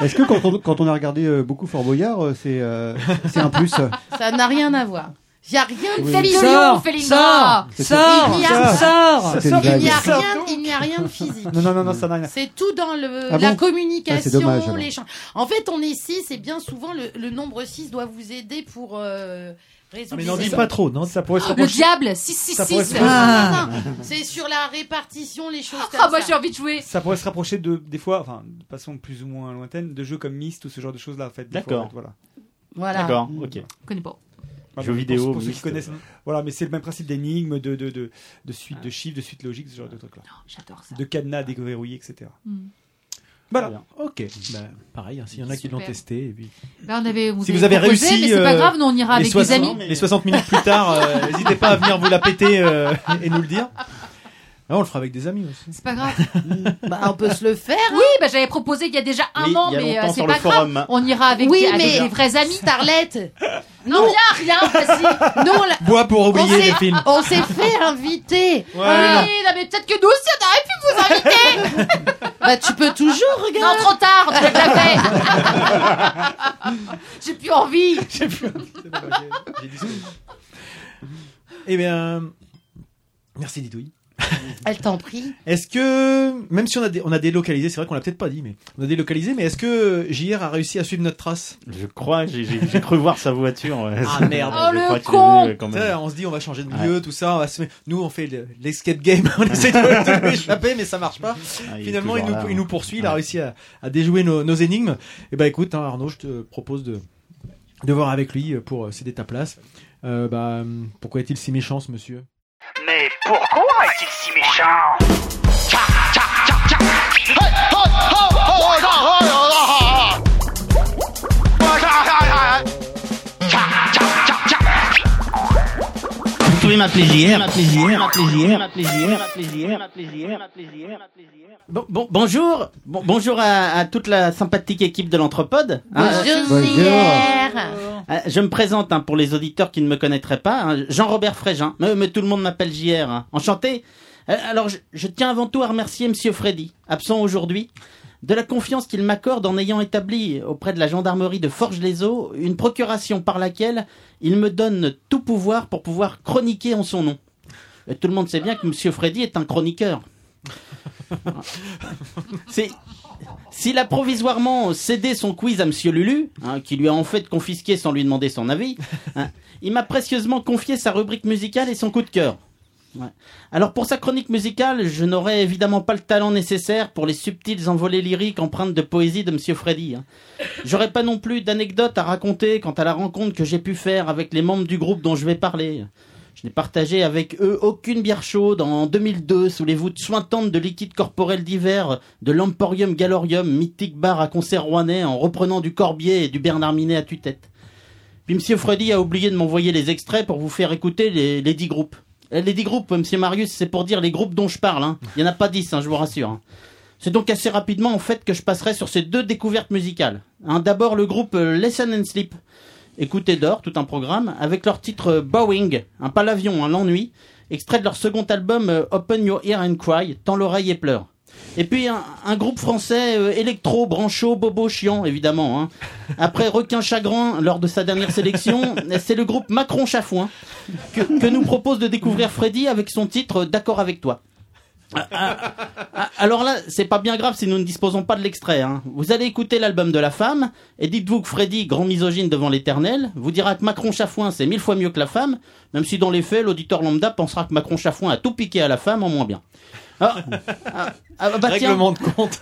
E: Est-ce que quand on, quand on a regardé euh, beaucoup Fort Boyard, euh, c'est euh, c'est un plus euh,
I: Ça n'a rien à voir. Il n'y a rien de
E: Oui.
I: physique.
E: Sors,
I: Félinda.
E: sors, sors,
I: Il n'y a-
E: sors.
I: Il
E: C'était une
I: n'y a
E: blague.
I: rien- Il n'y a rien de physique.
H: Non non non non, ça n'a rien.
I: C'est tout dans le, la
H: Ah bon Ah, c'est
I: communication,
H: dommage, alors.
I: les champs. En fait, on est 6 et bien souvent, le, le nombre 6 doit vous aider pour euh, résoudre. les équations.
H: non, ça pourrait se Ah,
I: Le
H: rapprocher.
I: diable, 666.
H: Ça pourrait se
I: Non,
H: rapprocher-
I: non, non, non. C'est sur la répartition, les choses comme
D: Ah,
I: ça.
D: moi j'ai envie de jouer.
H: Ça pourrait se rapprocher de des fois, enfin, de façon plus ou moins lointaine, de jeux comme Myst ou ce genre de choses là en fait. des fois,
M: D'accord.
H: en fait, Voilà.
I: Voilà.
M: D'accord, ok.
D: Mm. Je connais pas.
M: Jeux vidéo,
H: Pour, pour ceux qui
M: Myst,
H: connaissent.
M: euh.
H: Voilà, mais c'est le même principe d'énigmes, de, de, de, de suite de chiffres, de suite logique, ce genre de trucs là.
D: Ah. Oh, J'adore
H: De cadenas déverrouillés, etc.
D: Hmm.
H: Voilà.
C: Ok. Ben, pareil, hein, s'il y en a qui l'ont
D: Super.
C: testé. Et puis...
D: Ben, on avait- on
C: si
D: avait
C: vous avez
D: proposé,
C: réussi.
D: mais c'est pas
C: euh,
D: grave, nous, on ira
C: les
D: avec des
C: 60
D: amis.
C: Les 60 minutes plus tard, euh, n'hésitez pas à venir vous la péter euh, et nous le dire. Là, on le fera avec des amis aussi.
D: C'est pas grave.
I: <laughs> bah, on peut se le faire.
D: Oui, bah, j'avais proposé il y a déjà un
C: Oui,
D: an,
C: il y a
D: mais euh,
C: longtemps
D: c'est
C: sur
D: pas
C: le forum.
D: grave. On ira avec,
I: Oui,
D: des, avec
I: mais-
D: des vrais amis.
I: Starlette.
D: Non, rien, rien, vas-y.
I: Non, la-
C: Bois pour
I: on
C: oublier
I: s'est-
C: les films.
I: On s'est fait inviter.
D: Oui, non, mais peut-être que nous aussi, on aurait pu vous inviter.
H: <laughs>
I: Bah, tu peux toujours, regarde.
D: Non, trop tard, tu l'as déjà fait. J'ai
I: <laughs>
D: plus
H: <laughs>
D: envie.
C: Eh bien, merci Didouille.
I: <laughs> Elle t'en prie.
C: Est-ce que, même si on a, dé- on a délocalisé, c'est vrai qu'on l'a peut-être pas dit, mais on a délocalisé, mais est-ce que JR a réussi à suivre notre trace
M: Je crois, j'ai- j'ai j'ai cru voir sa voiture. ouais. <laughs>
C: Ah merde,
I: Oh,
M: Je crois qu'il est venu, euh, quand même.
C: Tu sais, On se dit on va changer de
M: Ouais.
C: lieu, tout ça. on va se- Nous on fait le- l'escape game, <laughs> on essaie de, de lui échapper, mais ça marche pas.
M: il est
C: Finalement il nous,
M: toujours là,
C: il
M: hein.
C: nous poursuit, il a réussi à, à déjouer nos, nos énigmes. Et bah écoute, hein, Arnaud, je te propose de, de voir avec lui pour euh, céder ta place. Euh, bah, pourquoi est-il si méchant ce monsieur
B: Mais pourquoi est-il si méchant
J: Vous pouvez m'appeler JR, m'appeler JR, m'appeler JR, m'appeler JR.
T: Bon, bon, bonjour, Bon- bonjour à, à toute la sympathique équipe de l'Anthropode. Hein, euh,
H: Oh.
T: euh, je me présente hein, pour les auditeurs qui ne me connaîtraient pas, hein, Jean-Robert Frégin, mais, mais tout le monde m'appelle JR. hein. Enchanté. Euh, Alors, je, je tiens avant tout à remercier Monsieur Freddy, absent aujourd'hui, de la confiance qu'il m'accorde en ayant établi auprès de la gendarmerie de Forges-les-Eaux une procuration par laquelle il me donne tout pouvoir pour pouvoir chroniquer en son nom. Et tout le monde sait bien que Monsieur Freddy est un chroniqueur. C'est s'il a provisoirement cédé son quiz à Monsieur Lulu, hein, qui lui a en fait confisqué sans lui demander son avis, hein, il m'a précieusement confié sa rubrique musicale et son coup de cœur. Ouais. Alors pour sa chronique musicale, je n'aurais évidemment pas le talent nécessaire pour les subtiles envolées lyriques empreintes de poésie de Monsieur Freddy. hein. J'aurais pas non plus d'anecdotes à raconter quant à la rencontre que j'ai pu faire avec les membres du groupe dont je vais parler. Je n'ai partagé avec eux aucune bière chaude en 2002 sous les voûtes sointantes de liquides corporels divers de l'Emporium Gallorium, mythique bar à concert rouennais en reprenant du Corbier et du Bernard Minet à tue-tête. Puis Monsieur Freddy a oublié de m'envoyer les extraits pour vous faire écouter les, les dix groupes. Euh, Les dix groupes, Monsieur Marius, c'est pour dire les groupes dont je parle. hein. Il n'y en a pas dix, hein, je vous rassure. hein. C'est donc assez rapidement en fait que je passerai sur ces deux découvertes musicales. Hein, D'abord le groupe euh, Lesson and Sleep. Écoutez d'or, tout un programme, avec leur titre euh, Boeing, un pas l'avion, un l'ennui, extrait de leur second album euh, Open Your Ear and Cry, tant l'oreille et pleure. Et puis un, un groupe français euh, électro, brancho, bobo, chiant, évidemment. hein. Après Requin Chagrin, lors de sa dernière sélection, <laughs> c'est le groupe Macron Chafouin que, que nous propose de découvrir Freddy avec son titre euh, D'accord avec toi. Ah, Alors là, c'est pas bien grave si nous ne disposons pas de l'extrait. hein. Vous allez écouter l'album de la femme, et dites-vous que Freddy, grand misogyne devant l'éternel, vous dira que Macron Chafouin c'est mille fois mieux que la femme, même si dans les faits, l'auditeur lambda pensera que Macron Chafouin a tout piqué à la femme en moins bien. Ah, ah, ah, bah, tiens.
C: Règlement de compte.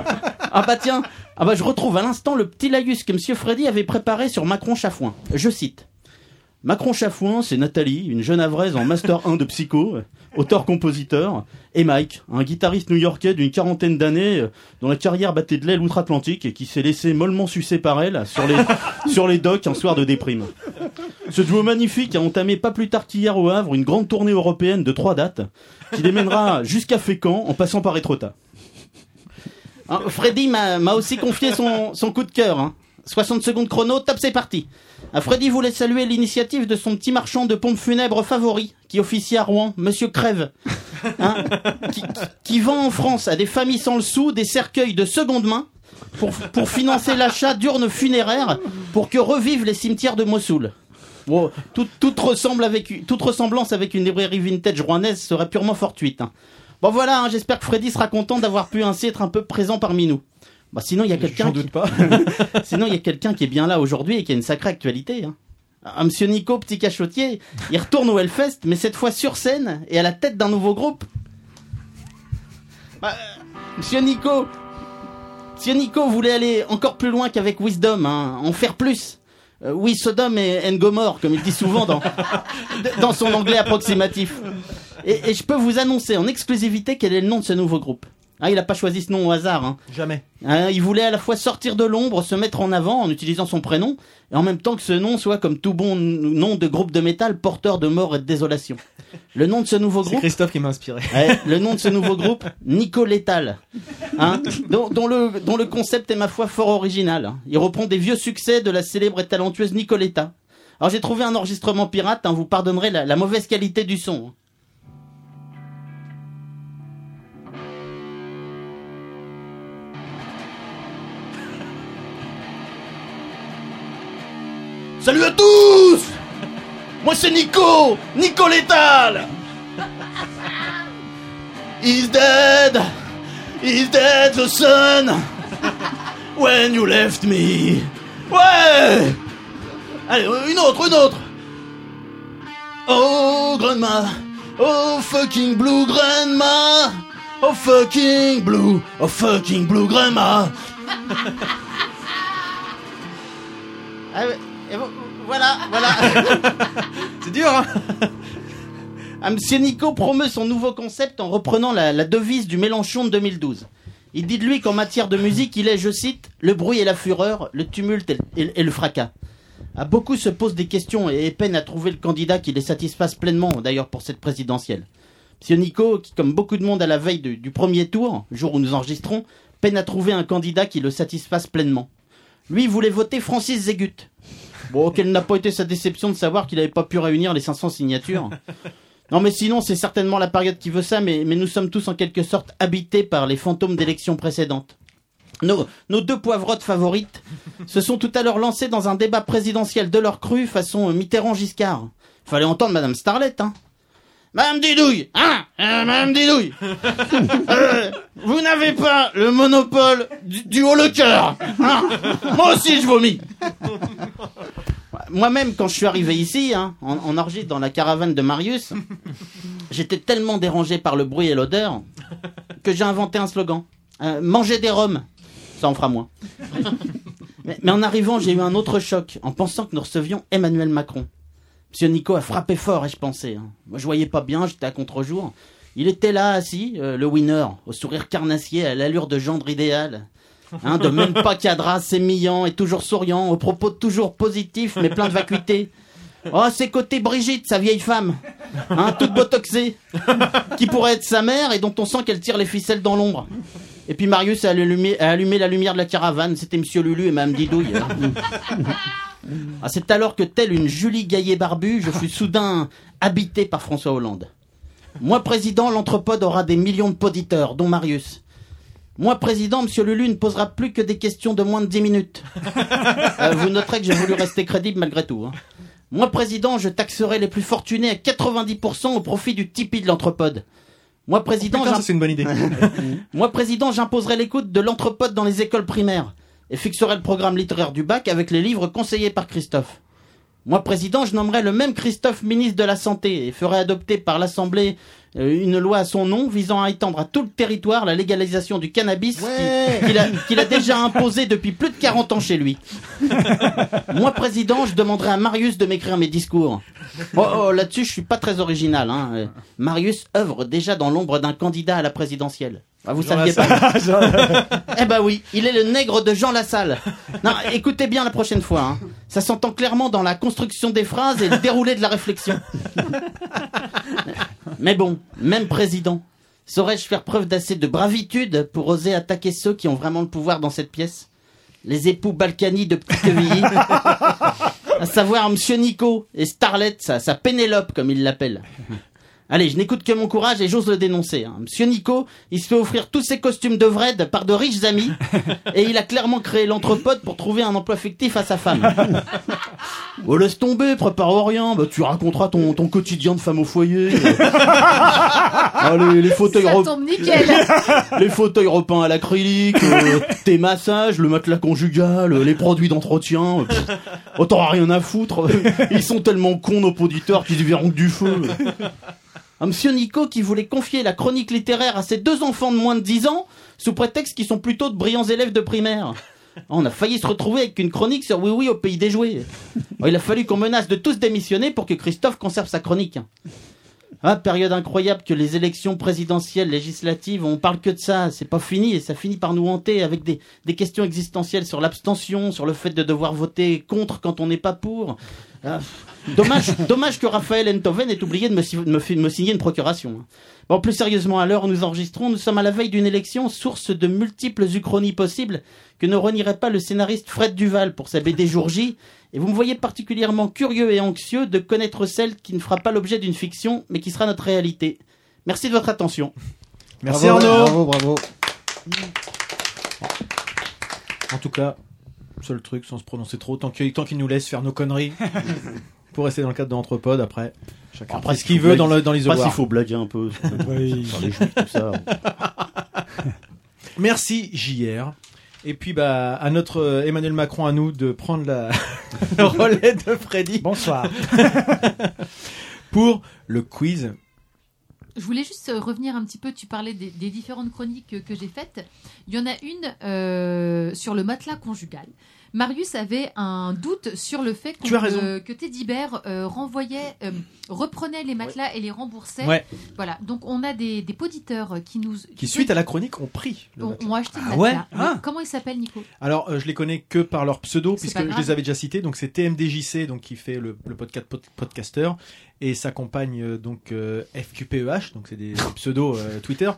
T: <laughs> ah bah tiens, ah bah je retrouve à l'instant le petit laïus que Monsieur Freddy avait préparé sur Macron Chafouin. Je cite. Macron Chafouin, c'est Nathalie, une jeune avraise en Master 1 de psycho, euh, auteur-compositeur, et Mike, un guitariste new-yorkais d'une quarantaine d'années, euh, dont la carrière battait de l'aile outre-Atlantique et qui s'est laissé mollement sucer par elle sur les, sur les docks un soir de déprime. Ce duo magnifique a entamé pas plus tard qu'hier au Havre une grande tournée européenne de trois dates, qui les mènera jusqu'à Fécamp en passant par Étretat. Hein, Freddy m'a m'a aussi confié son, son coup de cœur. hein. 60 secondes chrono, top, c'est parti. Ah, Freddy voulait saluer l'initiative de son petit marchand de pompes funèbres favori, qui officie à Rouen, Monsieur Crève, Hein, qui, qui- qui vend en France à des familles sans le sou des cercueils de seconde main pour, pour financer l'achat d'urnes funéraires pour que revivent les cimetières de Mossoul. Wow, Toute, toute ressemble avec- toute ressemblance avec une librairie vintage rouennaise serait purement fortuite. hein. Bon voilà, hein, j'espère que Freddy sera content d'avoir pu ainsi être un peu présent parmi nous. Bah, sinon, il y a quelqu'un. Qui... <laughs> sinon, il y a quelqu'un qui est bien là aujourd'hui et qui a une sacrée actualité. hein. Ah, Monsieur Nico, petit cachotier, il retourne au Hellfest, mais cette fois sur scène et à la tête d'un nouveau groupe. Bah, euh, Monsieur Nico, Monsieur Nico voulait aller encore plus loin qu'avec Wisdom, hein, en faire plus. Euh, oui, Sodome et and Gomorrhe, comme il dit souvent dans, <laughs> dans son anglais approximatif. Et, et je peux vous annoncer en exclusivité quel est le nom de ce nouveau groupe. Ah, il n'a pas choisi ce nom au hasard. hein.
C: Jamais.
T: Hein, il voulait à la fois sortir de l'ombre, se mettre en avant en utilisant son prénom, et en même temps que ce nom soit comme tout bon n- nom de groupe de métal porteur de mort et de désolation. Le nom de ce nouveau groupe. Christophe qui m'a inspiré. le nom de ce nouveau groupe, Nico Létal, hein, dont, dont le, dont le concept est ma foi fort original. hein. Il reprend des vieux succès de la célèbre et talentueuse Nicoletta. Alors j'ai trouvé un enregistrement pirate, hein, vous pardonnerez la, la mauvaise qualité du son. Salut à tous Moi c'est Nico Nico Létal
B: He's dead. He's dead, the sun. When you left me. Ouais. Allez, une autre, une autre. Oh, grandma. Oh, fucking blue, grandma. Oh, fucking blue. Oh, fucking blue, grandma.
T: Ah ouais, et vo- voilà, voilà. <laughs> C'est dur, hein <laughs> Ah, Monsieur Nico promeut son nouveau concept en reprenant la, la devise du Mélenchon de 2012. Il dit de lui qu'en matière de musique, il est, je cite, le bruit et la fureur, le tumulte et, le- et le fracas. Ah, beaucoup se posent des questions et, et peinent à trouver le candidat qui les satisfasse pleinement, d'ailleurs, pour cette présidentielle. Monsieur Nico, qui, comme beaucoup de monde à la veille du, du premier tour, jour où nous enregistrons, peine à trouver un candidat qui le satisfasse pleinement. Lui, il voulait voter Francis Zégut. Bon, quelle n'a pas été sa déception de savoir qu'il n'avait pas pu réunir les 500 signatures. Non, mais sinon, c'est certainement la période qui veut ça, mais, mais nous sommes tous en quelque sorte habités par les fantômes d'élections précédentes. Nos, nos deux poivrottes favorites se sont tout à l'heure lancées dans un débat présidentiel de leur cru façon euh, Mitterrand-Giscard. Fallait entendre Madame Starlette, hein. Madame Didouille, hein Euh, Madame Didouille Euh, Vous n'avez pas le monopole du, du haut le cœur hein Moi aussi, je vomis Moi-même, quand je suis arrivé ici, hein, en, en argile dans la caravane de Marius, j'étais tellement dérangé par le bruit et l'odeur que j'ai inventé un slogan. Euh, manger des roms. Ça en fera moins. Mais, mais en arrivant, j'ai eu un autre choc en pensant que nous recevions Emmanuel Macron. Monsieur Nico a frappé fort, et je pensais. hein. Moi, je voyais pas bien, j'étais à contre-jour. Il était là, assis, euh, le winner, au sourire carnassier, à l'allure de gendre idéal. Hein, de même pas cadra, sémillant et toujours souriant, aux propos toujours positifs mais plein de vacuité. Oh, c'est côté Brigitte, sa vieille femme, hein, toute botoxée, qui pourrait être sa mère et dont on sent qu'elle tire les ficelles dans l'ombre. Et puis Marius a allumé, a allumé la lumière de la caravane, c'était Monsieur Lulu et Madame Didouille. hein. Ah, c'est alors que, telle une Julie Gaillet barbue, je fus soudain habité par François Hollande. Moi président, l'entrepode aura des millions de poditeurs, dont Marius. Moi président, Monsieur Lulu ne posera plus que des questions de moins de 10 minutes. Euh, vous noterez que j'ai voulu rester crédible malgré tout. hein. Moi président, je taxerai les plus fortunés à 90% au profit du Tipeee de l'entrepode. Moi président,
L: Oh, putain,
T: j'im-
L: ça, c'est une bonne
T: <laughs>
L: idée.
T: Moi président, j'imposerai l'écoute de l'entrepode dans les écoles primaires et fixerai le programme littéraire du bac avec les livres conseillés par Christophe. Moi, président, je nommerai le même Christophe ministre de la Santé et ferai adopter par l'Assemblée euh, une loi à son nom visant à étendre à tout le territoire la légalisation du cannabis qui- qu'il a, qu'il a déjà imposé depuis plus de 40 ans chez lui. Moi, président, je demanderai à Marius de m'écrire mes discours. Oh, oh, là-dessus, je suis pas très original. hein. Euh, Marius œuvre déjà dans l'ombre d'un candidat à la présidentielle. Ah, vous
B: Jean
T: saviez pas
B: Lassalle. <laughs> Jean
T: eh ben oui, il est le nègre de Jean Lassalle. Non, écoutez bien la prochaine fois. hein. Ça s'entend clairement dans la construction des phrases et le déroulé de la réflexion. Mais bon, même président. Saurais-je faire preuve d'assez de bravitude pour oser attaquer ceux qui ont vraiment le pouvoir dans cette pièce Les époux Balkany de
B: <laughs>
T: Petit-Quevilly, à savoir Monsieur Nico et Starlet, sa, sa Pénélope comme ils l'appellent. Allez, je n'écoute que mon courage et j'ose le dénoncer. hein. Monsieur Nico, il se fait offrir tous ses costumes de Vred par de riches amis et il a clairement créé l'entrepote pour trouver un emploi fictif à sa femme. Oh, laisse tomber, prépare rien. Bah, tu raconteras ton, ton quotidien de femme
D: <laughs>
T: au foyer. Ah, les, les fauteuils
D: Ça
T: rep-
D: tombe nickel.
T: <laughs> les fauteuils repeints à l'acrylique, euh, tes massages, le matelas conjugal, euh, les produits d'entretien. euh, pff, oh, t'auras rien à foutre. Ils sont tellement cons, nos auditeurs, qu'ils y verront que du feu. Un monsieur Nico qui voulait confier la chronique littéraire à ses deux enfants de moins de 10 ans, sous prétexte qu'ils sont plutôt de brillants élèves de primaire. Ah, On a failli se retrouver avec une chronique sur Oui Oui au pays des jouets. Oh, Il a fallu qu'on menace de tous démissionner pour que Christophe conserve sa chronique. Ah, période incroyable que les élections présidentielles, législatives, on parle que de ça, c'est pas fini et ça finit par nous hanter avec des, des questions existentielles sur l'abstention, sur le fait de devoir voter contre quand on n'est pas pour. Ah, dommage, <laughs> dommage que Raphaël Entoven ait oublié de me, si- de me fi- me signer une procuration. hein. Bon, plus sérieusement, à l'heure où nous enregistrons, nous sommes à la veille d'une élection source de multiples uchronies possibles que ne renierait pas le scénariste Fred Duval pour sa BD Jour J. Et vous me voyez particulièrement curieux et anxieux de connaître celle qui ne fera pas l'objet d'une fiction, mais qui sera notre réalité. Merci de votre attention.
C: Merci, Bravo, Arnaud.
E: Oh,
C: bravo, En tout cas, seul truc, sans se prononcer trop, tant qu'il tant qu'il nous laisse faire nos conneries, pour rester dans le cadre de l'entrepode, après, chacun
M: Après,
C: fait ce qu'il veut dans, le, dans l'isoloir.
M: Pas s'il faut blaguer
C: <laughs>
M: un peu. sur- sur les juifs, tout ça.
C: Merci JR. Et puis bah à notre euh, Emmanuel Macron à nous de prendre la <laughs> le relais de Freddy. Bonsoir. <laughs> Pour le quiz.
D: Je voulais juste euh, revenir un petit peu, tu parlais des, des différentes chroniques euh, que, j'ai faites. Il y en a une euh, sur le matelas conjugal. Marius avait un doute sur le fait qu'on-
C: Tu as raison.
D: euh, que Teddy Bear euh, renvoyait, euh, reprenait les matelas et les remboursait.
C: Ouais.
D: Voilà, donc on a des, des poditeurs qui nous...
C: Qui suite à la chronique ont pris. le
D: ont,
C: matelas.
D: ont acheté le
C: Ah
D: matelas.
C: ouais
D: Oui.
C: Ah.
D: Comment il s'appelle, Nico
C: Alors euh, je les connais que par leur pseudo
D: C'est
C: puisque
D: pas
C: je
D: grave.
C: les avais déjà cités. Donc c'est TMDJC donc qui fait le, le podcast pod- podcaster et sa compagne euh, donc euh, FQPEH donc c'est des pseudos euh, Twitter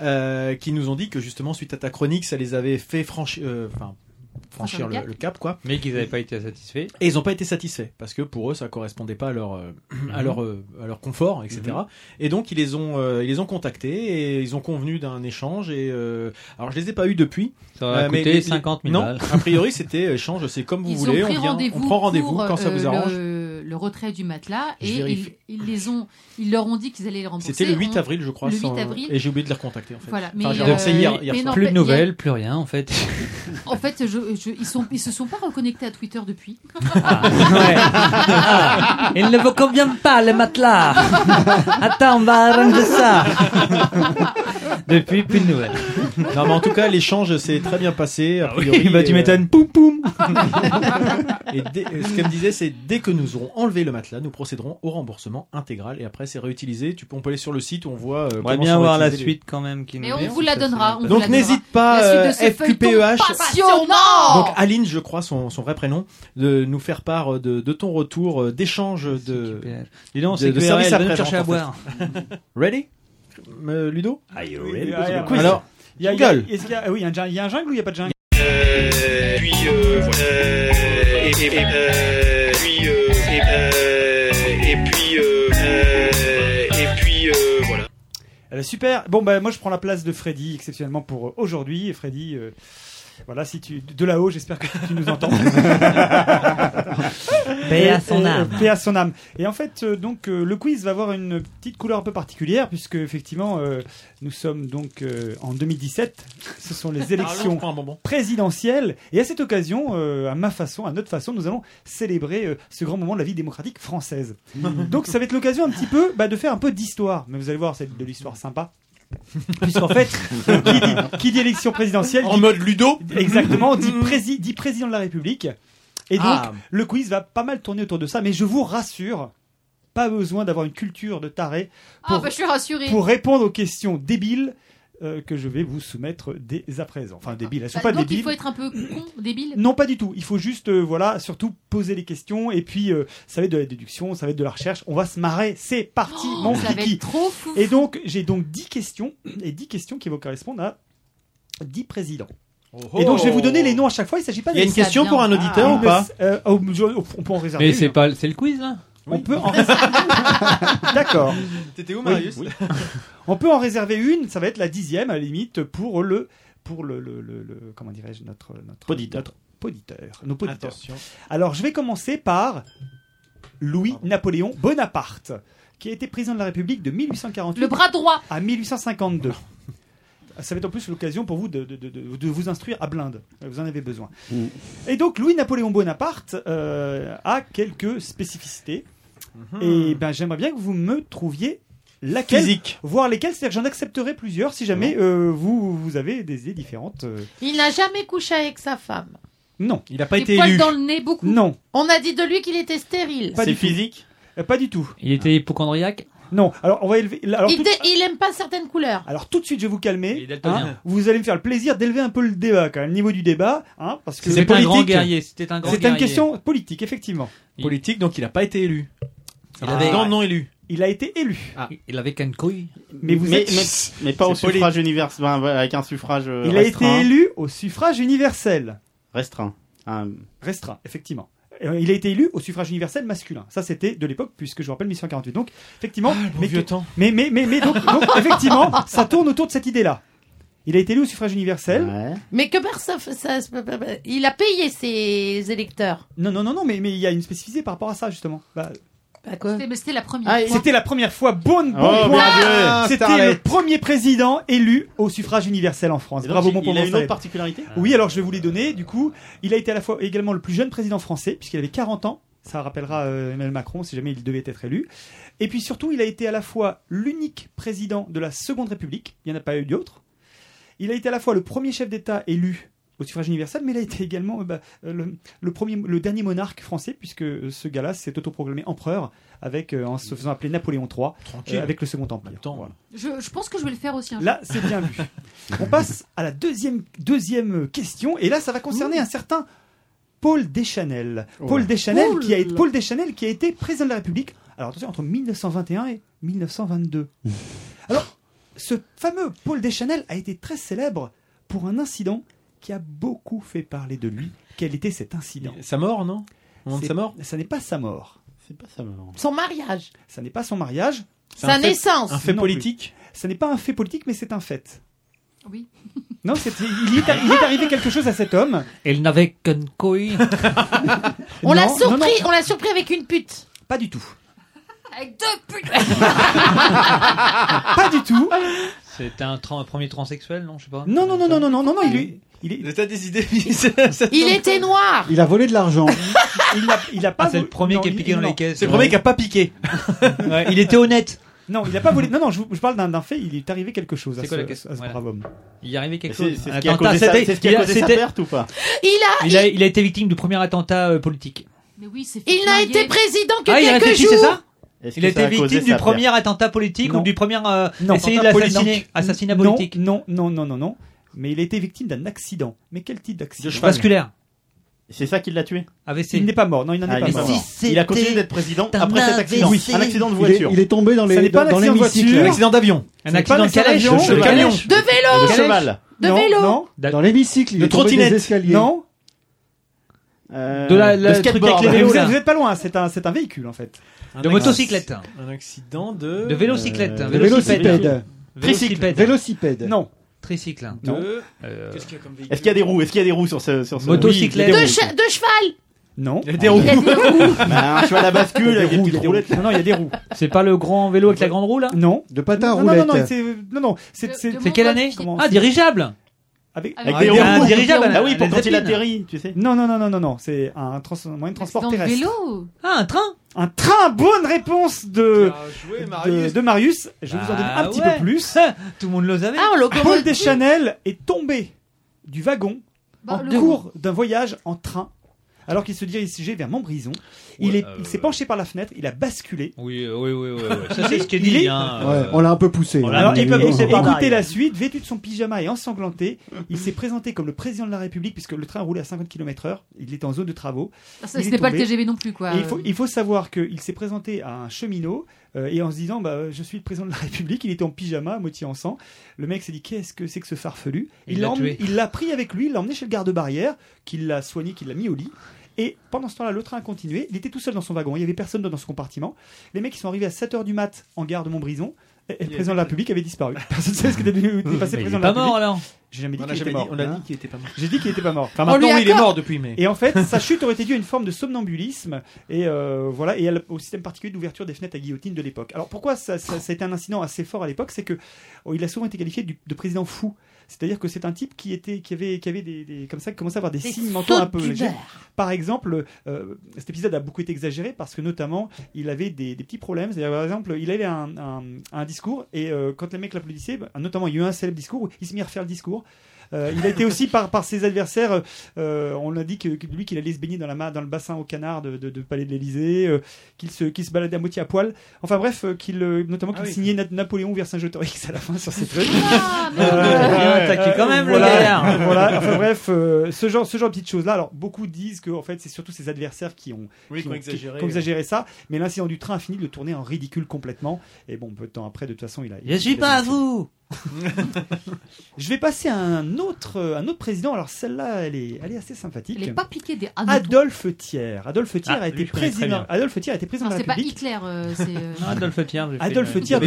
C: euh, qui nous ont dit que justement suite à ta chronique ça les avait fait franchir enfin franchir le, le cap quoi.
F: Mais qu'ils n'avaient pas été satisfaits.
C: Et ils n'ont pas été satisfaits parce que pour eux, ça correspondait pas à leur, euh, à leur, euh, à leur confort, etc.
F: Mhm.
C: Et donc ils les ont, euh, ils les ont contactés et ils ont convenu d'un échange. Et euh, alors je les ai pas eu depuis. Euh,
F: Ça aurait
C: mais
F: coûté
C: les-
F: 50 000
C: Non,
F: balles.
C: a priori c'était euh, échange, c'est comme vous
D: Ils
C: voulez.
D: ont pris
C: on, vient,
D: rendez-vous
C: on prend rendez-vous
D: pour,
C: quand ça
D: euh,
C: vous arrange.
D: Le, le retrait du matelas
C: Je
D: et
C: vérifie.
D: ils, ils les ont, ils leur ont dit qu'ils allaient les rembourser.
C: C'était le 8
D: On-
C: avril, je crois.
D: Le 8
C: sans-
D: avril.
C: Et j'ai oublié de les recontacter en fait.
D: Voilà, mais,
C: Enfin, j'ai
D: euh,
C: relancé hier, hier
D: mais
C: soir.
D: non, Plus de il y a- nouvelles,
F: plus rien en <laughs> fait.
D: En fait, je, je- ils sont, ils se sont pas reconnectés à Twitter depuis.
C: Ah. <laughs>
K: Il ne vous convient pas, le matelas. Attends, on va arranger ça.
C: <laughs> Depuis plus de nouvelles. non mais en tout cas l'échange s'est très bien passé. A
F: oui,
C: priori,
F: bah, tu
C: et, euh,
F: m'étonnes. Poum poum.
C: <laughs> Et dès- euh, ce qu'elle me disait, c'est dès que nous aurons enlevé le matelas, nous procéderons au remboursement intégral et après c'est réutilisé. Tu peux, on peut aller sur le site où on voit. euh,
F: J'aimerais
C: comment
F: bien
C: sont
F: voir la
C: réutilisés les-
F: suite quand même. Qui
D: Mais
F: nous
D: on
F: vient,
D: vous la
F: parce que ça
D: donnera.
F: n'a
D: on vous
C: Donc
D: la donnera.
C: n'hésite pas,
D: La suite de ce
C: euh,
D: feuilleton
C: FQPEH.
D: Passionnant.
C: Donc Aline, je crois son, son vrai prénom, de nous faire part de, de ton retour euh, d'échange de,
F: E Dis donc, c'est
C: de, de
F: QRL,
C: service
F: va
C: après
F: nous chercher à boire. <laughs>
C: Ready, Euh, Ludo
H: Oui,
C: Parce que
H: ah,
C: le
H: ah,
C: quiz-
H: ah.
C: Alors,
H: Il y a- il y a-
C: Google.
H: est-ce qu'il y a- ah oui, il y a un jungle- il y a un jungle ou il n'y a pas de jungle
C: Puis, et, puis, et puis, et puis, voilà.
H: Eh ben, super. Bon, bah, moi, je prends la place de Freddy exceptionnellement pour euh, aujourd'hui. Et Freddy, euh, voilà, si tu de là-haut, j'espère que tu nous entends.
K: <laughs> Paix à
H: Et-
K: son
H: et-
K: âme.
H: paix à son âme. Et en fait, euh, donc, euh, le quiz va avoir une petite couleur un peu particulière puisque effectivement, euh, nous sommes donc euh, en 2017. Ce sont
C: <laughs>
H: les
C: Ah, non, je
H: élections
C: prends un bonbon.
H: présidentielles. Et à cette occasion, euh, à ma façon, à notre façon, nous allons célébrer euh, ce grand moment de la vie démocratique
C: <laughs>
H: française. Donc, ça va être l'occasion un petit peu bah, de faire un peu d'histoire. Mais vous allez voir, c'est de l'histoire sympa. Puisqu'en fait, qui dit, qui dit élection présidentielle En
C: mode Ludo
H: Exactement, dit, prési- dit président de la République. Et donc,
C: Ah.
H: le quiz va pas mal tourner autour de ça, mais je vous rassure, pas besoin d'avoir une culture de taré
D: Ah, bah, je suis rassurée.
H: pour répondre aux questions débiles euh, que je vais vous soumettre dès à présent. Enfin, débiles, elles sont
D: Bah,
H: pas
D: donc
H: débiles.
D: il faut être un peu con, débile.
H: Non, pas du tout. Il faut juste, euh, voilà, surtout poser les questions. Et puis, euh, ça va être de la déduction, ça va être de la recherche. On va se marrer. C'est parti,
D: Oh,
H: mon
D: ça va
H: kiki.
D: être trop fou.
H: Et donc, j'ai donc 10 questions. Et 10 questions qui vont correspondre à 10 présidents.
L: oh.
H: Et donc je vais vous donner les noms à chaque fois. Il s'agit pas.
L: Il y a
H: de-
L: une question pour un
D: Ah,
L: auditeur ou
H: mais
L: pas
H: c'est- euh, oh, je- On peut en réserver.
F: Mais
H: une. hein.
F: c'est pas, c'est le quiz là.
H: On peut en réserver. D'accord.
L: T'étais où,
H: Oui,
L: Marius
H: oui. On peut en réserver une. Ça va être la dixième à la limite pour le pour le, le- le- le- comment dirais-je notre notre
L: Poditeur.
H: notre poditeur, nos poditeurs.
L: Attention.
H: Alors je vais commencer par Louis Napoléon Bonaparte, qui a été président de la République de 1848
D: Le bras droit
H: à 1852. Ça va être en plus l'occasion pour vous de, de- de- de- de vous instruire à blinde. Vous en avez besoin. Et donc, Louis-Napoléon Bonaparte euh, a quelques spécificités.
C: Hmm.
L: Mhm.
H: Et ben, j'aimerais bien que vous me trouviez laquelle, voire lesquelles. C'est-à-dire que j'en accepterai plusieurs si jamais euh, vous, vous avez des idées différentes. euh.
I: Il n'a jamais couché avec sa femme.
H: Non. Il n'a
I: Des poils dans le nez, beaucoup.
H: Non.
I: On a dit de lui qu'il était stérile.
H: Pas du tout. Euh, Pas du tout.
F: Il était hypochondriaque
H: Non. Alors, on va élever. Alors,
I: il,
H: tout-
I: dé- il aime pas certaines couleurs.
H: Alors tout de suite, je vais vous calmer.
F: daltonien.
H: hein. vous allez me faire le plaisir d'élever un peu le débat, quand même, le niveau du débat, hein, parce que
F: C'était un grand guerrier, c'était un grand
H: C'est une
F: guerrier.
H: question politique, effectivement.
C: Politique, donc il n'a pas été élu.
H: Il
C: Il
H: avait-
C: non, non élu.
H: Il a été élu.
F: Il avait qu'une couille.
H: Mais vous
M: mais,
H: êtes-
M: mais- mais pas au
H: C'est poli-
M: suffrage universel, enfin, voilà, avec un suffrage. euh,
H: Il a été
M: restreint.
H: élu au suffrage universel.
M: Restreint. Ah. Un-
H: Restreint, effectivement. Euh, Il a été élu au suffrage universel masculin. Ça, c'était de l'époque, puisque je vous rappelle 1848. Donc, effectivement, mais,
C: Ah, vieux
H: que-
C: temps.
H: mais mais mais mais donc,
C: <laughs>
H: donc, effectivement, ça tourne autour de cette idée-là. Il a été élu au suffrage universel.
I: Mais que personne. Ça, ça- il a payé ses électeurs.
H: Non non non non, mais mais il y a une spécificité par rapport à ça justement. Bah,
D: C'était mais c'était la première
H: Ah,
D: fois.
H: C'était la première fois. Bonne, bon
M: Oh,
H: point.
M: bien joué.
H: Ah, C'était
M: Starlet.
H: le premier président élu au suffrage universel en France.
M: Et donc,
H: Bravo,
M: il-
H: bon
M: il
H: pour
M: a
H: moi,
M: une
H: Starlet.
M: autre particularité
H: Oui, alors je vais vous les donner. Du coup, il a été à la fois également le plus jeune président français, puisqu'il avait 40 ans. Ça rappellera euh, Emmanuel Macron si jamais il devait être élu. Et puis surtout, il a été à la fois l'unique président de la Seconde République. Il n'y en a pas eu d'autre. Il a été à la fois le premier chef d'État élu au suffrage universel, mais il a été également euh, bah, euh, le, le premier, le dernier monarque français, puisque euh, ce gars-là s'est autoproclamé empereur avec, euh, en se faisant appeler Napoléon III,
C: Tranquille.
H: euh, avec le Second Empire. Voilà.
D: Je, je pense que je vais le faire aussi un
H: Là,
D: jour.
H: c'est
D: <laughs>
H: bien vu. On passe à la deuxième, deuxième question, et là, ça va concerner un certain Paul Deschanel. Paul Deschanel,
L: Ouh
H: qui a,
L: là.
H: Paul Deschanel qui a été président de la République, alors attention, entre 1921 et 1922. Alors, ce fameux Paul Deschanel a été très célèbre pour un incident qui a beaucoup fait parler de lui. Quel était cet incident
C: Sa mort, non Au moment de
H: C'est-
C: sa mort
H: Ça n'est pas sa mort.
M: C'est pas sa mort.
I: Son mariage.
H: Ça n'est pas son mariage.
I: Sa Un fait- naissance. un fait
H: Non plus.
C: politique
H: Ça n'est pas un fait politique, mais c'est un fait.
D: Oui.
H: <laughs> Non, c'est- il, y est, il est arrivé quelque chose à cet homme.
F: Il n'avait qu'une
H: <laughs>
F: couille.
I: On l'a
H: Non,
I: surpris.
H: non, non.
I: On l'a surpris avec une pute.
H: Pas du tout.
D: Avec deux putes.
H: Pas du tout.
F: C'était un, tran- un premier transsexuel, non Je sais pas.
H: Non, non, non, non, non, non, non, non, il est. Il
C: T'as décidé.
I: Il était noir.
E: Il a volé de l'argent.
H: il a, il a pas.
F: Ah, c'est le premier qui a piqué dans les caisses. euh,
C: C'est le premier qui a pas
F: <laughs>
C: piqué. il était honnête.
H: Non, il n'a pas volé. Non, non, je, vous- je parle d'un d'un fait. Il est arrivé quelque chose. à
F: C'est quoi
H: ce-
F: la question
H: à ce
F: Voilà.
H: brave homme.
F: Il y arrivait quelque
M: Mais
F: chose.
M: c'est- c'est ce
F: Un
M: qui a
F: attentat.
M: causé sa-
F: C'était-
M: c'est ce qui a
F: il a-
M: causé sa
F: c'était-
M: perte ou pas
I: Il a.
F: Il a, il a été victime du premier attentat euh, politique.
D: Mais oui, c'est
I: Il n'a été président que
F: ah, il a
I: quelques
F: réfléchi,
I: jours.
F: c'est ça
M: Est-ce
F: Il
M: que
F: a
M: ça
F: été
M: a causé
F: victime
M: sa
F: du
M: perte
F: premier attentat politique ou du premier euh, essayer de
H: Attentat
F: l'assassiner,
H: politique.
F: assassinat politique.
H: Non, non, non, non, non. Mais il a été victime d'un accident. Mais quel type d'accident
M: cheval. Vasculaire.
H: C'est ça qui l'a tué
F: AVC.
H: Il n'est pas mort. Non, il n'en
M: Ah,
H: est
M: il
H: pas
M: est
H: mort.
M: mort. Il a continué d'être président après cet accident.
H: Oui.
M: Un accident de
E: Il est-
M: voiture.
E: il est tombé dans les-
M: Ça n'est pas
E: dans- dans
M: accident de
E: l'hémicycle.
M: voiture.
E: Un accident d'avion.
F: Un
M: Ce n'est
F: accident
M: pas
F: de calèche.
M: d'avion.
F: De
M: Le
F: camion.
M: calèche.
F: De vélo.
M: De
F: Calèche.
M: cheval.
F: De
M: Non,
F: vélo.
M: non.
E: Dans l'hémicycle, il
M: De
E: est tombé
M: trottinette.
E: des escaliers.
H: Non.
M: Euh,
F: De la- la-
M: le
F: le truc
M: skateboard.
F: avec les
H: Mais
F: vélos,
H: Ah, vous,
F: là.
H: êtes- vous êtes pas loin. C'est un, c'est un véhicule en fait.
F: De motocyclette.
C: Un accident de.
F: De vélocyclette.
C: Euh,
F: Vélocipède.
M: Tricycle.
E: Vélocipède.
H: Non.
F: Tricycle.
M: Non.
C: De-
F: Euh,
C: Qu'est-ce qu'il y a comme véhicule
M: Est-ce qu'il y a des roues Est-ce qu'il y a des roues sur ce sur ce
F: Motocyclette.
M: Oui, il y a
I: De,
M: des roues.
I: che- de cheval.
H: Non.
M: Il y a des roues.
I: Il y a des roues.
M: <laughs> Bah, un cheval à bascule avec des petites roulettes.
H: Non, non, il y a des roues.
F: C'est pas le grand vélo avec la grande roue là
H: Non.
E: De patin
H: Non, non, non, non, c'est, non, non, c'est,
F: C'est quelle année Ah, dirigeable
H: Avec,
F: Avec des roues. Un dirigeable, Ah oui, pour un quand il zeppelin. atterrit,
M: tu sais.
H: Non, non, non, non, non, non, c'est un trans- moyen de transport
D: Dans le
H: terrestre.
D: vélo.
F: Ah, un train
H: Un train, Ah, bonne réponse de,
C: joué,
H: de, de Marius. Je vais vous en donne
F: Bah
H: un petit
F: ouais.
H: peu plus.
F: <laughs> Tout le monde le savait.
I: Ah, on le
H: Paul Deschanel est tombé du wagon
D: Bah,
H: en
D: le-
H: cours d'un voyage en train alors qu'il se dirigeait vers Montbrison. il est- il s'est penché par la fenêtre, il a basculé.
F: euh, Oui, euh, oui, oui, oui. oui.
H: Il
F: Ça, c'est
H: est-
F: ce qui est
H: il
F: dit.
H: est-
F: hein,
E: Ouais,
F: euh,
E: on l'a un peu poussé.
F: on
E: hein.
F: l'a un petit peu poussé par
H: Écoutez
F: derrière.
H: la suite, vêtu de son pyjama et ensanglanté, il s'est présenté comme le président de la République puisque le train roulait à 50 km/h, il était en zone de travaux.
D: Ah, ça,
H: Il
D: c'était
H: est
D: pas
H: tombé.
D: le TGV non plus, quoi.
H: Et il, faut, il faut savoir qu'il s'est présenté à un cheminot euh, et en se disant bah, Je suis le président de la République, il était en pyjama, à moitié en sang. Le mec s'est dit Qu'est-ce que c'est que ce farfelu
F: Il
H: Il
F: l'a
H: l'a emmené-
F: tué.
H: il l'a pris avec lui, il l'a emmené chez le garde-barrière, qui l'a soigné, qui l'a mis au lit. Et pendant ce temps-là, le train a continué. Il était tout seul dans son wagon, il n'y avait personne dans son compartiment. Les mecs, ils sont arrivés à 7h du mat en gare de Montbrison. Et et le président de la République
C: <laughs>
H: avait disparu. Personne ne sait ce qui était devenu-
C: Mais
H: était passé
C: il est
H: président de
C: pas
H: la République.
C: mort, alors
H: J'ai jamais dit
C: On a
H: qu'il
C: jamais
H: était
C: dit-
H: mort.
C: on a dit qu'il était pas mort.
H: J'ai dit qu'il était pas mort.
C: Enfin, maintenant, oui, il est mort depuis, mais-
H: Et en fait, sa chute aurait été due à une forme de somnambulisme et euh, voilà et à la- au système particulier d'ouverture des fenêtres à guillotine de l'époque. Alors pourquoi ça, ça, ça a été un incident assez fort à l'époque, c'est que oh, il a souvent été qualifié du- de président fou. C'est-à-dire que c'est un type qui était, qui avait, qui avait des, des- comme ça, qui commençait à avoir des,
F: Des
H: signes mentaux un peu
F: sautes
H: légers.
F: d'humeur.
H: Par exemple, euh, cet épisode a beaucoup été exagéré parce que notamment, il avait des, des petits problèmes. C'est-à-dire, par exemple, il avait un, un- un discours et euh, quand les mecs l'applaudissaient, bah, notamment, il y a eu un célèbre discours où il se mit à refaire le discours. Euh, il a été aussi par, par ses adversaires, euh, euh, on a dit que, que lui qu'il allait se baigner dans, la, ma- dans le bassin au canard de, de- de Palais de l'Elysée, qu'il se, qu'il se baladait à moitié à poil. Enfin bref, euh, qu'il, euh, notamment
F: Ah
H: qu'il signait Na- Napoléon vers Saint-Jotorix à la fin sur ses trucs. Euh,
F: Bien attaqué Ah, quand même, le
H: voilà,
F: galère.
H: voilà. Enfin, bref, euh, ce genre, ce genre de petites choses-là. Alors, beaucoup disent que en fait, c'est surtout ses adversaires qui ont,
C: Oui, qui ont
H: ont-
C: exagéré.
H: qui ont
F: euh.
H: exagéré ça. Mais l'incident du train a fini de le tourner en ridicule complètement. Et bon, peu de temps après, de toute façon, il a.
J: Je suis pas à vous
H: <laughs> Je vais passer à un autre, euh, un autre président. Alors, celle-là, elle est, elle est assez sympathique.
D: Il n'est pas piqué des hannetons.
H: Adolphe Thiers. Adolphe Thiers
F: Ah,
H: a
F: lui,
H: été
F: je connais très
H: président.
F: bien.
H: Adolphe Thiers a été président
D: Non,
H: de la
D: c'est pas
H: République.
D: Hitler, euh, c'est. euh,
F: Non, Adolphe Thiers. j'ai fait
H: Adolphe
F: une-
H: Thiers de,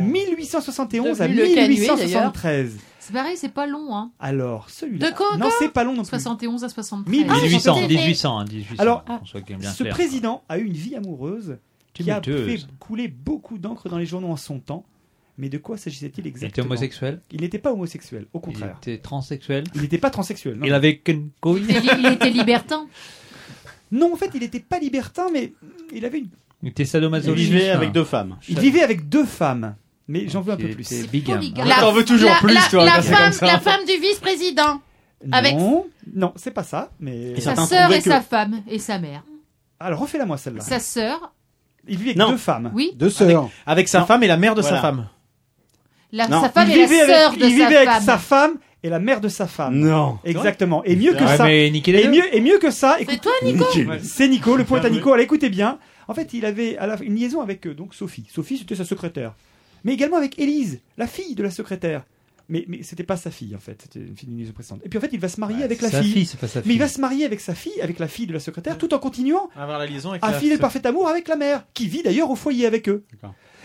H: mille- de 1871 à
D: Devenu le canuet,
H: 1873.
D: C'est pareil, c'est pas long, hein.
H: Alors, celui-là.
D: De quoi
H: Non,
D: encore
H: c'est pas long non plus.
D: 71 à 73.
F: 1800,
H: Ah,
F: 1800, hein, 1800,
H: Alors,
F: qu'on soit quand même bien
H: ce
F: clair.
H: président a eu une vie amoureuse qui a fait
F: Tumultueuse.
H: couler beaucoup d'encre dans les journaux en son temps. Mais de quoi s'agissait-il exactement
F: homosexuel
H: Il n'était pas homosexuel, au contraire.
F: Il était transsexuel.
H: Il n'était pas transsexuel. non.
F: Il avait qu'une couille.
D: Il était- il était libertin.
H: Non, en fait, il n'était pas libertin, mais il avait une...
F: Il était sadomasochiste.
H: Il vivait avec
F: Hein.
H: deux femmes. Il vivait avec deux femmes, mais j'en veux un peu
F: Il
H: plus.
F: était bigame.
H: polygame.
F: Ah, t'en veux toujours
I: la,
F: plus,
I: la-
F: toi,
I: la
F: quand c'est
I: femme,
F: comme ça.
I: la femme du vice-président. Avec
H: Non, non, c'est pas ça, mais...
D: Sa sœur et sa femme et sa mère.
H: Alors, refais-la moi, celle-là.
D: Sa sœur,
H: Il vivait avec deux femmes.
D: Oui.
H: Deux sœurs. Avec,
C: sa femme et la mère de sa femme.
D: la-
H: Non.
D: Ah, sa femme
H: il
D: et la
H: vivait avec-
D: sœur de
H: il
D: sa
H: vivait avec
D: femme.
H: sa femme et la mère de sa femme.
C: Non.
H: Exactement. Et mieux que
C: Ouais,
H: ça.
C: mais niquez les
H: et
C: deux.
H: mieux et mieux que ça. écoute-
I: toi, Nico Niquez.
H: Ouais. C'est Nico. Le point est à Nico. Allez, écoutez bien. En fait, il avait à la- une liaison avec euh, donc Sophie. Sophie, c'était sa secrétaire, mais également avec Élise, la fille de la secrétaire. Mais, mais c'était pas sa fille en fait, c'était une fille d'une liaison précédente. Et puis en fait, il va se marier avec la
F: sa
H: fille.
F: fille, c'est pas sa
H: Mais
F: fille.
H: il va se marier avec sa fille, avec la fille de la secrétaire, tout en continuant
C: Avoir la liaison avec
H: à
C: la-
H: filer le parfait amour avec la mère, qui vit d'ailleurs au foyer avec eux.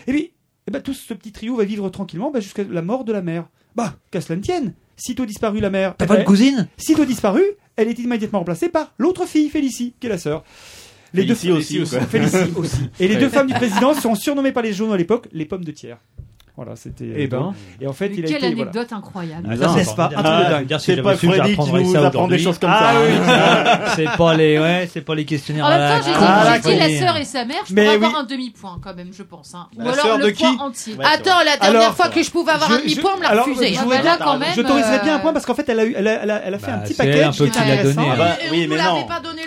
H: Et puis, eh ben, tout ce petit trio va vivre tranquillement bah, jusqu'à la mort de la mère. Bah, qu'à cela ne tienne. Sitôt disparue la mère.
F: T'as
H: elle-
F: pas une cousine
H: Sitôt disparue, elle est immédiatement remplacée par l'autre fille, Félicie, qui est la sœur. Les
M: Félicie aussi, quoi. <laughs>
H: Félicie aussi. Et les deux
M: Ouais.
H: femmes du président sont surnommées par les journaux à l'époque les pommes de tiers. Voilà, c'était. euh,
C: Eh ben.
H: Et en fait,
D: Mais
H: il a
D: quelle
H: été. voilà.
D: anecdote incroyable.
H: Ah, ça, c'est pas un truc de
M: Ah,
H: dingue.
F: dire si j'avais su, j'apprendrais ça aujourd'hui.
H: Ah oui.
F: c'est pas les, ouais, c'est pas les questionnaires. euh,
D: En
F: à
D: même temps, j'ai dit,
F: la
D: j'ai dit
F: con.
D: la sœur et sa mère, je
F: Mais
D: pourrais
F: oui.
D: avoir un demi-point quand même, je pense. hein. Ou
F: La
D: alors
F: sœur
D: le
F: de
D: point
F: qui
D: entier.
F: Ouais, c'est
I: Attends, la
H: Alors,
I: dernière fois que je pouvais avoir un demi-point, on me l'a
H: alors,
I: refusé.
H: je
I: Ah
H: voudrais-
I: bah là, quand même,
H: je t'autoriserais bien un
I: euh,
H: point parce qu'en fait, elle a, eu, elle a, elle a- elle a fait Bah, un petit
F: c'est elle
H: paquet.
F: un peu qui l'a donné, hein.
H: Bah,
M: oui, mais non.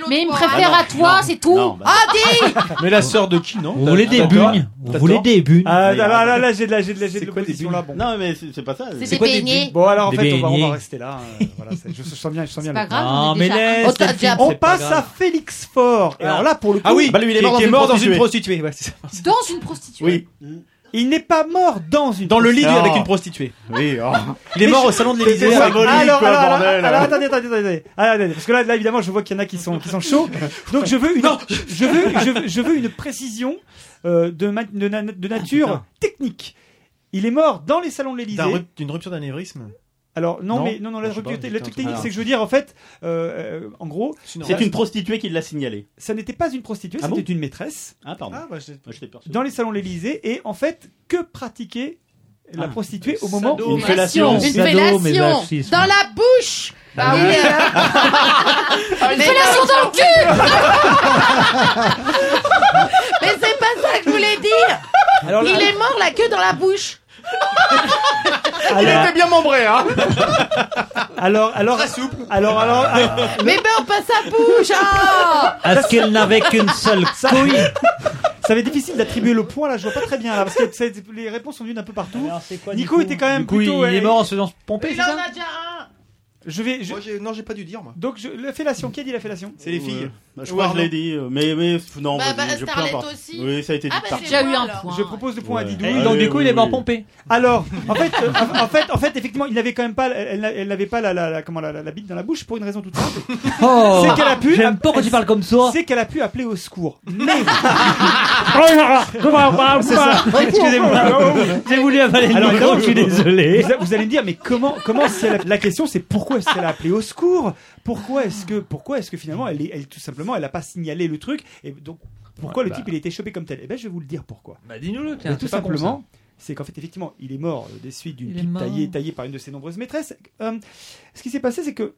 D: Mais il me préfère à toi, c'est tout. Ah, dis
C: Mais la sœur de qui, non
M: Vous voulez des bugnes
C: Vous voulez
F: des bugnes
H: Ah, là, là, là, là, j'ai de la, j'ai de la, j'ai de l'opposition là. Bon.
M: Non, mais c'est c'est pas ça.
H: C'est des beignets. Bon, alors, en
M: Des
H: fait, on va, on va
M: beignets.
H: rester là. <laughs> hein. voilà, c'est- je sens bien, je sens bien.
M: pas
H: le-
M: grave, on est déjà-
H: on, passe à Félix Faure. Et alors là, pour le coup,
C: Ah oui, lui, il est mort, dans, une prostituée. ouais, c'est ça.
D: Dans une prostituée.
C: Oui.
H: Il n'est pas mort dans une
C: Dans le lit
H: prostituée.
C: avec une prostituée.
M: Oui. oh.
C: Il est
H: Mais
C: mort
H: je-
C: au salon de
H: C'est
C: l'Élysée.
H: ça. Ah, Alors, alors, alors,
C: hein.
H: alors, attendez, attendez, attendez, Ah, attendez, parce que là, là, évidemment, je vois qu'il y en a qui sont, qui sont chauds. Donc, je veux une, je veux, je veux, je veux une précision euh, de, ma- de, na- de nature technique. Il est mort dans les salons de l'Élysée.
C: D'un rup- D'une rupture d'anévrisme.
H: Alors non,
C: Non.
H: mais non non la
C: Je sais pas,
H: rupture-
C: j'étais
H: la
C: en
H: truc
C: train de-
H: technique c'est que je veux dire en fait euh, euh, en gros
M: C'est une prostituée qui l'a signalé.
H: ça n'était pas une prostituée
M: Ah
H: c'était
M: bon
H: une maîtresse
M: Ah, pardon.
C: Ah, bah, je-
M: Moi, je l'ai perçu.
H: dans les salons de l'Élysée et en fait que pratiquait la
M: Ah.
H: prostituée au
M: Une
H: moment
M: sado- Une fellation.
I: Une
M: Sado,
I: fellation Ah hein.
M: masochisme.
I: dans la bouche.
M: Bah oui.
H: <laughs>
I: euh.
N: Une
I: Mais-
N: fellation dans le
I: Mais c'est pas ça que je voulais dire.
N: Alors là-
I: Il est mort la queue dans la bouche.
H: Il était
L: bien membré, hein
H: Alors, alors, alors, alors, alors,
I: Mais ben, pas sa bouche ah
K: Est-ce qu'il n'avait qu'une seule couille
H: <laughs> Ça va être difficile d'attribuer le point là, je vois pas très bien là, parce que ça- les réponses sont venues d'un peu partout. Nico était quand même
F: Du coup,
H: plutôt.
F: il est
H: elle-
F: mort en se faisant pomper,
H: Mais
F: c'est ça
H: non, Nadia Je vais. non, j'ai pas dû dire moi. Donc, je- la fellation, qui a dit la fellation
M: C'est les filles. Bah, je
H: Ouais,
M: crois que je
H: non.
M: l'ai dit, euh, mais, mais non,
H: Bah,
M: vas-y,
H: bah,
M: je peu
H: Starlet
M: importe.
H: aussi. Ah, bah,
M: Oui, ça a été dit. par-
D: déjà eu un point.
H: Je propose le point à
M: Ouais. Ah,
H: Didou.
M: Et donc, du coup, il est mort pompé.
H: Alors, en fait, euh, en fait, en fait, effectivement, il n'avait quand même pas, elle, elle n'avait pas la, la, la- comment la, la, la bite dans la bouche pour une raison toute simple.
K: Oh,
H: c'est qu'elle a pu.
K: j'aime pas quand tu parles comme ça.
H: C'est qu'elle a pu appeler au secours.
K: Ah C'est ça. Ah,
H: Excusez-moi.
K: J'ai voulu avaler le micro,
H: évidemment,
K: bah je suis désolé.
H: Vous, vous allez me dire, mais comment, comment est-ce qu'elle a- la question, c'est pourquoi est-ce qu'elle a appelé au secours Pourquoi est-ce que, pourquoi est-ce que finalement, elle, est- elle, tout simplement, elle n'a pas signalé le truc Et donc, pourquoi
K: Ah,
F: Ouais,
H: le
F: bah.
H: type, il a été chopé comme tel Eh ben, je vais vous le dire pourquoi.
F: Bah, dis-nous-le, tiens,
H: Mais Tout
F: c'est pas con,
H: simplement, c'est qu'en fait, effectivement, il est mort euh, des suites d'une
F: Il est
H: pipe
F: mort.
H: taillée, taillée par une de ses nombreuses maîtresses. Euh, ce qui s'est passé, c'est que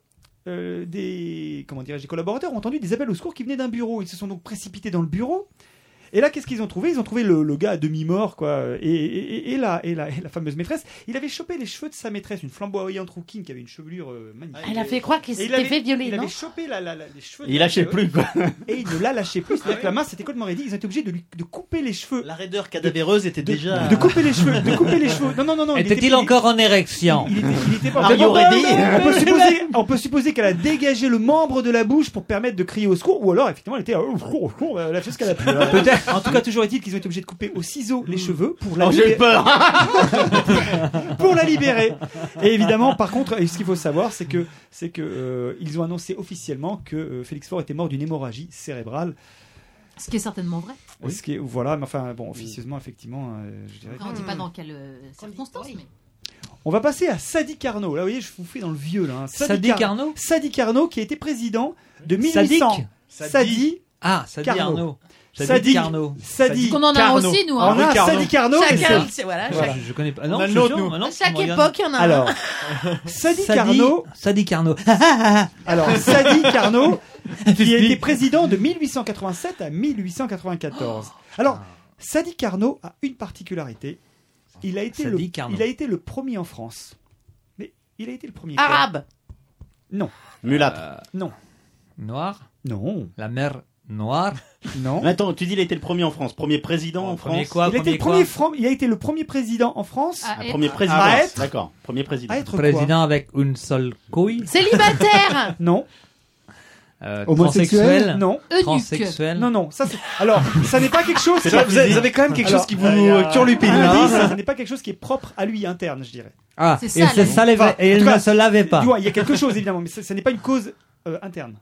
H: euh, des, comment dirais-je, des collaborateurs ont entendu des appels au secours qui venaient d'un bureau. Ils se sont donc précipités dans le bureau. Et là, qu'est-ce qu'ils ont trouvé Ils ont trouvé le, le gars à demi-mort, quoi. Et, et, et- et là, et là, et la fameuse maîtresse, il avait chopé les cheveux de sa maîtresse, une flamboyante rouquine qui avait une chevelure euh, magnifique.
I: Elle a fait croire qu'il
H: Et il
I: s'était
H: avait-
I: fait violer,
H: Il
I: non
H: avait chopé la- la- la- les cheveux. de
M: Il
H: la
M: lâchait
H: maîtresse.
M: plus, quoi.
H: <laughs> Et il ne la lâchait plus. C'est-à-dire que la main, c'était complètement raidie. Ils ont été obligés de lui de couper les cheveux.
J: Ah La raideur cadavéreuse était déjà.
H: De couper les cheveux, de couper les cheveux. Non, non, non, non. il
K: Était-il
H: était-
K: encore en érection
H: il était
F: Ah,
H: pas-
M: <laughs>
H: On peut supposer, on peut supposer qu'elle a dégagé le membre de la bouche pour permettre de crier au secours, ou alors effectivement elle était euh, au secours, au secours, euh, la chose qu'elle
M: <laughs>
H: a pu. En tout cas, toujours est-il qu'ils ont été obligés de couper au ciseau les cheveux pour la
M: Oh, j'ai eu
H: libérer.
M: peur.
H: <laughs> pour la libérer. Et évidemment, par contre, et ce qu'il faut savoir, c'est que c'est que euh, ils ont annoncé officiellement que euh, Félix Faure était mort d'une hémorragie cérébrale.
D: Ce qui est certainement vrai.
H: Ce qui est- voilà, mais enfin bon, officieusement effectivement, euh, je dirais.
D: Après, on ne dit pas dans quelle euh, circonstance, mais.
H: On va passer à Sadi Carnot. Là, vous voyez, je vous fais dans le vieux, là. hein.
F: Sadi
H: Car-
F: Carnot
H: Sadi Carnot, qui a été président de
F: Sadique
H: 1800. Sadi.
F: Sadi. Ah, Sadi Arnaud. Sadi
H: Sadi
F: Carnot.
H: Sadi.
F: Qu'on en a Carnot. aussi, nous, hein.
H: On a un
F: Carnot.
H: Sadi Ah Carnot. mais
F: Chacun,
H: c'est-
F: c'est- voilà, Voilà, chaque- je- je connais pas. Ah non,
H: On a
F: je
H: le nôtre,
F: jure,
H: nous.
F: ah non,
I: À chaque
F: regarde.
I: époque, il y en a
H: Alors,
I: un.
H: Sadi Carnot.
F: Sadi Carnot.
H: <laughs> Alors,
F: <laughs>
H: Sadi Carnot, qui a été président de 1887 à 1894.
F: Oh.
H: Alors, Sadi Carnot a une particularité. Il a été, le,
F: Sadi Carnot.
H: il a été le premier en France. Mais il a été le premier.
I: Arabe.
H: Non.
M: Mulâtre.
H: Non.
F: Noir
H: Non.
F: La mer noire
H: Non.
M: Attends, tu dis il était le premier en France, premier président en France.
F: premier quoi,
H: il, a été le premier Ah, Fran- il a été le premier président en France.
M: Un premier président.
H: À être.
M: D'accord, premier président.
H: À être
F: Président avec une seule couille. <laughs>
I: Célibataire
H: Non.
F: Euh, transsexuel.
H: Homosexuel Non.
F: Transsexuel.
H: Non, non. Ça, c'est- Alors, ça n'est pas quelque chose.
F: C'est
H: qui-
F: pas- vous avez- vous avez quand même quelque chose qui vous, euh, turlupine,
H: un
F: là, hein.
H: indice, Ah, Ça n'est pas quelque chose qui est propre à lui interne, je dirais.
F: Ah, C'est et sale. c'est ça, les-
H: Enfin,
F: et
H: en
F: il
H: tout
F: ne
H: cas,
F: se lavait pas.
H: tu vois, Il y a quelque chose évidemment, mais ça ça n'est pas une cause euh, interne.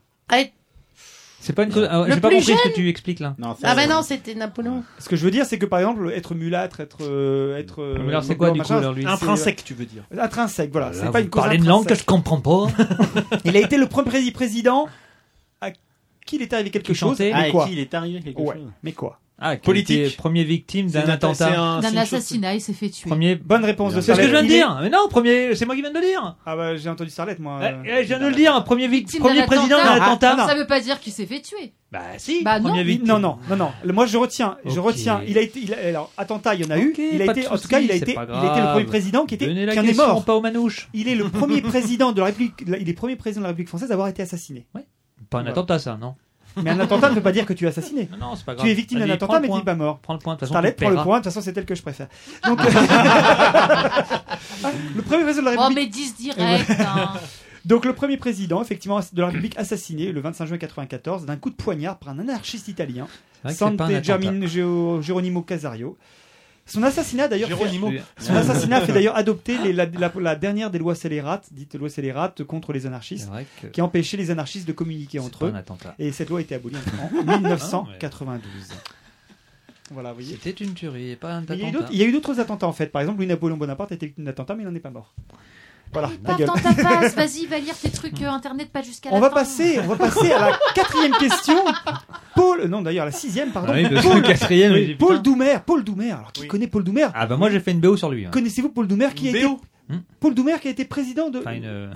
F: C'est pas une cause. ah,
H: Le
F: J'ai pas
H: plus
F: compris ce
H: jeune
F: que tu expliques là.
I: Ah ben non, c'était Napoléon.
H: Ce que je veux dire, c'est que par exemple, être mulâtre, être. euh, être euh,
F: Mais alors, c'est quoi, du
H: machin,
F: coup, alors, lui
H: c'est-
F: Intrinsèque, tu veux dire.
H: Intrinsèque, voilà.
F: Voilà,
H: C'est pas
F: Ah vous
H: une cause
F: parlez une langue que je comprends
H: <laughs>
F: pas.
H: il a été le premier président à qui il est arrivé quelque
F: Qui
H: chose.
F: chantait.
H: mais
F: Ah,
H: quoi
F: qui il
M: est arrivé quelque
H: Ouais,
M: chose.
H: Mais quoi
F: Ah, qui
H: Politique.
F: était Premier victime
H: C'est
F: d'un
H: une atta- Ah, c'est
F: attentat.
H: un- hein.
D: D'un assassinat, il s'est fait tuer.
F: Premier.
H: Bonne réponse de
F: C'est ce que je viens de
H: Il est-
F: dire. Mais non, premier. C'est moi qui viens de le dire.
H: Ah bah j'ai entendu Starlet moi.
F: Eh, eh, Je viens de le dire. Premier victime.
D: Victime
F: Premier
D: d'un
F: président d'un
D: attentat. Ah,
F: attentat.
D: Ça veut pas dire qu'il s'est fait tuer.
F: Bah si.
D: Bah non.
H: non. non, non, non, non. Le- Moi, je retiens, je
F: Ok.
H: retiens. Il a été, il a- alors attentat, il y en a
F: Ok,
H: eu. Il a
F: pas de
H: été, en tout
F: soucis,
H: cas, il a
F: c'est
H: été, il
F: pas
H: a été le premier
F: grave.
H: président qui était,
F: Donnez la
H: qui en est
F: question,
H: mort.
F: pas aux manouches.
H: Il est le premier président de la République, il est premier président de la République française à avoir été assassiné.
F: Pas un
H: Voilà.
F: attentat ça, non.
H: Mais un attentat
F: <laughs>
H: ne veut pas dire que tu es assassiné.
F: Non, non, c'est pas grave.
H: Tu es victime d'un
F: Allez, prends
H: attentat,
F: le
H: mais tu
F: point.
H: n'es pas mort.
F: Prends le point, de toute façon,
H: Starlet
F: tu
H: prend le
F: paieras.
H: point, de toute façon, c'est tel que je préfère. Donc, euh,
F: <laughs>
H: le premier président de la
D: Oh,
H: République.
D: mais 10 direct. hein.
H: <laughs> Donc le premier président, effectivement, de la République assassiné le 25 juin 94 d'un coup de poignard par un anarchiste italien,
F: C'est vrai que c'est pas un
H: Sante
F: attentat.
H: Germin Geo- Geronimo Casario. Son assassinat d'ailleurs.
L: Geronimo.
H: Fait, son assassinat fait d'ailleurs adopter les- la, la- la dernière des lois scélérates, dite loi scélérate contre les anarchistes,
F: C'est vrai que-
H: qui empêchait les anarchistes de communiquer entre
F: pas
H: eux.
F: un attentat.
H: Et cette loi a été abolie en-
F: <laughs>
H: en
F: Ah,
H: 1992. Voilà, vous voyez.
F: C'était une tuerie, et pas un
H: Mais Il y a eu
F: attentat.
H: d'autres- il y a eu d'autres attentats en fait. Par exemple, Louis-Napoléon Bonaparte a été victime d'attentat, mais il n'en est pas mort. Voilà, ta
D: Pas
H: gueule.
D: tant ta face,
H: <laughs>
D: vas-y, va lire tes trucs euh, internet, pas jusqu'à la
H: On va
D: fin.
H: passer, on va passer à la quatrième question. Paul, non d'ailleurs la sixième, pardon.
F: Ah oui, parce que le
H: Paul,
F: quatrième, j'ai dit,
H: Paul
F: putain.
H: Doumer, Paul Doumer. Alors qui connaît Paul Doumer
F: Ah bah moi j'ai fait une BO sur lui. hein.
H: Connaissez-vous Paul Doumer qui a été Paul Doumer qui a été président de.
F: Enfin, une. euh,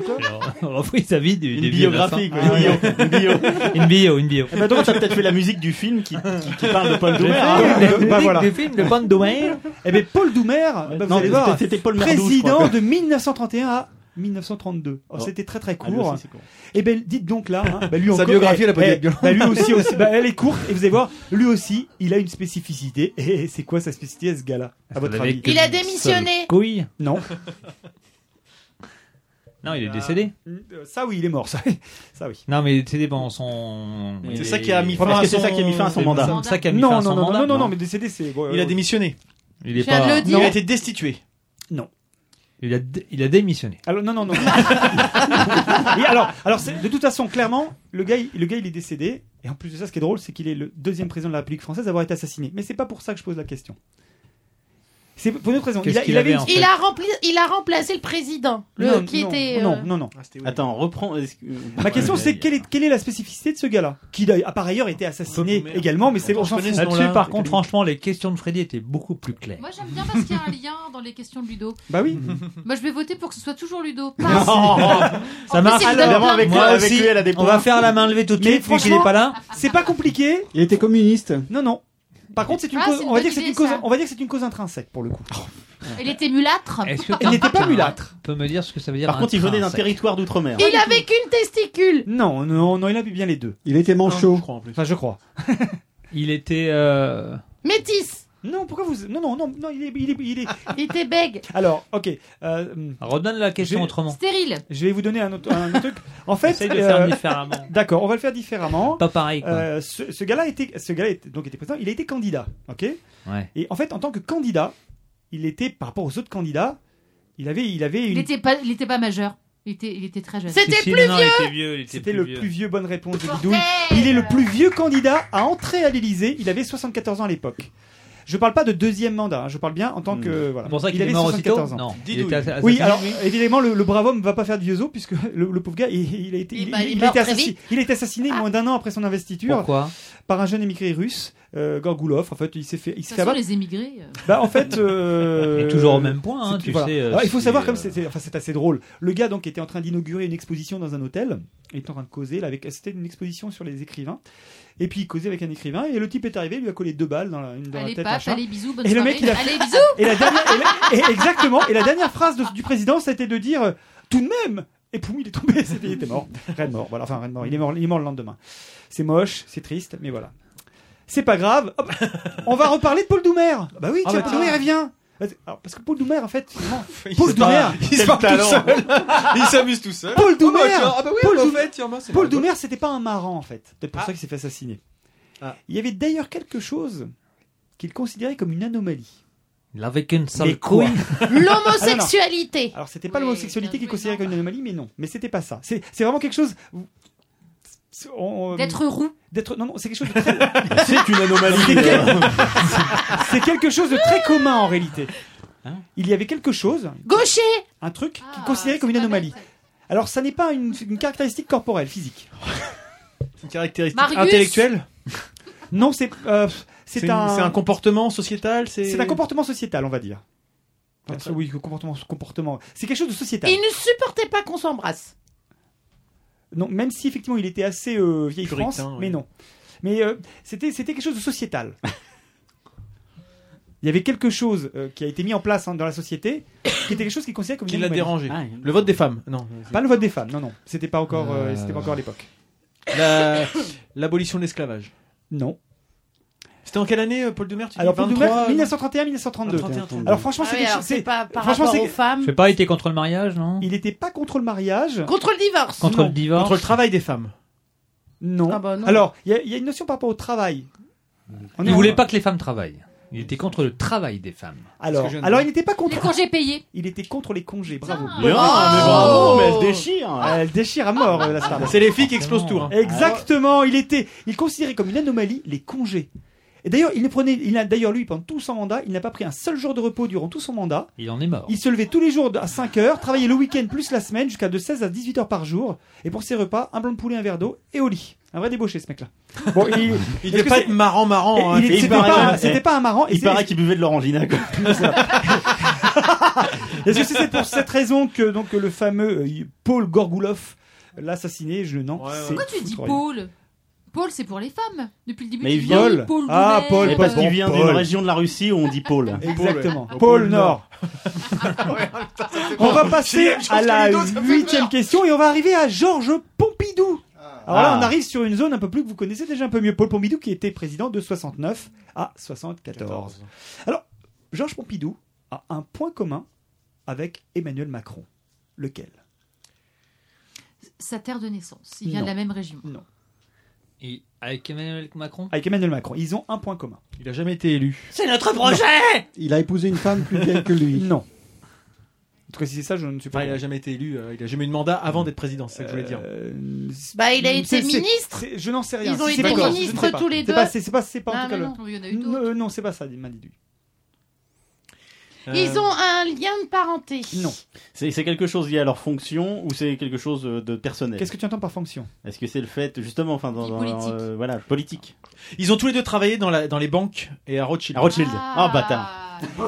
F: <laughs>
H: quoi
F: on repris sa vie du
H: Une
F: début à la
H: biographie,
F: fin.
H: quoi, une
F: Ah, ouais.
H: bio, une bio.
F: <laughs> Une bio, une bio.
H: Eh ben, donc, t'as
M: peut-être fait la musique du film qui, qui- qui parle de Paul
F: J'ai
M: Doumer.
F: fait
M: hein.
F: une
M: Bah,
F: musique
M: bah, voilà.
F: du film de Paul Doumer.
H: Eh bien, Paul Doumer, bah, vous
M: Non,
H: allez voir,
M: c'était- c'était Paul Merdou, je crois
H: président
M: que-
H: de 1931 à 1932. Oh,
M: Oh.
H: C'était très très
M: Ah, lui
H: court.
M: aussi, c'est court.
H: Eh bien, dites donc là, hein, bah, lui
M: Sa
H: encore-
M: biographie, elle a pas dû
H: eh,
M: être violente.
H: bah,
M: <laughs>
H: lui aussi, aussi bah, elle est courte et vous allez voir, lui aussi, il a une spécificité. Et c'est quoi sa spécificité, ce gars-là, à votre
F: avait
H: avis
F: que Il a une démissionné. seule couille
H: Non.
F: Non, il est décédé.
H: Euh, Ça oui, il est mort, ça. Ah, Ça oui.
F: Non, mais il est décédé pendant son.
H: C'est
F: il
H: ça
F: est-
H: qui a mis fin à
F: Est-ce que
H: son-
F: c'est ça qui a mis fin à son
H: C'est
F: mandat.
H: ça.
F: C'est ça qui a mis
H: Non,
F: fin à
H: non,
F: son
H: non,
F: mandat.
H: non, non, non, mais décédé, c'est. ouais,
F: Il a
H: ouais.
F: démissionné. Il est
H: Je viens
F: pas.
H: de le dire.
F: Il a
H: été
F: destitué.
H: Non.
F: Il a, dé- il a démissionné.
H: Alors non
F: <laughs>
H: non non. Et alors alors c'est- de toute façon clairement le gars il- le gars il est décédé et en plus de ça ce qui est drôle c'est qu'il est le deuxième président de la République française à avoir été assassiné mais c'est pas pour ça que je pose la question. C'est pour une autre raison.
F: Qu'est-ce
H: a-
F: qu'il
H: avait
F: avait, en
H: une-
I: Il a, rempli, il a remplacé le président, le,
H: Non,
I: qui
H: non,
I: était.
H: non,
I: euh,
H: non
F: Ah,
H: non.
T: Attends, reprends. est-ce que-
H: Ma question
T: Ouais,
H: c'est quelle est, quelle est la spécificité de ce gars-là qui a par ailleurs été assassiné également mais c'est bon j'en fous.
F: Là-dessus, par contre, franchement, les questions de Freddy étaient beaucoup plus claires.
D: <laughs> Moi j'aime bien parce qu'il y a un lien dans les questions de Ludo.
H: Bah
F: <laughs>
H: oui.
D: Moi je vais voter pour que ce soit toujours Ludo.
F: Oh,
H: <laughs>
F: Ça marche.
D: Évidemment,
F: avec Moi avec aussi, lui, elle a des on points. va faire la main levée tout de suite, vu qu'il est pas là.
H: C'est pas compliqué.
E: Il était communiste
H: Non, non. Par contre, c'est une
D: Ah,
H: cause.
D: c'est une
H: On va
D: bonne
H: dire que c'est
D: idée,
H: une cause.
D: ça.
H: On va dire que c'est une cause intrinsèque pour le coup.
D: Elle était mulâtre. <laughs>
H: Elle n'était pas mulâtre.
F: peut me dire ce que ça veut dire
M: Par contre, il venait d'un
F: intrinsèque
M: territoire d'outre-mer.
I: Il avait qu'une testicule.
H: Non, non, non, il avait bien les deux.
E: Il était manchot.
H: Enfin, je crois.
F: Il était. euh,
I: Métis.
H: Non, pourquoi vous. Non, non, non, non, il est. Il, est, il, est... Ah,
I: il était bègue.
H: Alors, ok. Euh,
F: Redonne la question
H: je vais-
F: autrement.
I: Stérile.
H: Je vais vous donner un autre, un autre truc. En fait, euh,
F: Essaye de faire différemment.
H: <laughs> D'accord, on va le faire différemment.
F: Pas pareil. Quoi.
H: Euh, ce ce gars-là était, ce gars était, donc était président. Il a été candidat, ok.
F: Ouais.
H: Et en fait, en tant que candidat, il était par rapport aux autres candidats, il avait, il avait.
D: Il
H: Une...
D: était pas, il était pas majeur. Il était, il était très jeune.
H: Si, si, non, non, il était vieux, il était C'était
F: plus
H: le
F: vieux.
H: plus vieux, bonne réponse de Bidouille. Il est le plus vieux candidat à entrer à l'Elysée. Il avait 74 ans à l'époque. Je parle pas de deuxième mandat, hein, je parle bien en tant que. Voilà.
F: C'est Hmm. pour ça qu'il
H: il
F: est
H: avait
F: mort
H: 74
F: aussitôt
H: ans.
F: Non. Il était assassiné.
H: Oui, alors évidemment, le, le brave homme ne va pas faire du yozo puisque <laughs> le, le pauvre gars, il, il a été,
I: Il-
H: il-
I: bah, il
H: il a
I: meurt
H: été
I: très
H: assassiné,
I: vite.
H: il a été assassiné
D: Ah.
H: moins d'un an après son investiture.
F: Pourquoi
H: Par un jeune émigré russe, euh, Gorgoulov. En fait, il s'est fait,
D: De
H: il s'est
D: toute
H: fait
D: façon,
H: abattre.
D: les émigrés. euh,
H: Bah
F: <laughs>
H: en fait. euh,
F: Et toujours au même point, hein, tu
H: c'est-
F: sais, euh,
H: Ah, il faut
F: si,
H: savoir
F: euh,
H: comme c'était. Enfin, c'est assez drôle. Le gars donc était en train d'inaugurer une exposition dans un hôtel. Il était en train de causer. Là, avec c'était une exposition sur les écrivains. Et puis il causait avec un écrivain et le type est arrivé, il lui a collé deux balles dans la, une dans
D: Allez,
H: la tête.
D: pape,
H: machin.
D: allez, bisous, bonne
H: et le mec, il
D: soirée.
H: a
D: Allez, bisous
H: <laughs> et la dernière, et la- et exactement. Et la dernière phrase de- du président, c'était de dire euh, tout de même. Et poum, il est tombé, <laughs> c'était- il était mort. Red mort, voilà. Enfin, Red mort. Il est mort, il est mort le lendemain. C'est moche, c'est triste, mais voilà. C'est pas grave. Hop. On va reparler de Paul Doumer. Bah oui,
B: Ah bah
H: tiens, Paul
B: tiens.
H: Doumer, il revient. Alors, parce que Paul Doumer, en fait, finalement,
B: <laughs> Il
H: Paul
B: se barre-
H: Doumer,
B: il se barre
H: Quel
B: tout
C: <laughs>
H: talent.
B: seul. Il s'amuse tout seul.
H: Paul
B: Ah bah
H: Doumer,
B: tiens, ah bah oui,
H: Paul
B: bah en
H: Doumer-
B: fait, tiens, bah c'est Ah.
H: Paul
B: marrant.
H: Doumer, c'était pas un marrant en fait. C'est peut-être pour ça qu'il s'est fait assassiner.
B: Ah.
H: Il y avait d'ailleurs quelque chose qu'il considérait comme
D: <laughs>
H: une anomalie.
F: Il avait qu'une
H: Mais
F: sale
H: quoi
F: couille.
I: L'homosexualité.
H: Ah, Non, non. Alors c'était pas l'homosexualité qu'il considérait comme une anomalie, mais non. Mais c'était pas ça. C'est c'est vraiment quelque chose. on- on-
D: D'être roux.
H: D'être non non, c'est quelque chose
F: <laughs>
H: de très. <laughs>
M: C'est une anomalie.
F: Ah,
H: C'est quel- <laughs> c'est quelque chose de très commun en réalité. Hein Il y avait quelque chose.
I: Gaucher. Ah,
H: Un truc qu'il considérait comme une anomalie. Alors ça n'est pas une, une caractéristique corporelle, physique. <laughs> Une caractéristique
L: Marius intellectuelle
H: <laughs> Non, c'est euh, c'est
L: C'est une-
H: un
L: c'est un
H: comportement sociétal. C'est un comportement sociétal, on va dire. Enfin, c'est- oui, comportement, comportement. C'est quelque chose de sociétal.
I: Et il ne supportait pas qu'on s'embrasse.
H: Non, même si effectivement il était assez euh, vieille
L: Puritain,
H: France,
L: oui.
H: mais non. Mais euh, c'était c'était quelque chose
L: <laughs>
H: de sociétal. Il y avait quelque chose euh, qui a été mis en place hein, dans la société, qui était quelque chose qui considérait comme une
L: Qui l'a
H: anomalie.
L: dérangé.
F: Ah,
L: Le vote des femmes. Non.
H: Pas le vote des femmes, non, non. C'était pas encore, euh,
L: Euh,
H: c'était pas encore à l'époque.
L: La- L'abolition de l'esclavage.
H: Non.
L: C'était en quelle année, euh, Paul Doumer tu dis
H: Alors pour
L: 23, euh,
H: 1931-1932.
L: 31,
H: Alors franchement,
I: Ah
H: c'est
I: oui,
H: quelque
I: alors
H: chose.
I: c'est pas par
H: franchement,
I: rapport
H: c'est-
I: aux femmes.
F: Je sais pas, il était contre le mariage, non
H: Il n'était pas contre le mariage.
I: Contre le divorce.
F: Contre le divorce. Contre le
L: travail des femmes.
H: Non.
I: Ah bah non.
H: Alors, il y, a- il y a une notion par rapport au travail. On est
F: Il
H: en-
F: voulait pas que les femmes travaillent. Il était contre le travail des femmes.
H: Alors,
F: Parce que je ne-
H: alors il n'était pas contre.
D: Les congés payés.
H: Il était contre les congés, bravo. Ah,
F: Bien, mais bravo, mais elle déchire.
H: Elle déchire à mort, euh, la Starac.
L: C'est les filles qui explosent tout, hein.
H: Exactement, il était. Il considérait comme une anomalie les congés. Et d'ailleurs, il les prenait. Il a d'ailleurs, lui, pendant tout son mandat, il n'a pas pris un seul jour de repos durant tout son mandat.
F: Il en est mort.
H: Il se levait tous les jours à 5 heures, travaillait le week-end plus la semaine jusqu'à de 16 à 18 heures par jour. Et pour ses repas, un blanc de poulet, un verre d'eau et au lit. Un vrai débauché, ce mec-là.
L: <laughs>
H: Bon, il,
L: Il
H: est-ce
L: devait
H: que
L: pas
H: c'est-
L: être marrant, marrant. hein.
H: Il-
L: Et
H: c'était
L: paraît-
H: pas- c'était pas un marrant, et
M: Il
H: <laughs> c'est-
M: paraît qu'il buvait de l'orangina. quoi.
H: Est-ce que c'est pour cette raison que donc le fameux euh, Paul Gorgoulov l'assassiné Je non. c'est
D: Pourquoi tu dis
H: foutre,
D: Paul Paul, c'est pour les femmes. Depuis le début,
H: Mais
D: tu
H: il
D: dis
H: vient-
D: Paul.
H: Ah,
D: Gounel,
H: Paul,
M: Et parce qu'il
H: Bon,
M: Eh ben, vient d'une
H: Paul.
M: région de la Russie où on dit Paul.
H: Exactement. Pôle Nord.
E: <laughs>
H: On va passer à la huitième question et on va arriver à Georges Pompidou. Alors là,
M: Ah.
H: on arrive sur une zone un peu plus que vous connaissez déjà un peu mieux. Paul Pompidou qui était président de 69 à 74. Alors, Georges Pompidou a un point commun avec Emmanuel Macron. Lequel
D: Sa terre de naissance. Il vient de
H: Non.
D: la même région.
H: Non.
F: Et avec Emmanuel Macron
H: Avec Emmanuel Macron. Ils ont un point commun.
C: Il n'a jamais été élu.
F: C'est notre projet
E: Il a épousé une femme plus vieille que lui.
H: Non. En tout cas, si c'est ça, je ne suis
C: pas. Ah, il n'a jamais été élu, euh, il n'a jamais eu de mandat avant d'être président, c'est ça que je voulais dire.
H: Euh,
I: Bah, il a
H: Mm, C'est-
I: été
H: c'est-
I: ministre.
H: c'est- Je n'en sais rien.
I: Ils ont
H: Si c'est
I: été
H: pas ça, je ne
I: ministres
H: sais pas.
I: tous les
H: C'est
I: deux.
H: pas- C'est c'est pas, c'est pas
I: Ah,
H: en tout cas
I: mais
H: le-
I: non, il y en a eu
H: Non, euh, non, c'est pas ça, m'a dit lui.
M: Euh.
H: Euh,
I: Ils ont un lien de parenté.
H: Non.
M: C'est c'est quelque chose lié à leur fonction ou c'est quelque chose euh, de personnel
H: Qu'est-ce que tu entends par fonction
M: Est-ce que c'est le fait, justement, enfin, dans, dans-
H: politique.
M: euh, voilà, politique
C: Ils ont tous les deux travaillé dans, la, dans les banques et à Rothschild.
M: À Rothschild. Ah. Oh, bâtard.
I: Ah,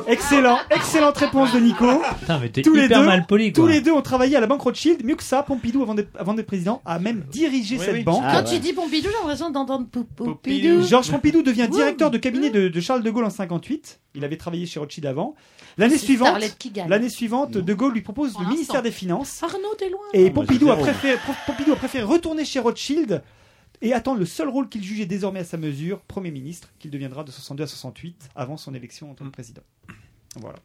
H: Excellent, excellente réponse de Nico.
K: mais <laughs> t'es
H: Tous les,
K: hyper
H: deux,
K: mal poli,
H: tous
K: quoi.
H: les deux ont travaillé à la Banque Rothschild. Mieux que ça, Pompidou, avant d'être avant d'être président, a même dirigé
I: Oui,
H: cette
I: oui.
H: banque.
I: Quand tu dis Pompidou, j'ai l'impression d'entendre Pou- Pompidou.
H: Georges Pompidou devient directeur de cabinet de, de Charles de Gaulle en 58. Il avait travaillé chez Rothschild avant. L'année
I: C'est
H: suivante,
I: Starlet qui gagne.
H: l'année suivante, De Gaulle lui propose le ministère des Finances.
I: Arnaud, t'es loin.
H: Et
I: Ah, moi,
H: Pompidou,
I: j'ai
H: a
I: zéro.
H: préféré, Pompidou a préféré retourner chez Rothschild et attendre le seul rôle qu'il jugeait désormais à sa mesure, Premier ministre, qu'il deviendra de 62 à 68 avant son élection en tant que président. Voilà.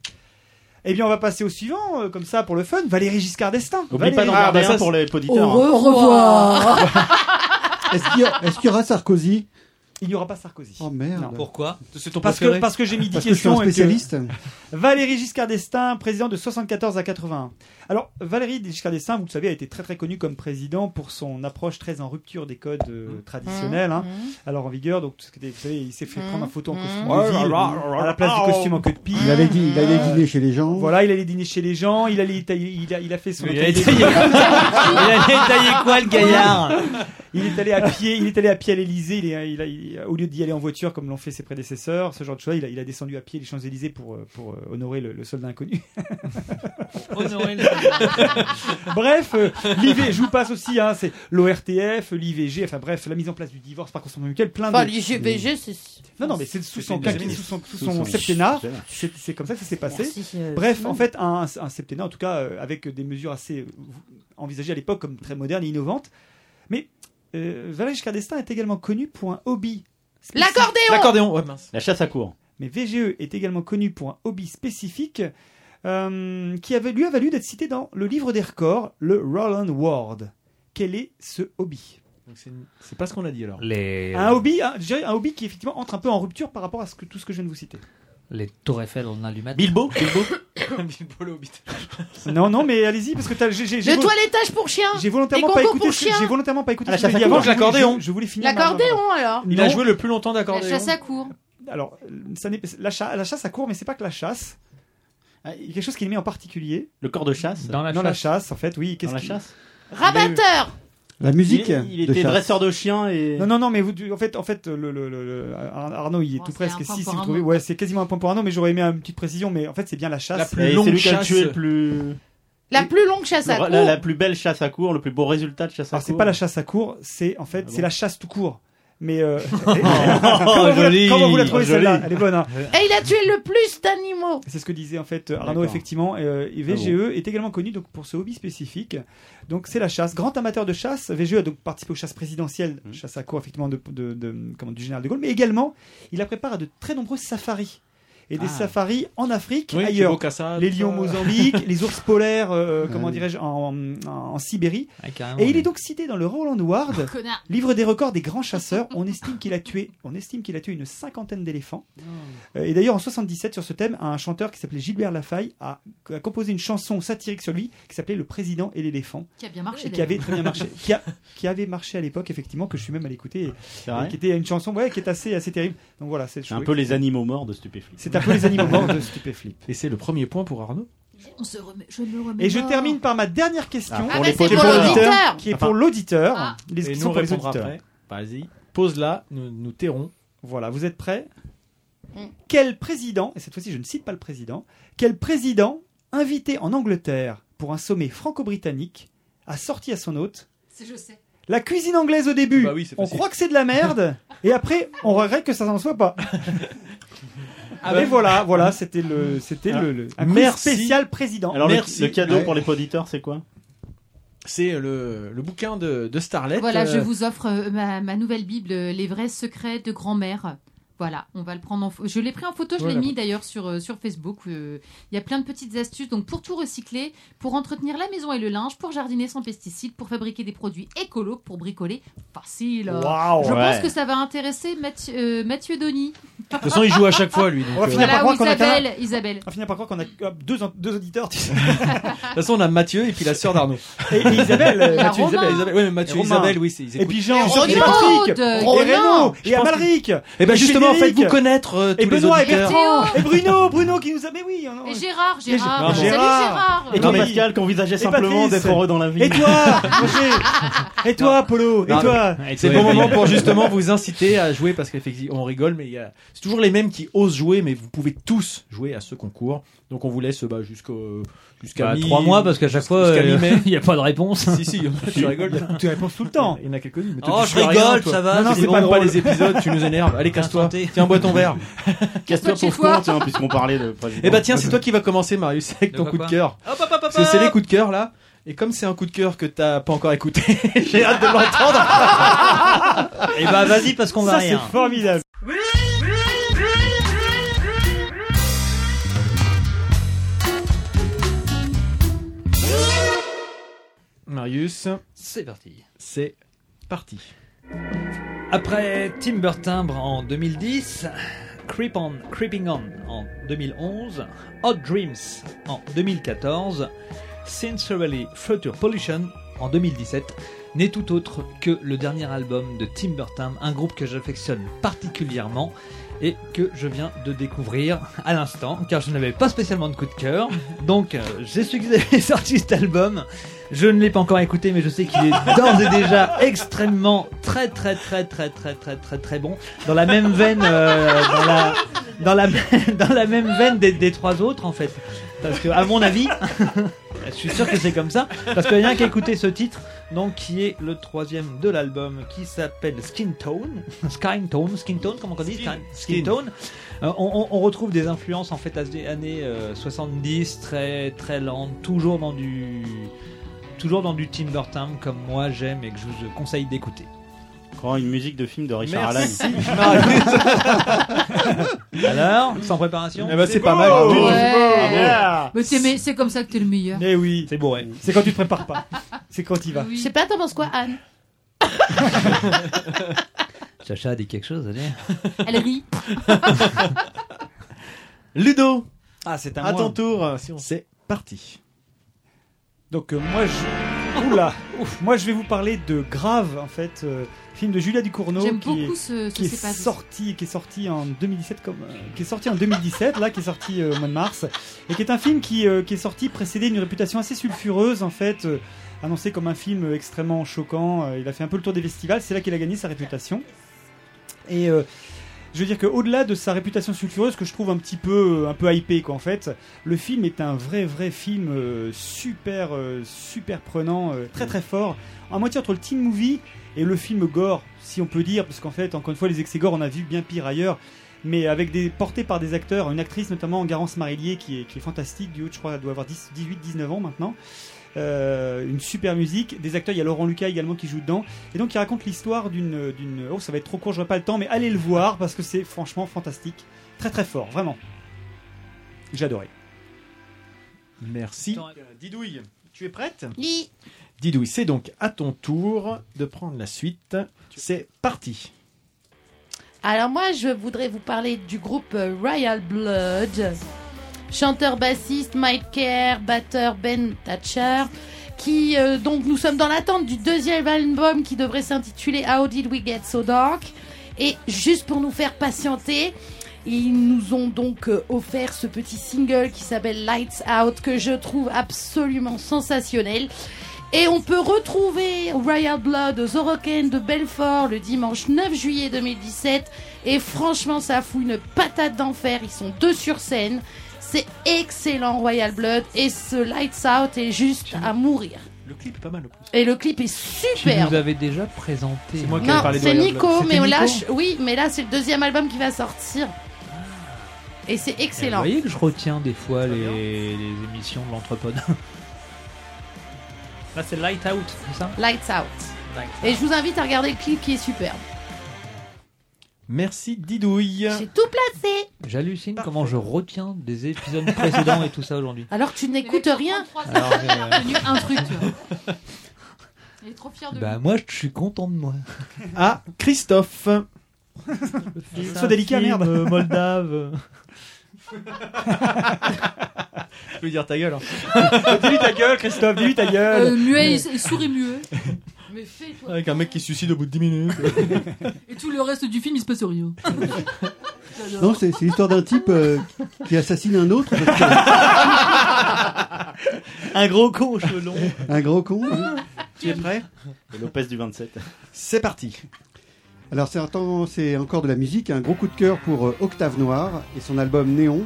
H: Eh bien, on va passer au suivant, euh, comme ça, pour le fun. Valérie Giscard d'Estaing.
M: Oublie pas d'en
H: Valérie-
M: garder un pour les auditeurs,
H: Au
M: hein.
H: revoir. <laughs>
E: Est-ce qu'il y, a- est-ce qu'il y aura Sarkozy
H: Il n'y aura pas Sarkozy.
E: Oh merde.
F: Pourquoi
C: C'est ton
H: parce que,
C: préféré
H: parce que j'ai mis 10
E: Parce que je suis
H: questions.
E: un
H: et que-
E: spécialiste.
H: Valérie Giscard d'Estaing, président de 74 à 81. Alors, Valérie Giscard d'Estaing, vous le savez, a été très très connue comme président pour son approche très en rupture des codes euh,
E: Mm.
H: traditionnels. hein. Alors, en vigueur, donc, tout ce qui était- vous savez, il s'est fait prendre en photo en costume
E: Oh là
H: de ville, euh,
E: là là
H: à la place
E: là. oh.
H: du costume en queue de pie.
E: Il avait dit, il allait dîner chez les gens.
H: Voilà, il allait dîner chez les gens, il, allait, il, a, il a fait son.
E: Il allait
H: atelier.
E: tailler- Il allait
H: <laughs>
E: tailler quoi, le gaillard
H: Il est allé à pied, il est allé à pied à l'Elysée, il est- il a- il a- au lieu d'y aller en voiture comme l'ont fait ses prédécesseurs, ce genre de choses, il a, il a descendu à pied les Champs-Élysées pour, euh, pour euh, honorer le, le soldat inconnu.
F: Honorer le
H: <laughs> bref, euh, l'IVG, je vous passe aussi, hein, c'est l'ORTF, l'IVG, enfin bref, la mise en place du divorce par consentement mutuel, plein
I: Enfin,
H: de.
I: l'IVG, c'est.
H: Non, non, mais c'est sous son,
I: une deuxième
H: quinqui-
I: ministre.
H: sous son, sous
I: Sous son-
H: son septennat. C'est c'est comme ça que ça s'est passé.
I: Merci, euh,
H: Bref,
I: Simone.
H: en fait, un, un septennat, en tout cas, euh, avec des mesures assez euh, envisagées à l'époque comme très modernes et innovantes. Mais euh, Valéry Giscard d'Estaing est également connu pour un hobby. spécifique-
I: L'accordéon
C: L'accordéon, ouais, mince.
M: La chasse à cour.
H: Mais VGE est également connu pour un hobby spécifique euh, qui avait, lui a valu d'être cité dans le livre des records, le Roland Ward. Quel est ce hobby
C: Donc c'est une- C'est pas ce qu'on a dit alors.
F: Les...
H: un hobby, un, je dirais un hobby qui effectivement entre un peu en rupture par rapport à ce que, tout ce que je viens de
C: <coughs>
H: vous citer.
F: Les tours Eiffel en allumette.
M: Bilbo Bilbo
C: Bilbo le Hobbit.
H: Non, non, mais allez-y parce que t'as- j'ai j'ai- j'ai
I: Le
H: vol-
I: toilettage pour chien.
H: j'ai volontairement,
I: Les
H: pas
I: concours
H: écouté
I: pour
H: ce que-
I: chien.
H: j'ai volontairement pas écouté
C: Ah, la
H: ce que
C: chasse à
H: j'ai dit avant.
C: cour,
H: Je voulais-
C: l'accordéon.
H: Je voulais finir. ma-
I: L'accordéon,
M: Ah.
I: alors.
C: Il a
H: Non.
C: joué le plus longtemps
D: La
C: d'accordéon.
D: chasse à cour.
H: Alors, euh, ça n'est la, cha- la chasse à court, mais c'est pas que la chasse. Ah, Il y a quelque chose qui est mis en particulier.
M: Le corps de chasse
F: Dans la
H: non,
M: chasse.
H: la chasse, en fait, oui. Qu'est-ce
M: Dans la
H: qui-
M: chasse
I: Rabatteur.
E: La musique.
M: Il, il
E: de
M: était
E: chasse.
M: dresseur de chiens et.
H: Non, non, non, mais vous, en fait, en fait, le, le- le- le- Ar- Arnaud, il est tout presque.
M: un point
H: Si, si
M: pour
H: vous
M: Arnaud.
H: trouvez, ouais, c'est quasiment un point pour Arnaud, mais j'aurais aimé une petite précision. Mais en fait, c'est bien la chasse.
M: La plus Et longue Eh, c'est lui qui a chasse. tué le plus.
I: La plus longue chasse à
M: Le-
I: cour.
M: la, la plus belle chasse à cour, le plus beau résultat de chasse à
H: Alors,
M: cour.
H: c'est pas la chasse à court, c'est en
M: Ah
H: fait, c'est la chasse tout court.
M: <laughs>
H: Mais euh... <laughs>
M: Oh,
H: comment, vous la,
M: joli.
H: <laughs> comment vous la trouvez
M: Oh,
H: celle-là
M: joli.
H: Elle est bonne. hein.
I: Et il a tué le plus
H: <laughs>
I: d'animaux.
H: C'est ce que disait en fait Arnaud,
M: D'accord.
H: effectivement. euh, et VGE
M: Ah
H: est également connu donc, pour ce hobby spécifique. Donc c'est la chasse. Grand amateur de chasse, VGE a donc participé aux chasses présidentielles, chasse à cour effectivement de, de- de- comment, du général de Gaulle, mais également il a préparé à de très nombreux safaris. Et des
C: Ah.
H: safaris en Afrique,
C: Oui,
H: ailleurs.
C: Chibokassa,
H: les
C: tout
H: lions au
C: ça.
H: Mozambique, les ours polaires, euh, comment
C: oui.
H: dirais-je, en, en- en Sibérie.
F: Ah, carrément,
H: et il
F: oui.
H: est donc cité dans le Roland Ward,
F: Connard.
H: livre des records des grands chasseurs. On estime qu'il a tué, on estime qu'il a tué une cinquantaine d'éléphants. Euh, Et d'ailleurs, en 77, sur ce thème, un chanteur qui s'appelait Gilbert Lafaille a, a composé une chanson satirique sur lui qui s'appelait Le Président et l'éléphant.
D: Qui a bien marché,
H: Et qui avait
D: d'ailleurs.
H: très
D: <laughs>
H: bien marché. qui, a- qui avait marché à l'époque, effectivement, que je suis même allé écouter. et-
M: vrai
H: et qui était une chanson ouais, qui est assez, assez terrible. Donc voilà, c'est
M: C'est un peu les animaux morts de Stupéflip.
H: C'est un peu les
M: <laughs>
H: animaux morts de Stupéflip.
C: Et c'est le premier point pour Arnaud.
D: On se remet- je me remets.
H: Et je
D: mort.
H: termine par ma dernière question.
C: Ah, pour Ah, les bah, c'est pour auditeurs. l'auditeur.
H: Qui est
C: Enfin.
H: pour l'auditeur.
C: Ah.
H: Les
C: Et
H: questions
C: nous, on
H: pour les
C: répondra
H: auditeurs.
C: après. Vas-y. Pose là, nous, nous tairons.
H: Voilà, vous êtes prêts Quel président, et cette fois-ci je ne cite pas le président, quel président invité en Angleterre pour un sommet franco-britannique, a sorti à son hôte
D: C'est je sais.
H: la cuisine anglaise au début.
L: Bah oui, c'est
H: on
L: facile.
H: croit que c'est de la
C: <laughs>
H: merde, et après, on regrette que ça n'en soit pas. Ah
C: bah.
H: mais voilà, voilà, c'était
C: euh,
H: le, c'était
M: Ah.
H: le, le- un coup
M: Merci.
H: spécial président.
M: Alors, le- le cadeau
C: Ouais.
M: pour les auditeurs, c'est quoi
C: C'est euh, le, le bouquin de, de Starlet.
D: Voilà, je
C: euh,
D: vous offre euh, ma, ma nouvelle Bible, euh, Les vrais secrets de grand-mère. Voilà, on va le prendre en photo. Je l'ai pris en photo, je
C: Voilà.
D: l'ai mis d'ailleurs sur, euh, sur Facebook. euh, Il y a plein de petites astuces. Donc, pour tout recycler, pour entretenir la maison et le linge, pour jardiner sans pesticides, pour fabriquer des produits écolos, pour bricoler, facile.
L: Waouh,
D: je
L: ouais.
D: pense que ça va intéresser Mathieu, euh, Mathieu Denis.
C: De toute façon, il joue à chaque fois, lui. donc,
H: On va
C: euh,
H: finir par
D: Voilà, ou
H: croire qu'on a qu'un-
D: Isabelle, Isabelle.
H: On va finir par croire qu'on a hop, deux, deux auditeurs. tu sais.
C: De toute façon, on a Mathieu et puis la sœur d'Arnaud.
H: Et, Isabelle, euh,
C: Mathieu,
H: Romain.
C: Isabelle, Isabelle. Oui, mais Mathieu,
H: Et Romain.
C: Isabelle, oui, c'est. ils
H: Et
C: écoutent.
H: puis Jean,
C: Et
H: et
C: Renaud,
H: Patrick,
K: Oh,
C: de-
H: et
C: Renaud.
H: Renaud,
C: Je
H: et
C: pense que-
H: Amalric.
C: Eh ben
H: et
C: justement,
H: Frédéric.
C: faites-vous
H: <laughs>
C: connaître, euh,
H: Et
C: tous les
H: Benoît et
C: auditeurs.
H: Bertrand.
C: Théo.
H: Et Bruno, Bruno qui nous a. Mais oui, on-
D: Et Gérard,
H: Et
B: Ah,
D: Gérard.
H: Gérard.
D: Salut Gérard.
M: Et toi, Pascal, qu'envisageait simplement d'être heureux dans la vie.
H: Et toi,
C: <laughs>
I: Ah,
H: Roger Et toi, Polo Et
C: Non,
H: toi
C: mais C'est le bon moment pour justement vous inciter à jouer parce qu'effectivement on rigole, mais il y a- c'est toujours les mêmes qui osent jouer, mais vous pouvez tous jouer à ce concours. Donc on vous laisse bah, jusqu'au jusqu'à
K: Bah,
C: mi-
K: trois mois, parce qu'à chaque fois,
C: jusqu'à
K: euh,
C: <laughs> mi-mai.
K: il <laughs> y a pas de réponse.
C: Si si,
K: <laughs>
C: tu rigoles.
H: Tu réponses tout le temps.
C: Il y en a quelques-unes. mais te
K: Oh,
C: dis
K: je
C: plus rien,
K: rigole,
C: toi.
K: ça va,
C: Non, non,
K: c'est
C: c'est
K: bon.
C: pas, pas les épisodes, tu nous énerves. Allez, casse-toi. Tiens, bois ton <laughs> verre.
M: Casse-toi pour ce con, tiens, puisqu'on parlait de.
C: Eh bah tiens, c'est toi qui va commencer, Marius, avec
M: De
C: ton
M: quoi,
C: coup de
M: quoi
C: cœur.
M: Hop, hop, hop,
C: Parce que c'est
M: hop.
C: les coups de cœur là. Et comme c'est un coup de cœur que t'as pas encore écouté, <laughs> j'ai hâte de l'entendre. <laughs>
K: Et bah vas-y parce qu'on va
C: Ça,
K: rien.
C: c'est
H: formidable.
C: Marius,
F: c'est parti.
C: C'est parti.
F: Après Timber Timbre en 2010, Creep on, Creeping On en 2011, Hot Dreams en 2014, Sincerely Future Pollution en 2017 n'est tout autre que le dernier album de Timber Timbre, un groupe que j'affectionne particulièrement et que je viens de découvrir à l'instant, car je n'avais pas spécialement de coup de cœur. Donc euh, j'ai su <laughs> qu'ils avaient sorti cet album. Je ne l'ai pas encore écouté, mais je sais qu'il est d'ores et déjà extrêmement très très très très très très très très bon. Dans la même veine, euh, dans la dans la <laughs> dans la même veine des, des trois autres en fait. Parce que à mon avis, <laughs> je suis sûr que c'est comme ça. Parce qu'il n'y a qu'à écouter ce titre, donc qui est le troisième de l'album, qui s'appelle Skin Tone, Skin Tone, Skin Tone, comment on dit Skin, Skin
C: Skin.
F: Tone. Euh, on, on- on retrouve des influences en fait des années euh, 70, très très lentes, toujours dans du toujours dans du Timber Time comme moi j'aime et que je vous conseille d'écouter.
M: Encore une musique de film de Richard
F: Merci, <laughs>
M: Allan.
F: Marius. <laughs> Alors, sans préparation
M: Eh ben, c'est C'est
K: Oh,
M: pas beau. mal, hein.
H: Oh,
F: Ouais.
K: Ah
M: Ouais.
F: Bravo.
D: Ah, Mais c'est- mais c'est comme ça que t'es le meilleur.
H: Mais Eh oui.
F: C'est bourré.
H: C'est quand tu te prépares pas. C'est quand il va.
I: Je sais pas, t'en penses quoi, Anne
K: Chacha a dit quelque chose, allez.
I: <laughs> Elle rit.
C: Ludo.
H: Ah, c'est à
C: À
H: moi.
C: ton tour, euh, c'est parti.
H: Donc euh, moi je Oula. Ouf, moi je vais vous parler de Grave en fait, euh, film de Julia Ducournau
D: J'aime
H: qui
D: beaucoup
H: est,
D: ce- ce
H: qui est
D: cépage.
H: sorti qui est sorti en 2017 comme euh, qui est sorti en 2017 là qui est sorti euh, au mois de mars et qui est un film qui euh, qui est sorti précédé d'une réputation assez sulfureuse en fait euh, annoncé comme un film extrêmement choquant, euh, il a fait un peu le tour des festivals, c'est là qu'il a gagné sa réputation. Et euh, je veux dire qu'au-delà de sa réputation sulfureuse, que je trouve un petit peu, euh, un peu hypé, quoi, en fait, le film est un vrai, vrai film euh, super, euh, super prenant, euh, très, très fort. À moitié entre le teen movie et le film gore, si on peut dire, parce qu'en fait, encore une fois, les excès gore, on a vu bien pire ailleurs. Mais avec des portés par des acteurs, une actrice notamment, Garance Marillier, qui est, qui est fantastique, du haut, je crois, elle doit avoir 10, 18, 19 ans maintenant. Euh, une super musique, des acteurs, il y a Laurent Lucas également qui joue dedans, et donc il raconte l'histoire d'une, d'une, oh ça va être trop court, j'aurai pas le temps, mais allez le voir parce que c'est franchement fantastique, très très fort, vraiment. J'ai adoré.
C: Merci. euh, Didouille, tu es prête
I: Oui.
C: Didouille, c'est donc à ton tour de prendre la suite. C'est parti.
I: Alors moi, je voudrais vous parler du groupe euh, Royal Blood. Chanteur, bassiste, Mike Kerr, batteur Ben Thatcher. Qui, euh, donc, nous sommes dans l'attente du deuxième album qui devrait s'intituler How Did We Get So Dark. Et juste pour nous faire patienter, ils nous ont donc euh, offert ce petit single qui s'appelle Lights Out, que je trouve absolument sensationnel. Et on peut retrouver Royal Blood aux Oroken de Belfort le dimanche 9 juillet 2017. Et franchement, ça fout une patate d'enfer. Ils sont deux sur scène. C'est excellent Royal Blood et ce Lights Out est juste à mourir.
C: Le clip est pas mal. au plus.
I: Et le clip est
F: <laughs> Tu
I: super.
F: nous avais déjà présenté. C'est
C: moi
I: Non, c'est Nico, mais on lâche. Oui, mais là c'est le deuxième album qui va sortir. Et c'est
F: Eh, Vous
I: excellent.
F: voyez que je retiens des fois les, les émissions
M: <laughs>
F: de l'entrepôt.
K: Là, c'est Light Out, c'est ça
I: Lights Out.
K: Lights
I: Et je vous invite à regarder le clip qui est superbe.
C: Merci Didouille.
I: J'ai tout placé.
F: J'hallucine comment je retiens des épisodes précédents et tout ça aujourd'hui.
I: Alors que tu n'écoutes rien.
F: Alors, euh,
D: un truc. tu
F: <laughs>
D: vois. Il est trop fier de
F: Bah moi je suis content de moi.
C: Ah, <laughs> Christophe.
K: C'est
F: Sois
K: un
F: délicat,
K: film,
F: merde.
K: euh,
H: <laughs>
K: Moldave.
C: Je veux dire ta gueule.
K: hein.
C: dis-lui ta gueule, Christophe, dis-lui ta gueule.
D: Euh, muet, il, il sourit muet. <laughs> Mais fais toi.
C: Avec un mec qui se suicide au bout de 10 minutes.
E: <laughs>
D: Et tout le reste du film, il se passe
F: <laughs>
D: rien. J'adore.
E: Non, c'est c'est l'histoire d'un type euh, qui assassine un autre. parce que-
J: Un gros con aux cheveux longs.
E: un gros con.
M: Tu es prêt Lopez du 27.
C: C'est parti.
E: Alors c'est un temps- c'est encore de la musique, un gros coup de cœur pour euh, Octave Noir et son album Néon,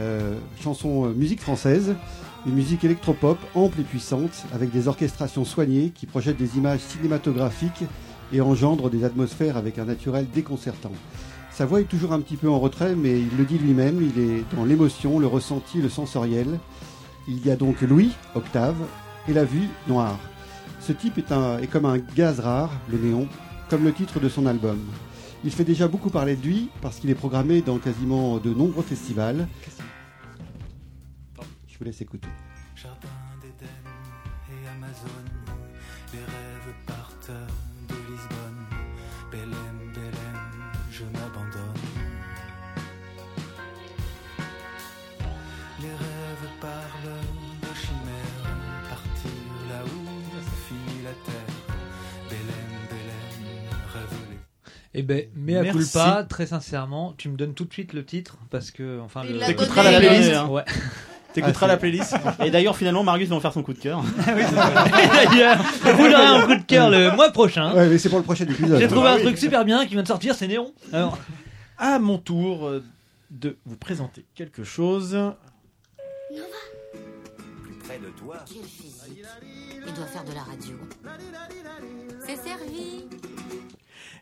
E: euh, chanson euh, musique française, une musique électropop ample et puissante, avec des orchestrations soignées qui projettent des images cinématographiques et engendrent des atmosphères avec un naturel déconcertant. Sa voix est toujours un petit peu en retrait, mais il le dit lui-même, il est dans l'émotion, le ressenti, le sensoriel. Il y a donc Louis, Octave, et la vue, Noir. Ce type est, un- est comme un gaz rare, le néon, comme le titre de son album. Il fait déjà beaucoup parler de lui parce qu'il est programmé dans quasiment de nombreux festivals. Je vous laisse écouter.
U: Jardin d'Éden et Amazon, les rêves partent de Lisbonne. Bélem, Bélem, je m'abandonne. Les rêves parlent de chimères, partir là où se finit la terre. Bélem, Bélem, rêve les
F: Eh ben, mais à
U: Merci.
F: culpa, très sincèrement, tu me donnes tout de suite le titre parce que enfin
U: Il
F: Ah, le...
U: l'a
T: T'écouteras donné. la playlist.
F: hein. Ouais. <laughs>
T: <laughs> T'écouteras
F: Ah,
T: la
F: c'est- <laughs> Ah
T: playlist. Et d'ailleurs, finalement, Marius va en faire son coup de cœur.
F: <laughs>
M: <laughs>
K: D'ailleurs, vous l'aurez un coup de cœur le mois prochain.
E: Ouais, mais c'est pour le prochain épisode. Ah
K: J'ai trouvé un truc super bien qui vient de sortir, c'est Néon. Alors,
C: À mon tour euh, de vous présenter quelque chose.
N: Plus près de toi. Quelle physique.
Q: Il doit faire de la radio. C'est servi.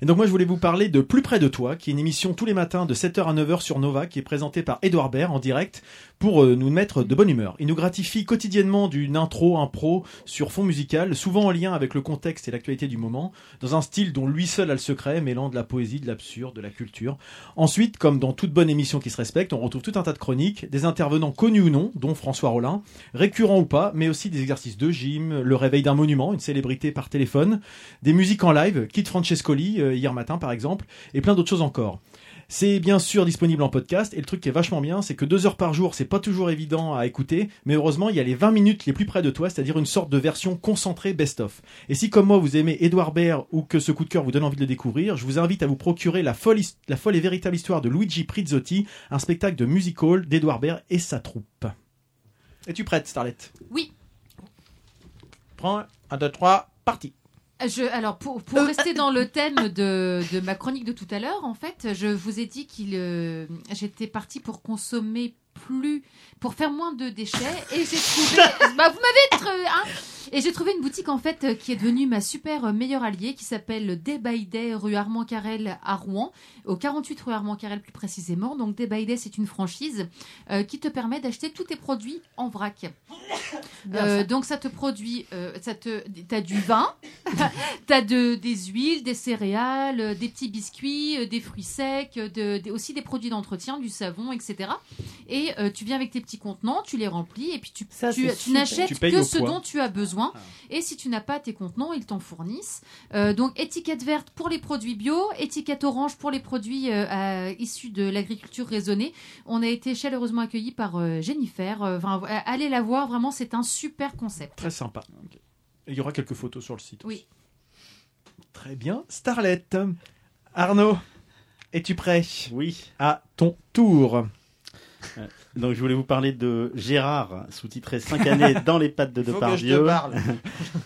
C: Et donc moi je voulais vous parler de Plus près de toi, qui est une émission tous les matins de 7h à 9h sur Nova, qui est présentée par Edouard Baird en direct pour euh, nous mettre de bonne humeur. Il nous gratifie quotidiennement d'une intro, impro, sur fond musical, souvent en lien avec le contexte et l'actualité du moment, dans un style dont lui seul a le secret, mêlant de la poésie, de l'absurde, de la culture. Ensuite, comme dans toute bonne émission qui se respecte, on retrouve tout un tas de chroniques, des intervenants connus ou non, dont François Rollin, récurrents ou pas, mais aussi des exercices de gym, le réveil d'un monument, une célébrité par téléphone, des musiques en live, Kit Francescoli euh, hier matin par exemple, et plein d'autres choses encore. C'est bien sûr disponible en podcast et le truc qui est vachement bien, c'est que deux heures par jour, c'est pas toujours évident à écouter, mais heureusement il y a les 20 minutes les plus près de toi, c'est-à-dire une sorte de version concentrée best-of. Et si comme moi vous aimez Edouard Baird ou que ce coup de cœur vous donne envie de le découvrir, je vous invite à vous procurer la folle, his- la folle et véritable histoire de Luigi Prizzotti, un spectacle de music hall d'Edouard Baird et sa troupe. Es-tu prête, Starlette
D: Oui.
C: Prends 1, 2, 3, parti.
D: Je- alors, pour, pour rester dans le thème de, de ma chronique de tout à l'heure, en fait, je vous ai dit qu'il euh, j'étais partie pour consommer plus, pour faire moins de déchets, et j'ai <laughs> trouvé. bah, vous m'avez. tr- hein et j'ai trouvé une boutique, en fait, euh, qui est devenue ma super euh, meilleure alliée, qui s'appelle Day by Day, rue Armand Carrel à Rouen, au 48 rue Armand Carrel plus précisément. Donc, Day by Day, c'est une franchise euh, qui te permet d'acheter tous tes produits en vrac.
I: Bien
D: Euh,
I: ça.
D: donc ça te produit, euh, ça te, t'as du vin, <laughs> t'as de, des huiles, des céréales, euh, des petits biscuits, euh, des fruits secs, euh, de, des- aussi des produits d'entretien, du savon, etc. Et euh, tu viens avec tes petits contenants, tu les remplis et puis tu, tu,
I: c'est
D: tu
I: super.
D: n'achètes
I: Tu payes
D: que
I: au
D: ce
I: poids.
D: dont tu as
C: Ah.
D: besoin. Et si tu n'as pas tes contenants, ils t'en fournissent. Euh, donc étiquette verte pour les produits bio, étiquette orange pour les produits euh, à- issus de l'agriculture raisonnée. On a été chaleureusement accueillis par euh, Jennifer. Euh, enfin, euh, allez la voir, vraiment c'est un super concept.
C: Très sympa. Et Il y aura quelques photos sur le site.
D: Oui.
C: Très bien. Starlet. Arnaud, es-tu prêt Oui. À ton tour.
M: Euh, Donc je voulais vous parler de Gérard, sous-titré 5 années dans les pattes de
B: <laughs> Faut que
M: Depardieu,
B: je te parle.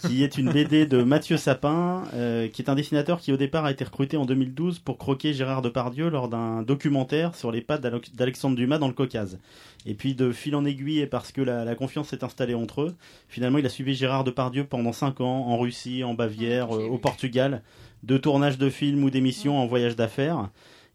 M: <laughs> qui est une BD de Mathieu Sapin, euh, qui est un dessinateur qui au départ a été recruté en 2012 pour croquer Gérard Depardieu lors d'un documentaire sur les pattes d'Aloc- d'Alexandre Dumas dans le Caucase. Et puis de fil en aiguille et parce que la, la confiance s'est installée entre eux, finalement il a suivi Gérard Depardieu pendant 5 ans en Russie, en Bavière,
B: Ah,
M: euh, au Portugal, de tournages de films ou d'émissions en voyage d'affaires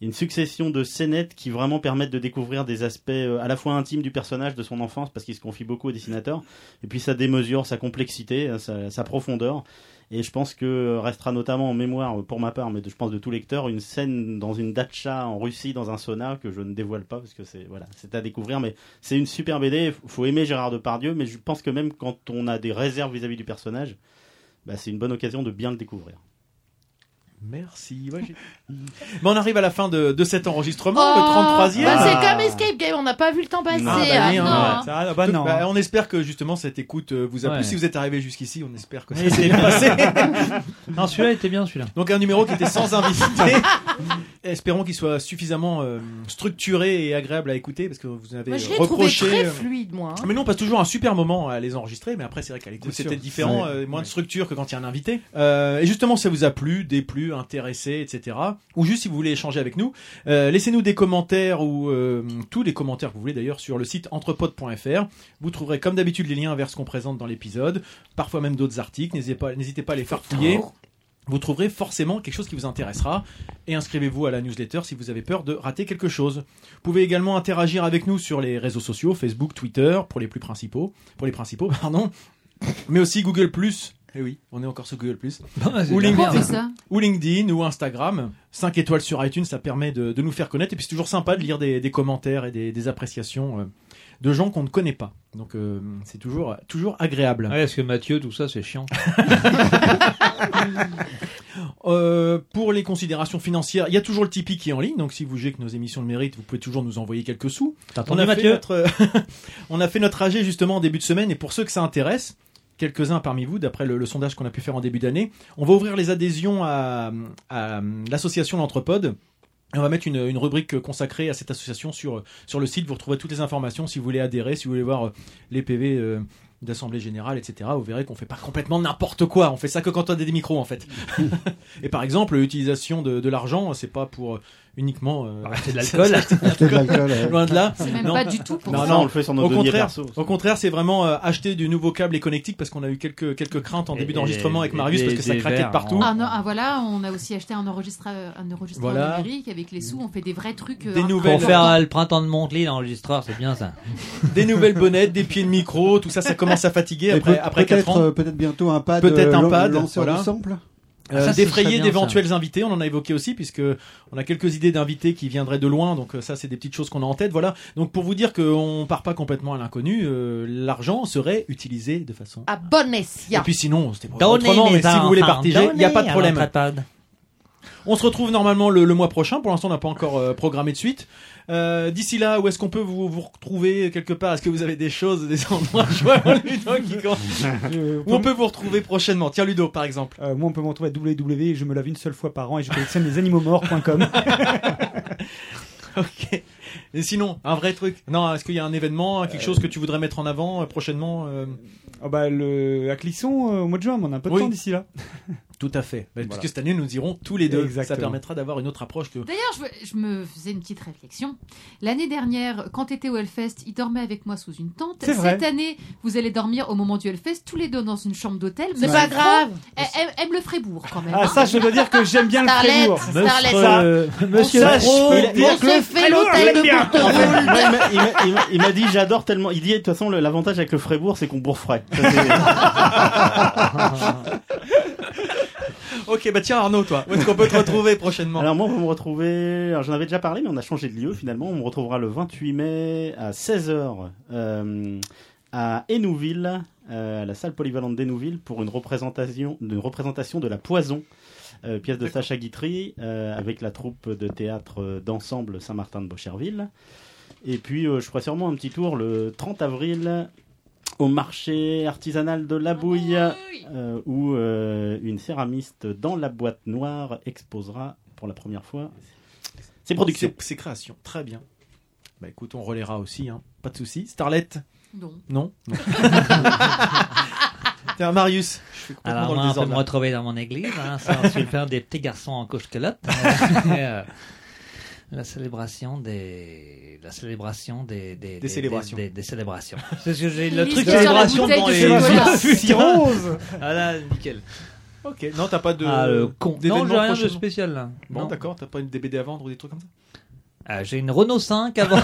M: une succession de scénettes qui vraiment permettent de découvrir des aspects euh, à la fois intimes du personnage, de son enfance, parce qu'il se confie beaucoup au dessinateur, et puis sa démesure, sa complexité, euh, sa, sa profondeur. Et je pense que euh, restera notamment en mémoire, euh, pour ma part, mais de- je pense de tout lecteur, une scène dans une datcha en Russie, dans un sauna, que je ne dévoile pas, parce que c'est voilà, c'est à découvrir. Mais c'est une super BD, F- faut aimer Gérard Depardieu, mais je pense que même quand on a des réserves vis-à-vis du personnage, bah, c'est une bonne occasion de bien le découvrir.
C: Merci. Ouais, j'ai- Mais on arrive à la fin de, de cet enregistrement,
I: Oh,
C: le 33e.
I: bah, C'est comme Escape Game, on n'a pas vu le temps passer.
C: Ah, bah,
I: ah,
C: oui, hein,
I: non.
C: ouais. Ça, ah, bah,
F: Donc,
C: non.
F: bah,
C: on espère que justement cette écoute euh, vous a
F: Ouais.
C: plu. Si vous êtes arrivé jusqu'ici, on espère que ça
F: Oui,
C: s'est
F: c'est
C: bien
F: bien.
C: passé.
F: Non, celui-là était bien, celui-là.
C: Donc un numéro qui était sans invité. <laughs> Espérons qu'il soit suffisamment euh, structuré et agréable à écouter parce que vous avez
I: Moi, je l'ai trouvé
C: reproché.
I: très
C: euh,
I: fluide, moi. hein.
C: mais non, on passe toujours un super moment à les enregistrer, mais après c'est vrai qu'à l'écoute
I: Bien
C: c'était
I: sûr.
C: différent,
I: Ouais.
C: euh, moins de structure que quand il y a un invité. Euh, et justement, si ça vous a plu, déplu, intéressé, etc. Ou juste si vous voulez échanger avec nous, euh, laissez-nous des commentaires ou euh, tous les commentaires que vous voulez d'ailleurs sur le site entrepod.fr. Vous trouverez comme d'habitude les liens vers ce qu'on présente dans l'épisode, parfois même d'autres articles. N'hésitez pas, n'hésitez pas à les farfouiller. Vous trouverez forcément quelque chose qui vous intéressera et inscrivez-vous à la newsletter si vous avez peur de rater quelque chose. Vous pouvez également interagir avec nous sur les réseaux sociaux, Facebook, Twitter, pour les plus principaux, pour les principaux, <laughs> pardon, mais aussi Google+. Eh oui, on est encore sur Google+.
F: <laughs> Ah, c'est
C: ou,
F: bien.
C: LinkedIn,
F: Pourquoi ça
C: ou LinkedIn, ou Instagram. 5 étoiles sur iTunes, ça permet de, de nous faire connaître. Et puis c'est toujours sympa de lire des, des commentaires et des, des appréciations euh, de gens qu'on ne connaît pas. Donc euh, c'est toujours, toujours agréable.
F: Ouais, parce que Mathieu, tout ça, c'est
C: <laughs>
F: chiant.
C: Euh, pour les considérations financières, il y a toujours le Tipeee qui est en ligne, donc si vous jugez que nos émissions le méritent, vous pouvez toujours nous envoyer quelques sous.
K: T'as entendu,
C: On a, fait
K: Mathieu
C: notre, euh, on a fait notre AG justement en début de semaine, et pour ceux que ça intéresse, quelques-uns parmi vous, d'après le, le sondage qu'on a pu faire en début d'année, on va ouvrir les adhésions à, à euh, l'association L'Entrepode. Et On va mettre une, une rubrique consacrée à cette association sur, sur le site. Vous retrouverez toutes les informations si vous voulez adhérer, si vous voulez voir euh, les PV euh, d'Assemblée Générale, etc. Vous verrez qu'on fait pas complètement n'importe quoi. On fait ça que quand on a des micros, en fait. Et par exemple, l'utilisation de, de l'argent, c'est pas pour euh, uniquement euh,
E: <laughs>
F: de l'alcool.
C: acheter de
F: Acheter de l'alcool, ouais.
C: Loin de là.
F: C'est même pas du tout pour
C: non,
F: ça.
C: Non,
F: On le fait sur nos
C: au
F: deniers
C: contraire,
F: perso, ça.
C: Au contraire, c'est vraiment euh, acheter du nouveau câble et connectique parce qu'on a eu quelques quelques craintes en
F: Et-
C: début d'enregistrement avec
F: et
C: Marius
F: des-
C: parce que ça
F: des
C: craquait de
F: verres hein.
C: partout.
D: Ah, non, ah, voilà, on a aussi acheté un enregistreur, un enregistreur
F: Voilà.
D: numérique avec les sous, on fait des vrais trucs. euh,
C: Des
D: incroyables.
C: nouvelles-
F: Pour faire euh, le printemps de Montly, l'enregistreur, c'est bien ça.
C: Des nouvelles bonnettes, des pieds de micro, tout ça, ça commence à fatiguer
E: Et
C: après
E: peut-
C: après
E: peut-être,
C: quatre ans.
E: euh, peut-être bientôt un pad,
C: Peut-être
E: euh,
C: un
E: lan-
C: pad.
E: lanceur
C: voilà.
E: de sample.
C: Euh,
E: Ah, ça, ce serait
C: défrayer
E: bien,
C: d'éventuels invités, on en a évoqué aussi puisque on a quelques idées d'invités qui viendraient de loin, donc euh, ça c'est des petites choses qu'on a en tête. Voilà, donc pour vous dire qu'on part pas complètement à l'inconnu, euh, l'argent serait utilisé de façon
I: À bon escient.
C: Et puis sinon, c'était pas
I: Donnez
C: autrement,
I: les
C: mais si vous
I: enfants,
C: voulez partager, il n'y a
I: donnez
C: pas de
I: à
C: problème.
I: l'entrepode.
C: On se retrouve normalement le, le mois prochain. Pour l'instant, on n'a pas encore euh, programmé de suite. Euh, D'ici là, où est-ce qu'on peut vous, vous retrouver quelque part Est-ce que vous avez des choses, des endroits <laughs> Joël, Ludo, qui compte Où on peut vous retrouver prochainement Tiens, Ludo, par exemple.
H: Euh, moi, on peut me retrouver à www et je me lave une seule fois par an et je collectionne les animaux <laughs> morts.com.
C: ok. Et sinon, un vrai truc. Non, est-ce qu'il y a un événement, quelque chose que tu voudrais mettre en avant euh, prochainement euh,
H: Ah bah, le... À Clisson, euh, au mois de juin, mais on a un peu de
C: Oui.
H: temps d'ici là.
C: Tout à fait. Bah, Parce
H: Voilà.
C: que cette année, nous irons tous les deux. Ça
H: Exactement.
C: permettra d'avoir une autre approche que.
D: D'ailleurs, je, me- je me faisais une petite réflexion. L'année dernière, quand t'étais au Hellfest, il dormait avec moi sous une tente.
I: C'est vrai.
D: Cette année, vous allez dormir au moment du Hellfest, tous les deux dans une chambre d'hôtel.
I: C'est
D: Mais
I: pas
D: c'est
I: grave.
D: trop- Elle- elle- Aime le Fribourg quand même.
H: Ah,
D: hein.
H: ça, je dois dire que j'aime bien le
D: Starlet,
H: Frébourg.
D: Starlet.
H: Ça,
D: Euh,
H: on
D: Monsieur
H: sache,
D: Pro,
H: je peux dire
D: on
H: que
D: se
H: le
D: fait
H: Frébourg,
D: l'hôtel
H: j'aime
D: de
M: En
H: bien.
M: fait, <laughs> moi, il m'a- il m'a- il m'a- il m'a dit j'adore tellement. Il dit de toute façon le- l'avantage avec le Frébourg c'est qu'on
C: <laughs>
M: bourre frais. Ça, c'est-
C: <laughs> ok bah tiens Arnaud toi, où est-ce qu'on peut te retrouver prochainement
M: Alors moi on peut me retrouver, alors j'en avais déjà parlé mais on a changé de lieu finalement, on me retrouvera le 28 mai à 16h à Hénouville, euh, à la salle polyvalente d'Hénouville pour une représentation, une représentation de La Poison. euh, pièce de Sacha Guitry euh, avec la troupe de théâtre euh, d'ensemble Saint-Martin de Beaucherville. Et puis, euh, je ferai sûrement un petit tour le 30 avril au marché artisanal de La Bouille, euh, où euh, une céramiste dans la boîte noire exposera pour la première fois ses productions.
C: Ses, ses créations, très bien. Bah écoute, on relaiera aussi, hein. pas de souci. Starlet
D: Non.
C: Non, Non. <laughs> Tiens, Marius, je suis complètement
F: Alors,
C: dans
F: moi,
C: le
F: on peut
C: désordre.
F: me retrouver dans mon église. Hein, ça, je suis le
C: <laughs>
F: père des petits garçons en
H: <laughs>
F: couche-culotte. hein, et, euh, La célébration des. La célébration des. Des, des-
C: célébrations.
F: Des, des célébrations. C'est ce que j'ai
C: Le
F: le
C: liste
F: truc
C: sur la
F: célébration
C: bouteille
F: dans
C: de
F: les. <laughs>
C: chocolat.
F: dans les-
C: Cirrhose.
F: Voilà, nickel.
C: Ok, non, t'as pas de.
F: Ah, le con.
C: d'événements
F: Non, j'ai rien de
C: prochainement
F: spécial, là.
C: Bon,
F: Non.
C: d'accord, t'as pas une DBD à vendre ou des trucs comme
F: <laughs>
C: ça
F: Ah, j'ai une Renault 5 avant.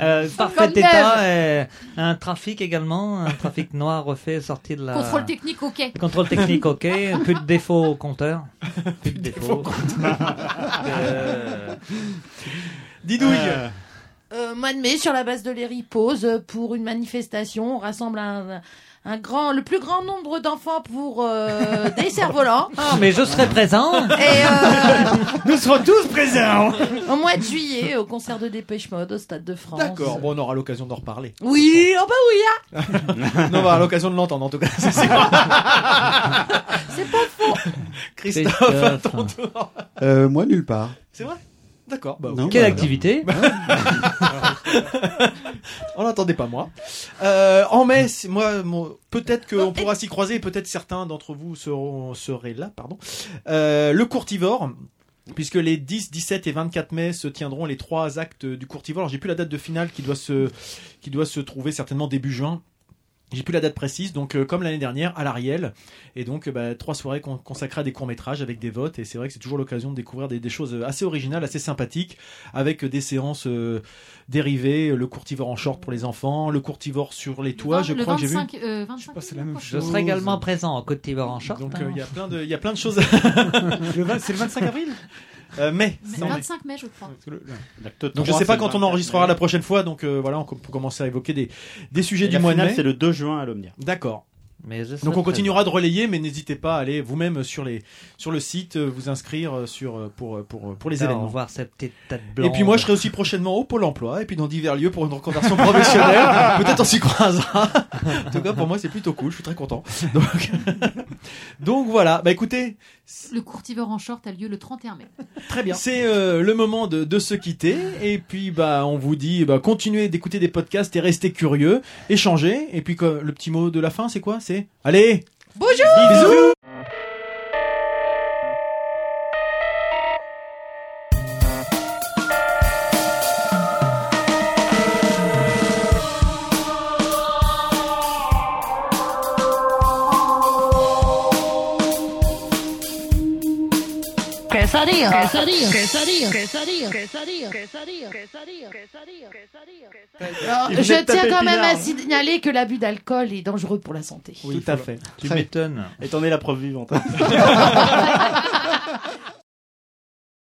F: euh, parfait
D: 59.
F: état. euh, un trafic également. Un trafic noir refait, sorti de la.
D: Contrôle technique, ok.
F: Contrôle technique, ok. Plus de défauts au compteur. Plus de
C: défauts au
F: défauts.
C: compteur.
F: Euh,
C: Didouille.
F: Euh,
I: Euh, mois de mai, sur la base de l'ERI, pause euh, pour une manifestation. On rassemble un, un grand, le plus grand nombre d'enfants pour euh, des cerfs-volants.
F: Ah, mais je serai présent. <laughs>
A: Nous serons tous présents.
I: Au mois de juillet, au concert de Dépêche Mode au Stade de France.
C: D'accord, bon, on aura l'occasion d'en
F: <laughs>
C: reparler.
I: Oui, oh bah oui, ah
C: non, bah, à l'occasion de l'entendre, en tout cas. <laughs> C'est sûr.
I: c'est pas faux.
C: Christophe, à ton tour.
E: Euh, moi, nulle <laughs> part.
C: C'est vrai D'accord. Bah,
E: Non,
C: ok.
E: Quelle
C: Bah,
E: activité
F: hein.
C: <laughs> alors. <laughs> On n'attendait pas moi. Euh, en mai, c'est- moi, mon- peut-être qu'on pourra s'y croiser, et peut-être certains d'entre vous seront, seraient là, pardon. Euh, le courtivore. Puisque les 10, 17 et 24 mai se tiendront les trois actes du courtivore. Alors, J'ai plus la date de finale qui doit se, qui doit se trouver certainement début juin. J'ai plus la date précise, donc euh, comme l'année dernière, à l'Ariel. Et donc, euh, bah, trois soirées con- consacrées à des courts-métrages avec des votes. Et c'est vrai que c'est toujours l'occasion de découvrir des, des choses euh, assez originales, assez sympathiques, avec euh, des séances euh, dérivées. euh, Le courtivore en short pour les enfants, le courtivore sur les
I: Ah,
C: toits, Ah, je
D: le
C: crois que j'ai vu.
D: 25, euh, 25
A: Oh, c'est la même
F: Je serai également présent en Côte d'Ivoire en short.
C: Donc,
F: hein.
C: euh, il y a plein de- il y a plein de <laughs> choses.
A: Le vingt- c'est
C: <laughs>
A: le 25 avril
H: <laughs>
C: Euh, mai.
D: Mais
C: c'est en mai.
D: 25 mai, je crois.
C: Donc je sais pas quand on enregistrera la prochaine fois, donc euh, voilà, on com- pour commencer à évoquer des, des sujets
M: Et
C: du
M: la
C: mois de
M: finale,
C: mai.
M: c'est le 2 juin à l'Omnia.
C: D'accord.
F: Mais je serai
C: Donc on
F: présent.
C: continuera de relayer, mais n'hésitez pas à aller vous-même sur, les, sur le site, euh, vous inscrire euh, sur, euh, pour, euh, pour, euh, pour les
F: Là,
C: événements.
F: On va voir cette petite tête blonde.
C: Et puis moi je serai aussi prochainement au Pôle Emploi et puis dans divers lieux pour une reconversion
F: <laughs>
C: professionnelle. Peut-être on s'y croisera. En tout cas pour moi c'est plutôt cool, je suis très content. Donc, <laughs> donc voilà, bah écoutez,
D: Le courtivore en short a lieu le 31 mai.
C: Très bien. C'est euh, le moment de, de se quitter. Et puis, bah, on vous dit, bah, continuez d'écouter des podcasts et restez curieux, échangez. Et puis, quoi, le petit mot de la fin, c'est quoi C'est allez
I: Bonjour
C: Bisous
B: hein?
V: Quesadilla.
I: Ah. hein?
B: Quesadilla.
V: Quesadilla.
B: Quesadilla.
V: Quesadilla.
I: Alors,
B: Il venait
I: hein? je
B: de taper hein.
I: tiens quand même
B: Pinard.
I: à signaler que l'abus d'alcool est dangereux pour la santé.
M: Tout à fait.
C: Tu
M: m'étonnes. Et t'en es la preuve vivante.